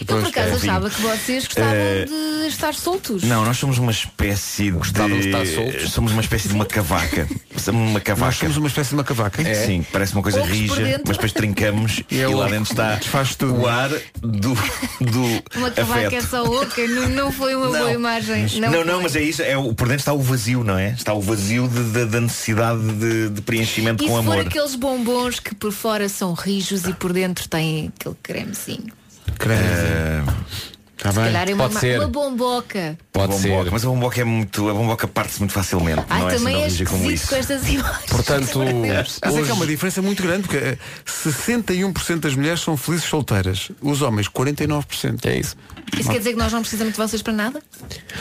[SPEAKER 2] Eu por acaso
[SPEAKER 9] é fofinho.
[SPEAKER 2] achava que vocês gostavam
[SPEAKER 9] Eh,
[SPEAKER 2] de estar soltos.
[SPEAKER 9] Não, nós somos uma espécie de.
[SPEAKER 5] Gostavam de estar soltos?
[SPEAKER 9] Somos uma espécie de uma cavaca. Somos uma cavaca.
[SPEAKER 1] Nós somos uma espécie de uma cavaca.
[SPEAKER 9] É. Sim, parece uma coisa
[SPEAKER 2] Ovos por
[SPEAKER 9] rija,
[SPEAKER 2] dentro.
[SPEAKER 9] mas depois trincamos e,
[SPEAKER 1] é
[SPEAKER 9] lá
[SPEAKER 1] ovo.
[SPEAKER 9] dentro está o ar do, do
[SPEAKER 2] Uma cavaca é
[SPEAKER 9] afeto.
[SPEAKER 2] só oca, não, não foi uma boa imagem.
[SPEAKER 9] Não, não,
[SPEAKER 2] foi.
[SPEAKER 9] mas é isso, é, o- por dentro está o vazio, não é? Está o vazio de- de- da necessidade de, de preenchimento
[SPEAKER 2] E
[SPEAKER 9] com
[SPEAKER 2] se for
[SPEAKER 9] amor.
[SPEAKER 2] aqueles bombons que por fora são rijos e por dentro têm aquele cremezinho?
[SPEAKER 9] É.
[SPEAKER 1] Está
[SPEAKER 2] Se calhar é uma,
[SPEAKER 9] Pode
[SPEAKER 2] ma-
[SPEAKER 9] ser.
[SPEAKER 2] uma bomboca.
[SPEAKER 9] Pode ser. Mas Ah, a bomboca é muito. A bomboca parte-se muito facilmente. não
[SPEAKER 2] Ai,
[SPEAKER 9] é
[SPEAKER 2] também
[SPEAKER 9] assim,
[SPEAKER 2] é
[SPEAKER 9] rija como
[SPEAKER 2] esquisito
[SPEAKER 9] isso.
[SPEAKER 2] com estas imagens.
[SPEAKER 9] Portanto,
[SPEAKER 2] Pelo amor de Deus.
[SPEAKER 1] Mas é que há uma diferença muito grande, porque eh, 61% das mulheres são felizes solteiras, os homens 49%.
[SPEAKER 5] É isso.
[SPEAKER 2] Isso quer dizer que nós não precisamos de vocês para nada?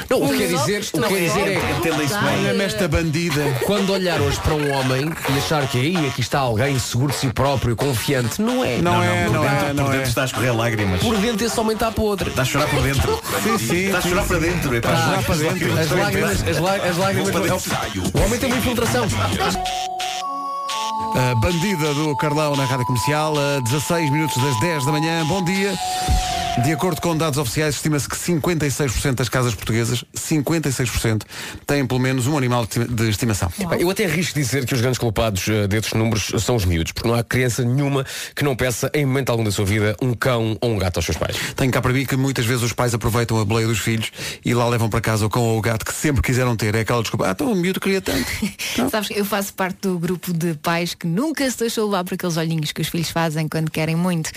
[SPEAKER 5] Não, o que
[SPEAKER 2] Os
[SPEAKER 5] quer dizer,
[SPEAKER 2] ovos
[SPEAKER 5] o que quer
[SPEAKER 2] também.
[SPEAKER 5] dizer é
[SPEAKER 2] Entenda isso bem.
[SPEAKER 1] Olha-me esta bandida.
[SPEAKER 5] Quando olhar hoje para um homem e achar que aí aqui está alguém seguro de si próprio, confiante, não é.
[SPEAKER 1] Não, é,
[SPEAKER 9] por
[SPEAKER 1] não
[SPEAKER 9] dentro,
[SPEAKER 1] é, não
[SPEAKER 9] por
[SPEAKER 1] é.
[SPEAKER 9] dentro está a escorrer lágrimas.
[SPEAKER 5] Por dentro esse homem está podre.
[SPEAKER 9] Está a chorar por dentro.
[SPEAKER 1] Sim, sim,
[SPEAKER 9] Está a
[SPEAKER 1] sim,
[SPEAKER 9] chorar
[SPEAKER 1] sim.
[SPEAKER 9] para dentro. é
[SPEAKER 1] Está a chorar para dentro.
[SPEAKER 5] As lágrimas, as lá- as lágrimas. O homem tem uma infiltração.
[SPEAKER 1] A bandida do Carlão na Rádio Comercial, a 16 minutos das 10 da manhã. Bom dia. De acordo com dados oficiais, estima-se que 56% das casas portuguesas, 56%, têm pelo menos um animal de de estimação.
[SPEAKER 5] Pá, Eu até arrisco dizer que os grandes culpados eh, destes números são os miúdos, porque não há criança nenhuma que não peça, em momento algum da sua vida, um cão ou um gato aos seus pais.
[SPEAKER 1] Tenho cá para mim que muitas vezes os pais aproveitam a boleia dos filhos e lá levam para casa o cão ou o gato que sempre quiseram ter. É aquela desculpa, ah, então o miúdo queria tanto.
[SPEAKER 2] Sabes, que eu faço parte do grupo de pais que nunca se deixou levar por aqueles olhinhos que os filhos fazem quando querem muito.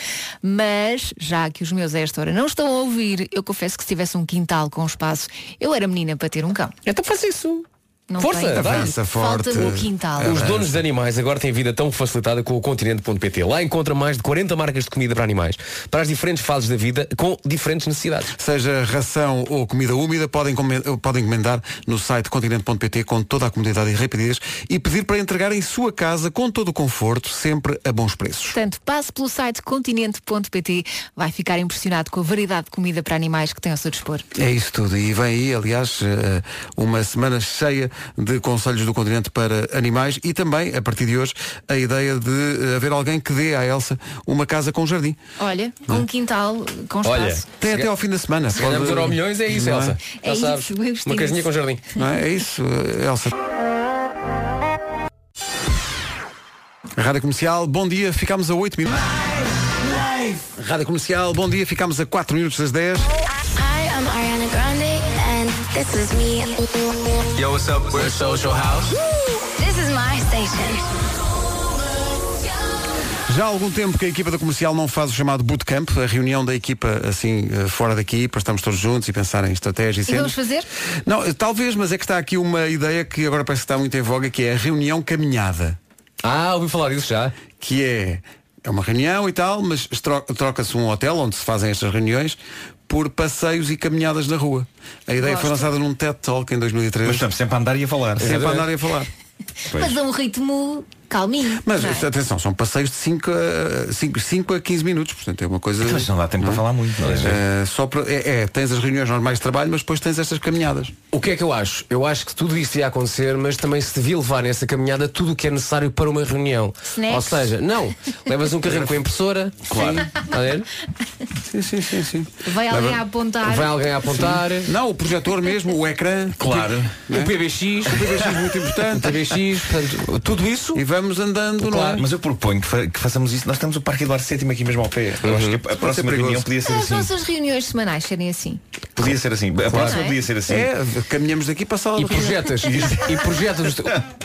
[SPEAKER 2] Mas, já que os meus a esta hora não estão a ouvir, eu confesso que se tivesse um quintal com espaço, eu era menina para ter um cão.
[SPEAKER 5] Então faz isso.
[SPEAKER 2] Não
[SPEAKER 5] Força, É
[SPEAKER 2] tenho.
[SPEAKER 5] vai.
[SPEAKER 1] Avança forte.
[SPEAKER 2] Falta-me o quintal.
[SPEAKER 5] Os donos de animais agora têm vida tão facilitada com o continente.pt. Lá encontra mais de 40 marcas de comida para animais, para as diferentes fases da vida, com diferentes necessidades.
[SPEAKER 1] Seja ração ou comida úmida, podem, come- podem encomendar no site continente.pt com toda a comodidade e rapidez e pedir para entregar em sua casa com todo o conforto, sempre a bons preços.
[SPEAKER 2] Portanto, passe pelo site continente.pt, vai ficar impressionado com a variedade de comida para animais que tem ao seu dispor.
[SPEAKER 1] É isso tudo. E vem aí, aliás, eh, uma semana cheia de conselhos do continente para animais e também, a partir de hoje, a ideia de eh, haver alguém que dê à Elsa uma casa com jardim.
[SPEAKER 2] Olha, com
[SPEAKER 1] é?
[SPEAKER 2] um quintal, com espaço.
[SPEAKER 1] tem até ao fim da semana.
[SPEAKER 5] Se ganharmos euro milhões é isso,
[SPEAKER 1] Não
[SPEAKER 5] Elsa.
[SPEAKER 2] É isso, eu gostei
[SPEAKER 5] Uma casinha
[SPEAKER 2] disso.
[SPEAKER 5] com jardim.
[SPEAKER 1] Não é? É isso, eh, Elsa. Rádio Comercial, bom dia, ficámos a 8 minutos. Live! Rádio Comercial, bom dia, ficamos a 4 minutos das 10.
[SPEAKER 3] Hi, I'm Ariana Grande, and this is me.
[SPEAKER 6] Yo, what's up? We're Social House.
[SPEAKER 3] This is my station.
[SPEAKER 1] Já há algum tempo que a equipa da comercial não faz o chamado bootcamp, a reunião da equipa assim eh, fora daqui, para estarmos todos juntos e pensar em estratégia e
[SPEAKER 2] E vamos
[SPEAKER 1] cenas.
[SPEAKER 2] fazer?
[SPEAKER 1] Não, eh, talvez, mas é que está aqui uma ideia que agora parece que está muito em voga, que é a reunião caminhada.
[SPEAKER 5] Ah, ouvi falar disso já.
[SPEAKER 1] Que é, é uma reunião e tal, mas estro- troca-se um hotel onde se fazem estas reuniões por passeios e caminhadas na rua. A ideia foi
[SPEAKER 2] Gosto.
[SPEAKER 1] lançada num TED Talk em 2013.
[SPEAKER 9] Mas estamos sempre a andar e a falar.
[SPEAKER 1] Sempre a andar e a falar.
[SPEAKER 2] Mas a um ritmo calminho.
[SPEAKER 1] Mas
[SPEAKER 2] não é?
[SPEAKER 1] atenção, são passeios de 5 a, cinco- cinco a 15 minutos, portanto é uma coisa.
[SPEAKER 9] Mas não dá tempo para falar muito, não é?
[SPEAKER 1] Eh, só para, é, é, tens as reuniões normais de trabalho, mas depois tens estas caminhadas.
[SPEAKER 5] O que é que eu acho? Eu acho que tudo isto ia acontecer, mas também se devia levar nessa caminhada tudo o que é necessário para uma reunião.
[SPEAKER 2] Snacks?
[SPEAKER 5] Ou seja, não, levas um carrinho com a impressora, Tá
[SPEAKER 1] Claro.
[SPEAKER 5] Está a ver?
[SPEAKER 1] Sim, sim, sim, sim.
[SPEAKER 2] Vai alguém a apontar.
[SPEAKER 5] Vai alguém a apontar.
[SPEAKER 1] Não, o projetor mesmo, o ecrã. é?
[SPEAKER 9] Claro.
[SPEAKER 5] O PBX,
[SPEAKER 1] O PBX é muito importante.
[SPEAKER 5] PBX, portanto, tudo isso.
[SPEAKER 1] E vamos andando,
[SPEAKER 9] Claro,
[SPEAKER 1] não é?
[SPEAKER 9] mas eu proponho que, fa- que façamos isso. Nós temos o Parque Eduardo VII aqui mesmo ao pé. Eu acho que a- a,
[SPEAKER 1] Uhum. Pode ser
[SPEAKER 9] próxima reunião
[SPEAKER 1] perigoso.
[SPEAKER 9] podia ser
[SPEAKER 2] As
[SPEAKER 9] assim.
[SPEAKER 2] nossas reuniões semanais serem assim.
[SPEAKER 9] Podia ser assim. A
[SPEAKER 2] Não
[SPEAKER 9] próxima
[SPEAKER 2] é?
[SPEAKER 9] podia ser assim.
[SPEAKER 1] É, caminhamos daqui para a sala
[SPEAKER 5] E
[SPEAKER 1] de reunião.
[SPEAKER 5] projetas, e projetas, os te-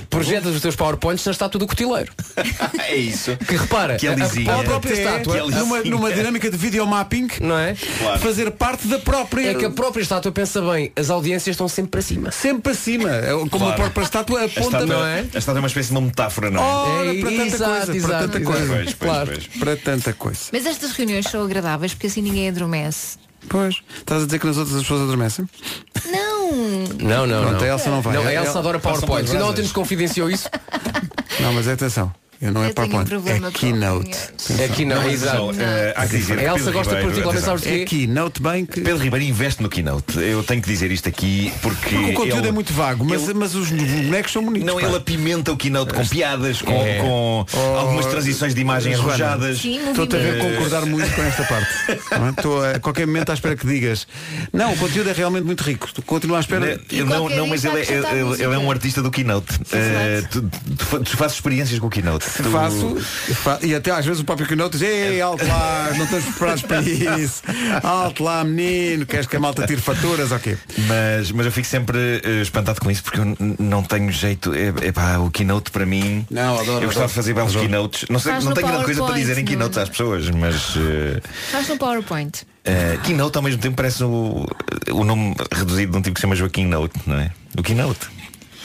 [SPEAKER 5] projetas os teus PowerPoints na estátua do cotileiro.
[SPEAKER 9] É isso.
[SPEAKER 5] Que repara,
[SPEAKER 9] Que
[SPEAKER 1] é
[SPEAKER 5] a-
[SPEAKER 9] alisinha.
[SPEAKER 5] a, a própria
[SPEAKER 1] Até
[SPEAKER 5] estátua,
[SPEAKER 9] É que alisinha.
[SPEAKER 1] numa, numa dinâmica de videomapping,
[SPEAKER 5] não é?
[SPEAKER 9] Claro.
[SPEAKER 1] fazer parte da própria.
[SPEAKER 5] É que a própria estátua pensa bem, as audiências estão sempre para cima.
[SPEAKER 1] Sempre para cima. É Como
[SPEAKER 9] Claro.
[SPEAKER 1] a própria estátua
[SPEAKER 9] A estátua,
[SPEAKER 1] aponta
[SPEAKER 5] não é?
[SPEAKER 9] a estátua é uma espécie de uma metáfora, não é?
[SPEAKER 1] Ora, para tanta
[SPEAKER 5] exato,
[SPEAKER 1] coisa, para
[SPEAKER 5] exato,
[SPEAKER 1] tanta
[SPEAKER 5] exato.
[SPEAKER 1] coisa.
[SPEAKER 9] Pois, pois,
[SPEAKER 5] Claro.
[SPEAKER 9] pois.
[SPEAKER 1] para tanta coisa.
[SPEAKER 2] Mas estas reuniões são agradáveis porque assim ninguém adormece.
[SPEAKER 1] Pois. Estás a dizer que nas outras as pessoas adormecem?
[SPEAKER 2] Não!
[SPEAKER 5] Não, não,
[SPEAKER 1] Pronto,
[SPEAKER 5] não.
[SPEAKER 1] a Elsa não vai. É,
[SPEAKER 5] Não, a
[SPEAKER 1] El-
[SPEAKER 5] Elsa adora
[SPEAKER 9] Façam
[SPEAKER 5] PowerPoints.
[SPEAKER 9] para
[SPEAKER 5] Ainda
[SPEAKER 9] brasas.
[SPEAKER 5] ontem nos confidenciou isso.
[SPEAKER 1] Não, mas atenção. Eu não é
[SPEAKER 2] Eu tenho um
[SPEAKER 1] PowerPoint.
[SPEAKER 2] problema
[SPEAKER 1] é
[SPEAKER 2] com
[SPEAKER 1] Keynote.
[SPEAKER 5] Aqui É não,
[SPEAKER 9] mas,
[SPEAKER 5] exato.
[SPEAKER 9] não, eh, há que dizer
[SPEAKER 5] A
[SPEAKER 9] que
[SPEAKER 5] Elsa
[SPEAKER 9] Pedro
[SPEAKER 5] gosta
[SPEAKER 9] Ribeiro-
[SPEAKER 5] particularmente,
[SPEAKER 9] atenção.
[SPEAKER 5] sabes
[SPEAKER 1] É
[SPEAKER 5] de quê?
[SPEAKER 1] Keynote bem que.
[SPEAKER 9] Pedro Ribeiro investe no Keynote. Eu tenho que dizer isto aqui porque.
[SPEAKER 1] Porque o conteúdo
[SPEAKER 9] ele-
[SPEAKER 1] é muito vago, mas,
[SPEAKER 9] ele-
[SPEAKER 1] mas os bonecos são bonitos.
[SPEAKER 9] Não,
[SPEAKER 1] pá.
[SPEAKER 9] ele apimenta o Keynote com piadas, com, com algumas transições de imagem
[SPEAKER 1] É. Oh, Joana,
[SPEAKER 9] arrojadas.
[SPEAKER 2] Sim, um
[SPEAKER 1] Estou-te a ver
[SPEAKER 9] É.
[SPEAKER 2] movimento.
[SPEAKER 1] concordar muito com esta parte. Não é? Estou a, a qualquer momento à espera que digas. Não, o conteúdo é realmente muito rico. Tu continua à espera.
[SPEAKER 9] Ele- ele Né? não,
[SPEAKER 2] qualquer
[SPEAKER 9] não, mas
[SPEAKER 2] dia
[SPEAKER 9] ele é,
[SPEAKER 2] está a acrescentar
[SPEAKER 9] ele- ele é um
[SPEAKER 2] música.
[SPEAKER 9] artista do Keynote. Eh, tu, tu fa- tu fazes experiências com o Keynote. Tu-
[SPEAKER 1] Faço, fa- e até às vezes o próprio Keynote diz, ei, alto lá, não estamos preparados para isso. Alto lá, menino, queres que a malta tire faturas ou quê?
[SPEAKER 9] Mas, mas eu fico sempre eh, espantado com isso porque eu n- não tenho jeito. É, é pá, o Keynote para mim.
[SPEAKER 1] Não, adoro,
[SPEAKER 9] eu gostava
[SPEAKER 1] adoro.
[SPEAKER 9] de fazer belos Keynotes. Não, sei,
[SPEAKER 2] Faz
[SPEAKER 9] não
[SPEAKER 2] no
[SPEAKER 9] tenho grande coisa para
[SPEAKER 2] PowerPoint, é?
[SPEAKER 9] dizer em
[SPEAKER 2] Nuno.
[SPEAKER 9] Keynotes às pessoas, mas. eh,
[SPEAKER 2] Faz no PowerPoint.
[SPEAKER 9] eh, keynote ao mesmo tempo parece o, o nome reduzido de um tipo que se chama Joaquim Note, não é? O Keynote.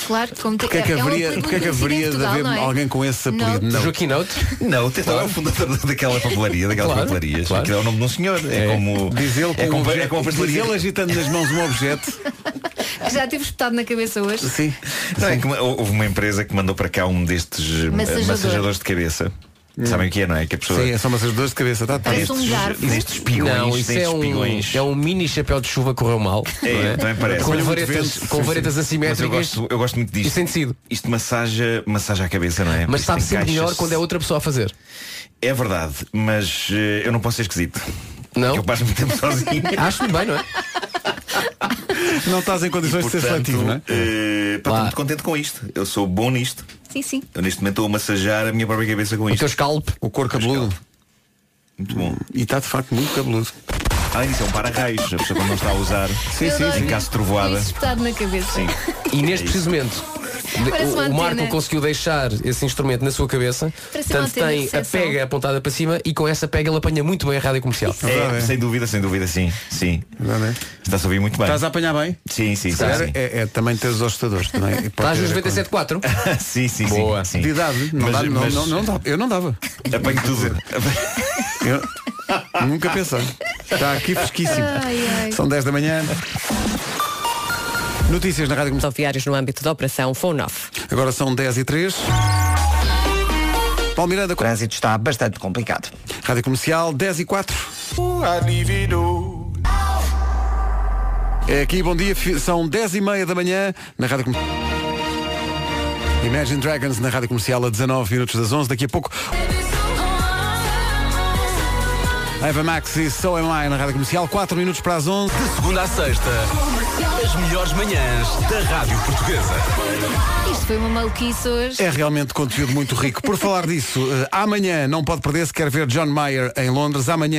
[SPEAKER 2] Claro, como tem
[SPEAKER 1] Porquê é que
[SPEAKER 2] é um
[SPEAKER 1] haveria,
[SPEAKER 2] apelido
[SPEAKER 1] porque é que
[SPEAKER 2] muito
[SPEAKER 1] haveria
[SPEAKER 2] conhecido
[SPEAKER 1] de
[SPEAKER 2] em
[SPEAKER 1] haver
[SPEAKER 2] Portugal, não é?
[SPEAKER 1] alguém com esse
[SPEAKER 2] Não.
[SPEAKER 1] apelido? Não.
[SPEAKER 5] Joaquim Note?
[SPEAKER 9] Não, então é o fundador daquela papelaria, daquelas
[SPEAKER 5] Claro,
[SPEAKER 9] papelarias.
[SPEAKER 5] claro.
[SPEAKER 9] Aquilo é o nome de um senhor. É,
[SPEAKER 5] É.
[SPEAKER 9] como.
[SPEAKER 1] Diz ele, com
[SPEAKER 9] é
[SPEAKER 1] um
[SPEAKER 9] como,
[SPEAKER 1] objeto,
[SPEAKER 9] é como a
[SPEAKER 1] diz
[SPEAKER 9] pastelaria.
[SPEAKER 1] ele agitando nas mãos um objeto.
[SPEAKER 2] Já tive espetado na cabeça hoje.
[SPEAKER 1] Sim.
[SPEAKER 9] Não, é que uma- hou- houve uma empresa que mandou para cá um destes eh,
[SPEAKER 2] Massajador.
[SPEAKER 9] massajadores de cabeça. Sabem o que é, não é? Que a pessoa.
[SPEAKER 1] Hum. Sim, é só umas dores de cabeça. Tá, tá.
[SPEAKER 2] Parece um garfo.
[SPEAKER 9] destes pigões,
[SPEAKER 5] não, isso
[SPEAKER 9] destes
[SPEAKER 5] é um,
[SPEAKER 9] pigões.
[SPEAKER 5] é um mini chapéu de chuva que correu mal.
[SPEAKER 9] É,
[SPEAKER 5] não
[SPEAKER 9] também parece.
[SPEAKER 5] Com
[SPEAKER 9] Olha
[SPEAKER 1] muito
[SPEAKER 5] varetas,
[SPEAKER 1] vento.
[SPEAKER 5] com
[SPEAKER 1] Sim,
[SPEAKER 5] varetas
[SPEAKER 9] Mas eu
[SPEAKER 5] assimétricas
[SPEAKER 9] gosto, eu gosto muito
[SPEAKER 5] e
[SPEAKER 9] disto.
[SPEAKER 5] sem tecido.
[SPEAKER 9] Isto massaja, massaja a cabeça, não é?
[SPEAKER 5] Mas
[SPEAKER 9] Isto
[SPEAKER 5] sabe sempre
[SPEAKER 9] encaixa-se.
[SPEAKER 5] melhor quando é outra pessoa a fazer.
[SPEAKER 9] É verdade, mas eh, eu não posso ser esquisito.
[SPEAKER 5] Não?
[SPEAKER 9] Eu passo muito tempo sozinho.
[SPEAKER 5] Acho-me bem, não é?
[SPEAKER 1] Não estás em condições de ser seletivo, não é?
[SPEAKER 9] eh, pá,
[SPEAKER 5] Lá.
[SPEAKER 9] estou muito contente com isto. Eu sou bom nisto.
[SPEAKER 2] Sim, sim.
[SPEAKER 9] Eu neste momento estou a massajar a minha própria cabeça com
[SPEAKER 5] O teu
[SPEAKER 9] isto.
[SPEAKER 5] scalp.
[SPEAKER 1] O cor
[SPEAKER 9] é
[SPEAKER 1] cabeludo.
[SPEAKER 9] Muito bom.
[SPEAKER 1] E está de facto muito cabeludo.
[SPEAKER 9] Além disso, é um para-raios. A pessoa quando não está a usar.
[SPEAKER 1] Sim,
[SPEAKER 2] Eu
[SPEAKER 1] sim,
[SPEAKER 2] adoro
[SPEAKER 1] sim.
[SPEAKER 9] Em caso de
[SPEAKER 2] isso
[SPEAKER 9] trovoada.
[SPEAKER 2] espetado na cabeça.
[SPEAKER 9] Sim. É
[SPEAKER 5] E neste preciso momento, de-
[SPEAKER 2] Parece uma
[SPEAKER 5] o, o Marco
[SPEAKER 2] antena.
[SPEAKER 5] conseguiu deixar esse instrumento na sua cabeça.
[SPEAKER 2] Parece uma
[SPEAKER 5] Portanto,
[SPEAKER 2] antena de
[SPEAKER 5] tem a
[SPEAKER 2] recepção.
[SPEAKER 5] pega apontada para cima e com essa pega ele apanha muito bem a rádio comercial.
[SPEAKER 1] Verdade,
[SPEAKER 9] É,
[SPEAKER 1] é.
[SPEAKER 9] sem dúvida, sem dúvida, sim. Sim.
[SPEAKER 1] Verdade, é.
[SPEAKER 9] Está a ouvir muito bem.
[SPEAKER 1] Estás a apanhar bem?
[SPEAKER 9] Sim, sim, sim.
[SPEAKER 1] Se calhar
[SPEAKER 9] sim.
[SPEAKER 1] É, é também ter os assustadores também. Pode
[SPEAKER 5] Estás
[SPEAKER 9] é
[SPEAKER 1] ter a
[SPEAKER 5] nos
[SPEAKER 1] ver com-
[SPEAKER 5] 97.4.
[SPEAKER 9] sim, sim,
[SPEAKER 5] Boa.
[SPEAKER 9] Ah, sim.
[SPEAKER 1] é- De idade, não,
[SPEAKER 9] Mas-
[SPEAKER 1] dá, não,
[SPEAKER 9] mas-
[SPEAKER 1] não, não dá. Eu não dava.
[SPEAKER 9] Apanho tudo.
[SPEAKER 1] Eu nunca pensei. Está aqui fresquíssimo.
[SPEAKER 2] Ai, ai.
[SPEAKER 1] São 10 da manhã. Notícias na Rádio Comercial.
[SPEAKER 13] Rodoviários no âmbito da Operação FONOF.
[SPEAKER 1] Agora são 10 e 3. Paulo Miranda,
[SPEAKER 4] O trânsito está bastante complicado.
[SPEAKER 1] Rádio Comercial, 10 e 4. É aqui, bom dia, fi- são 10 e meia da manhã na Rádio Comercial. Imagine Dragons na Rádio Comercial a 19 minutos das 11. Daqui a pouco Eva Max e So Am I na Rádio Comercial. 4 minutos para as 11.
[SPEAKER 5] De segunda à sexta, as melhores manhãs da Rádio Portuguesa.
[SPEAKER 2] Isto foi uma maluquice hoje.
[SPEAKER 1] É realmente conteúdo muito rico. Por falar disso, eh, amanhã não pode perder se quer ver John Mayer em Londres. Amanhã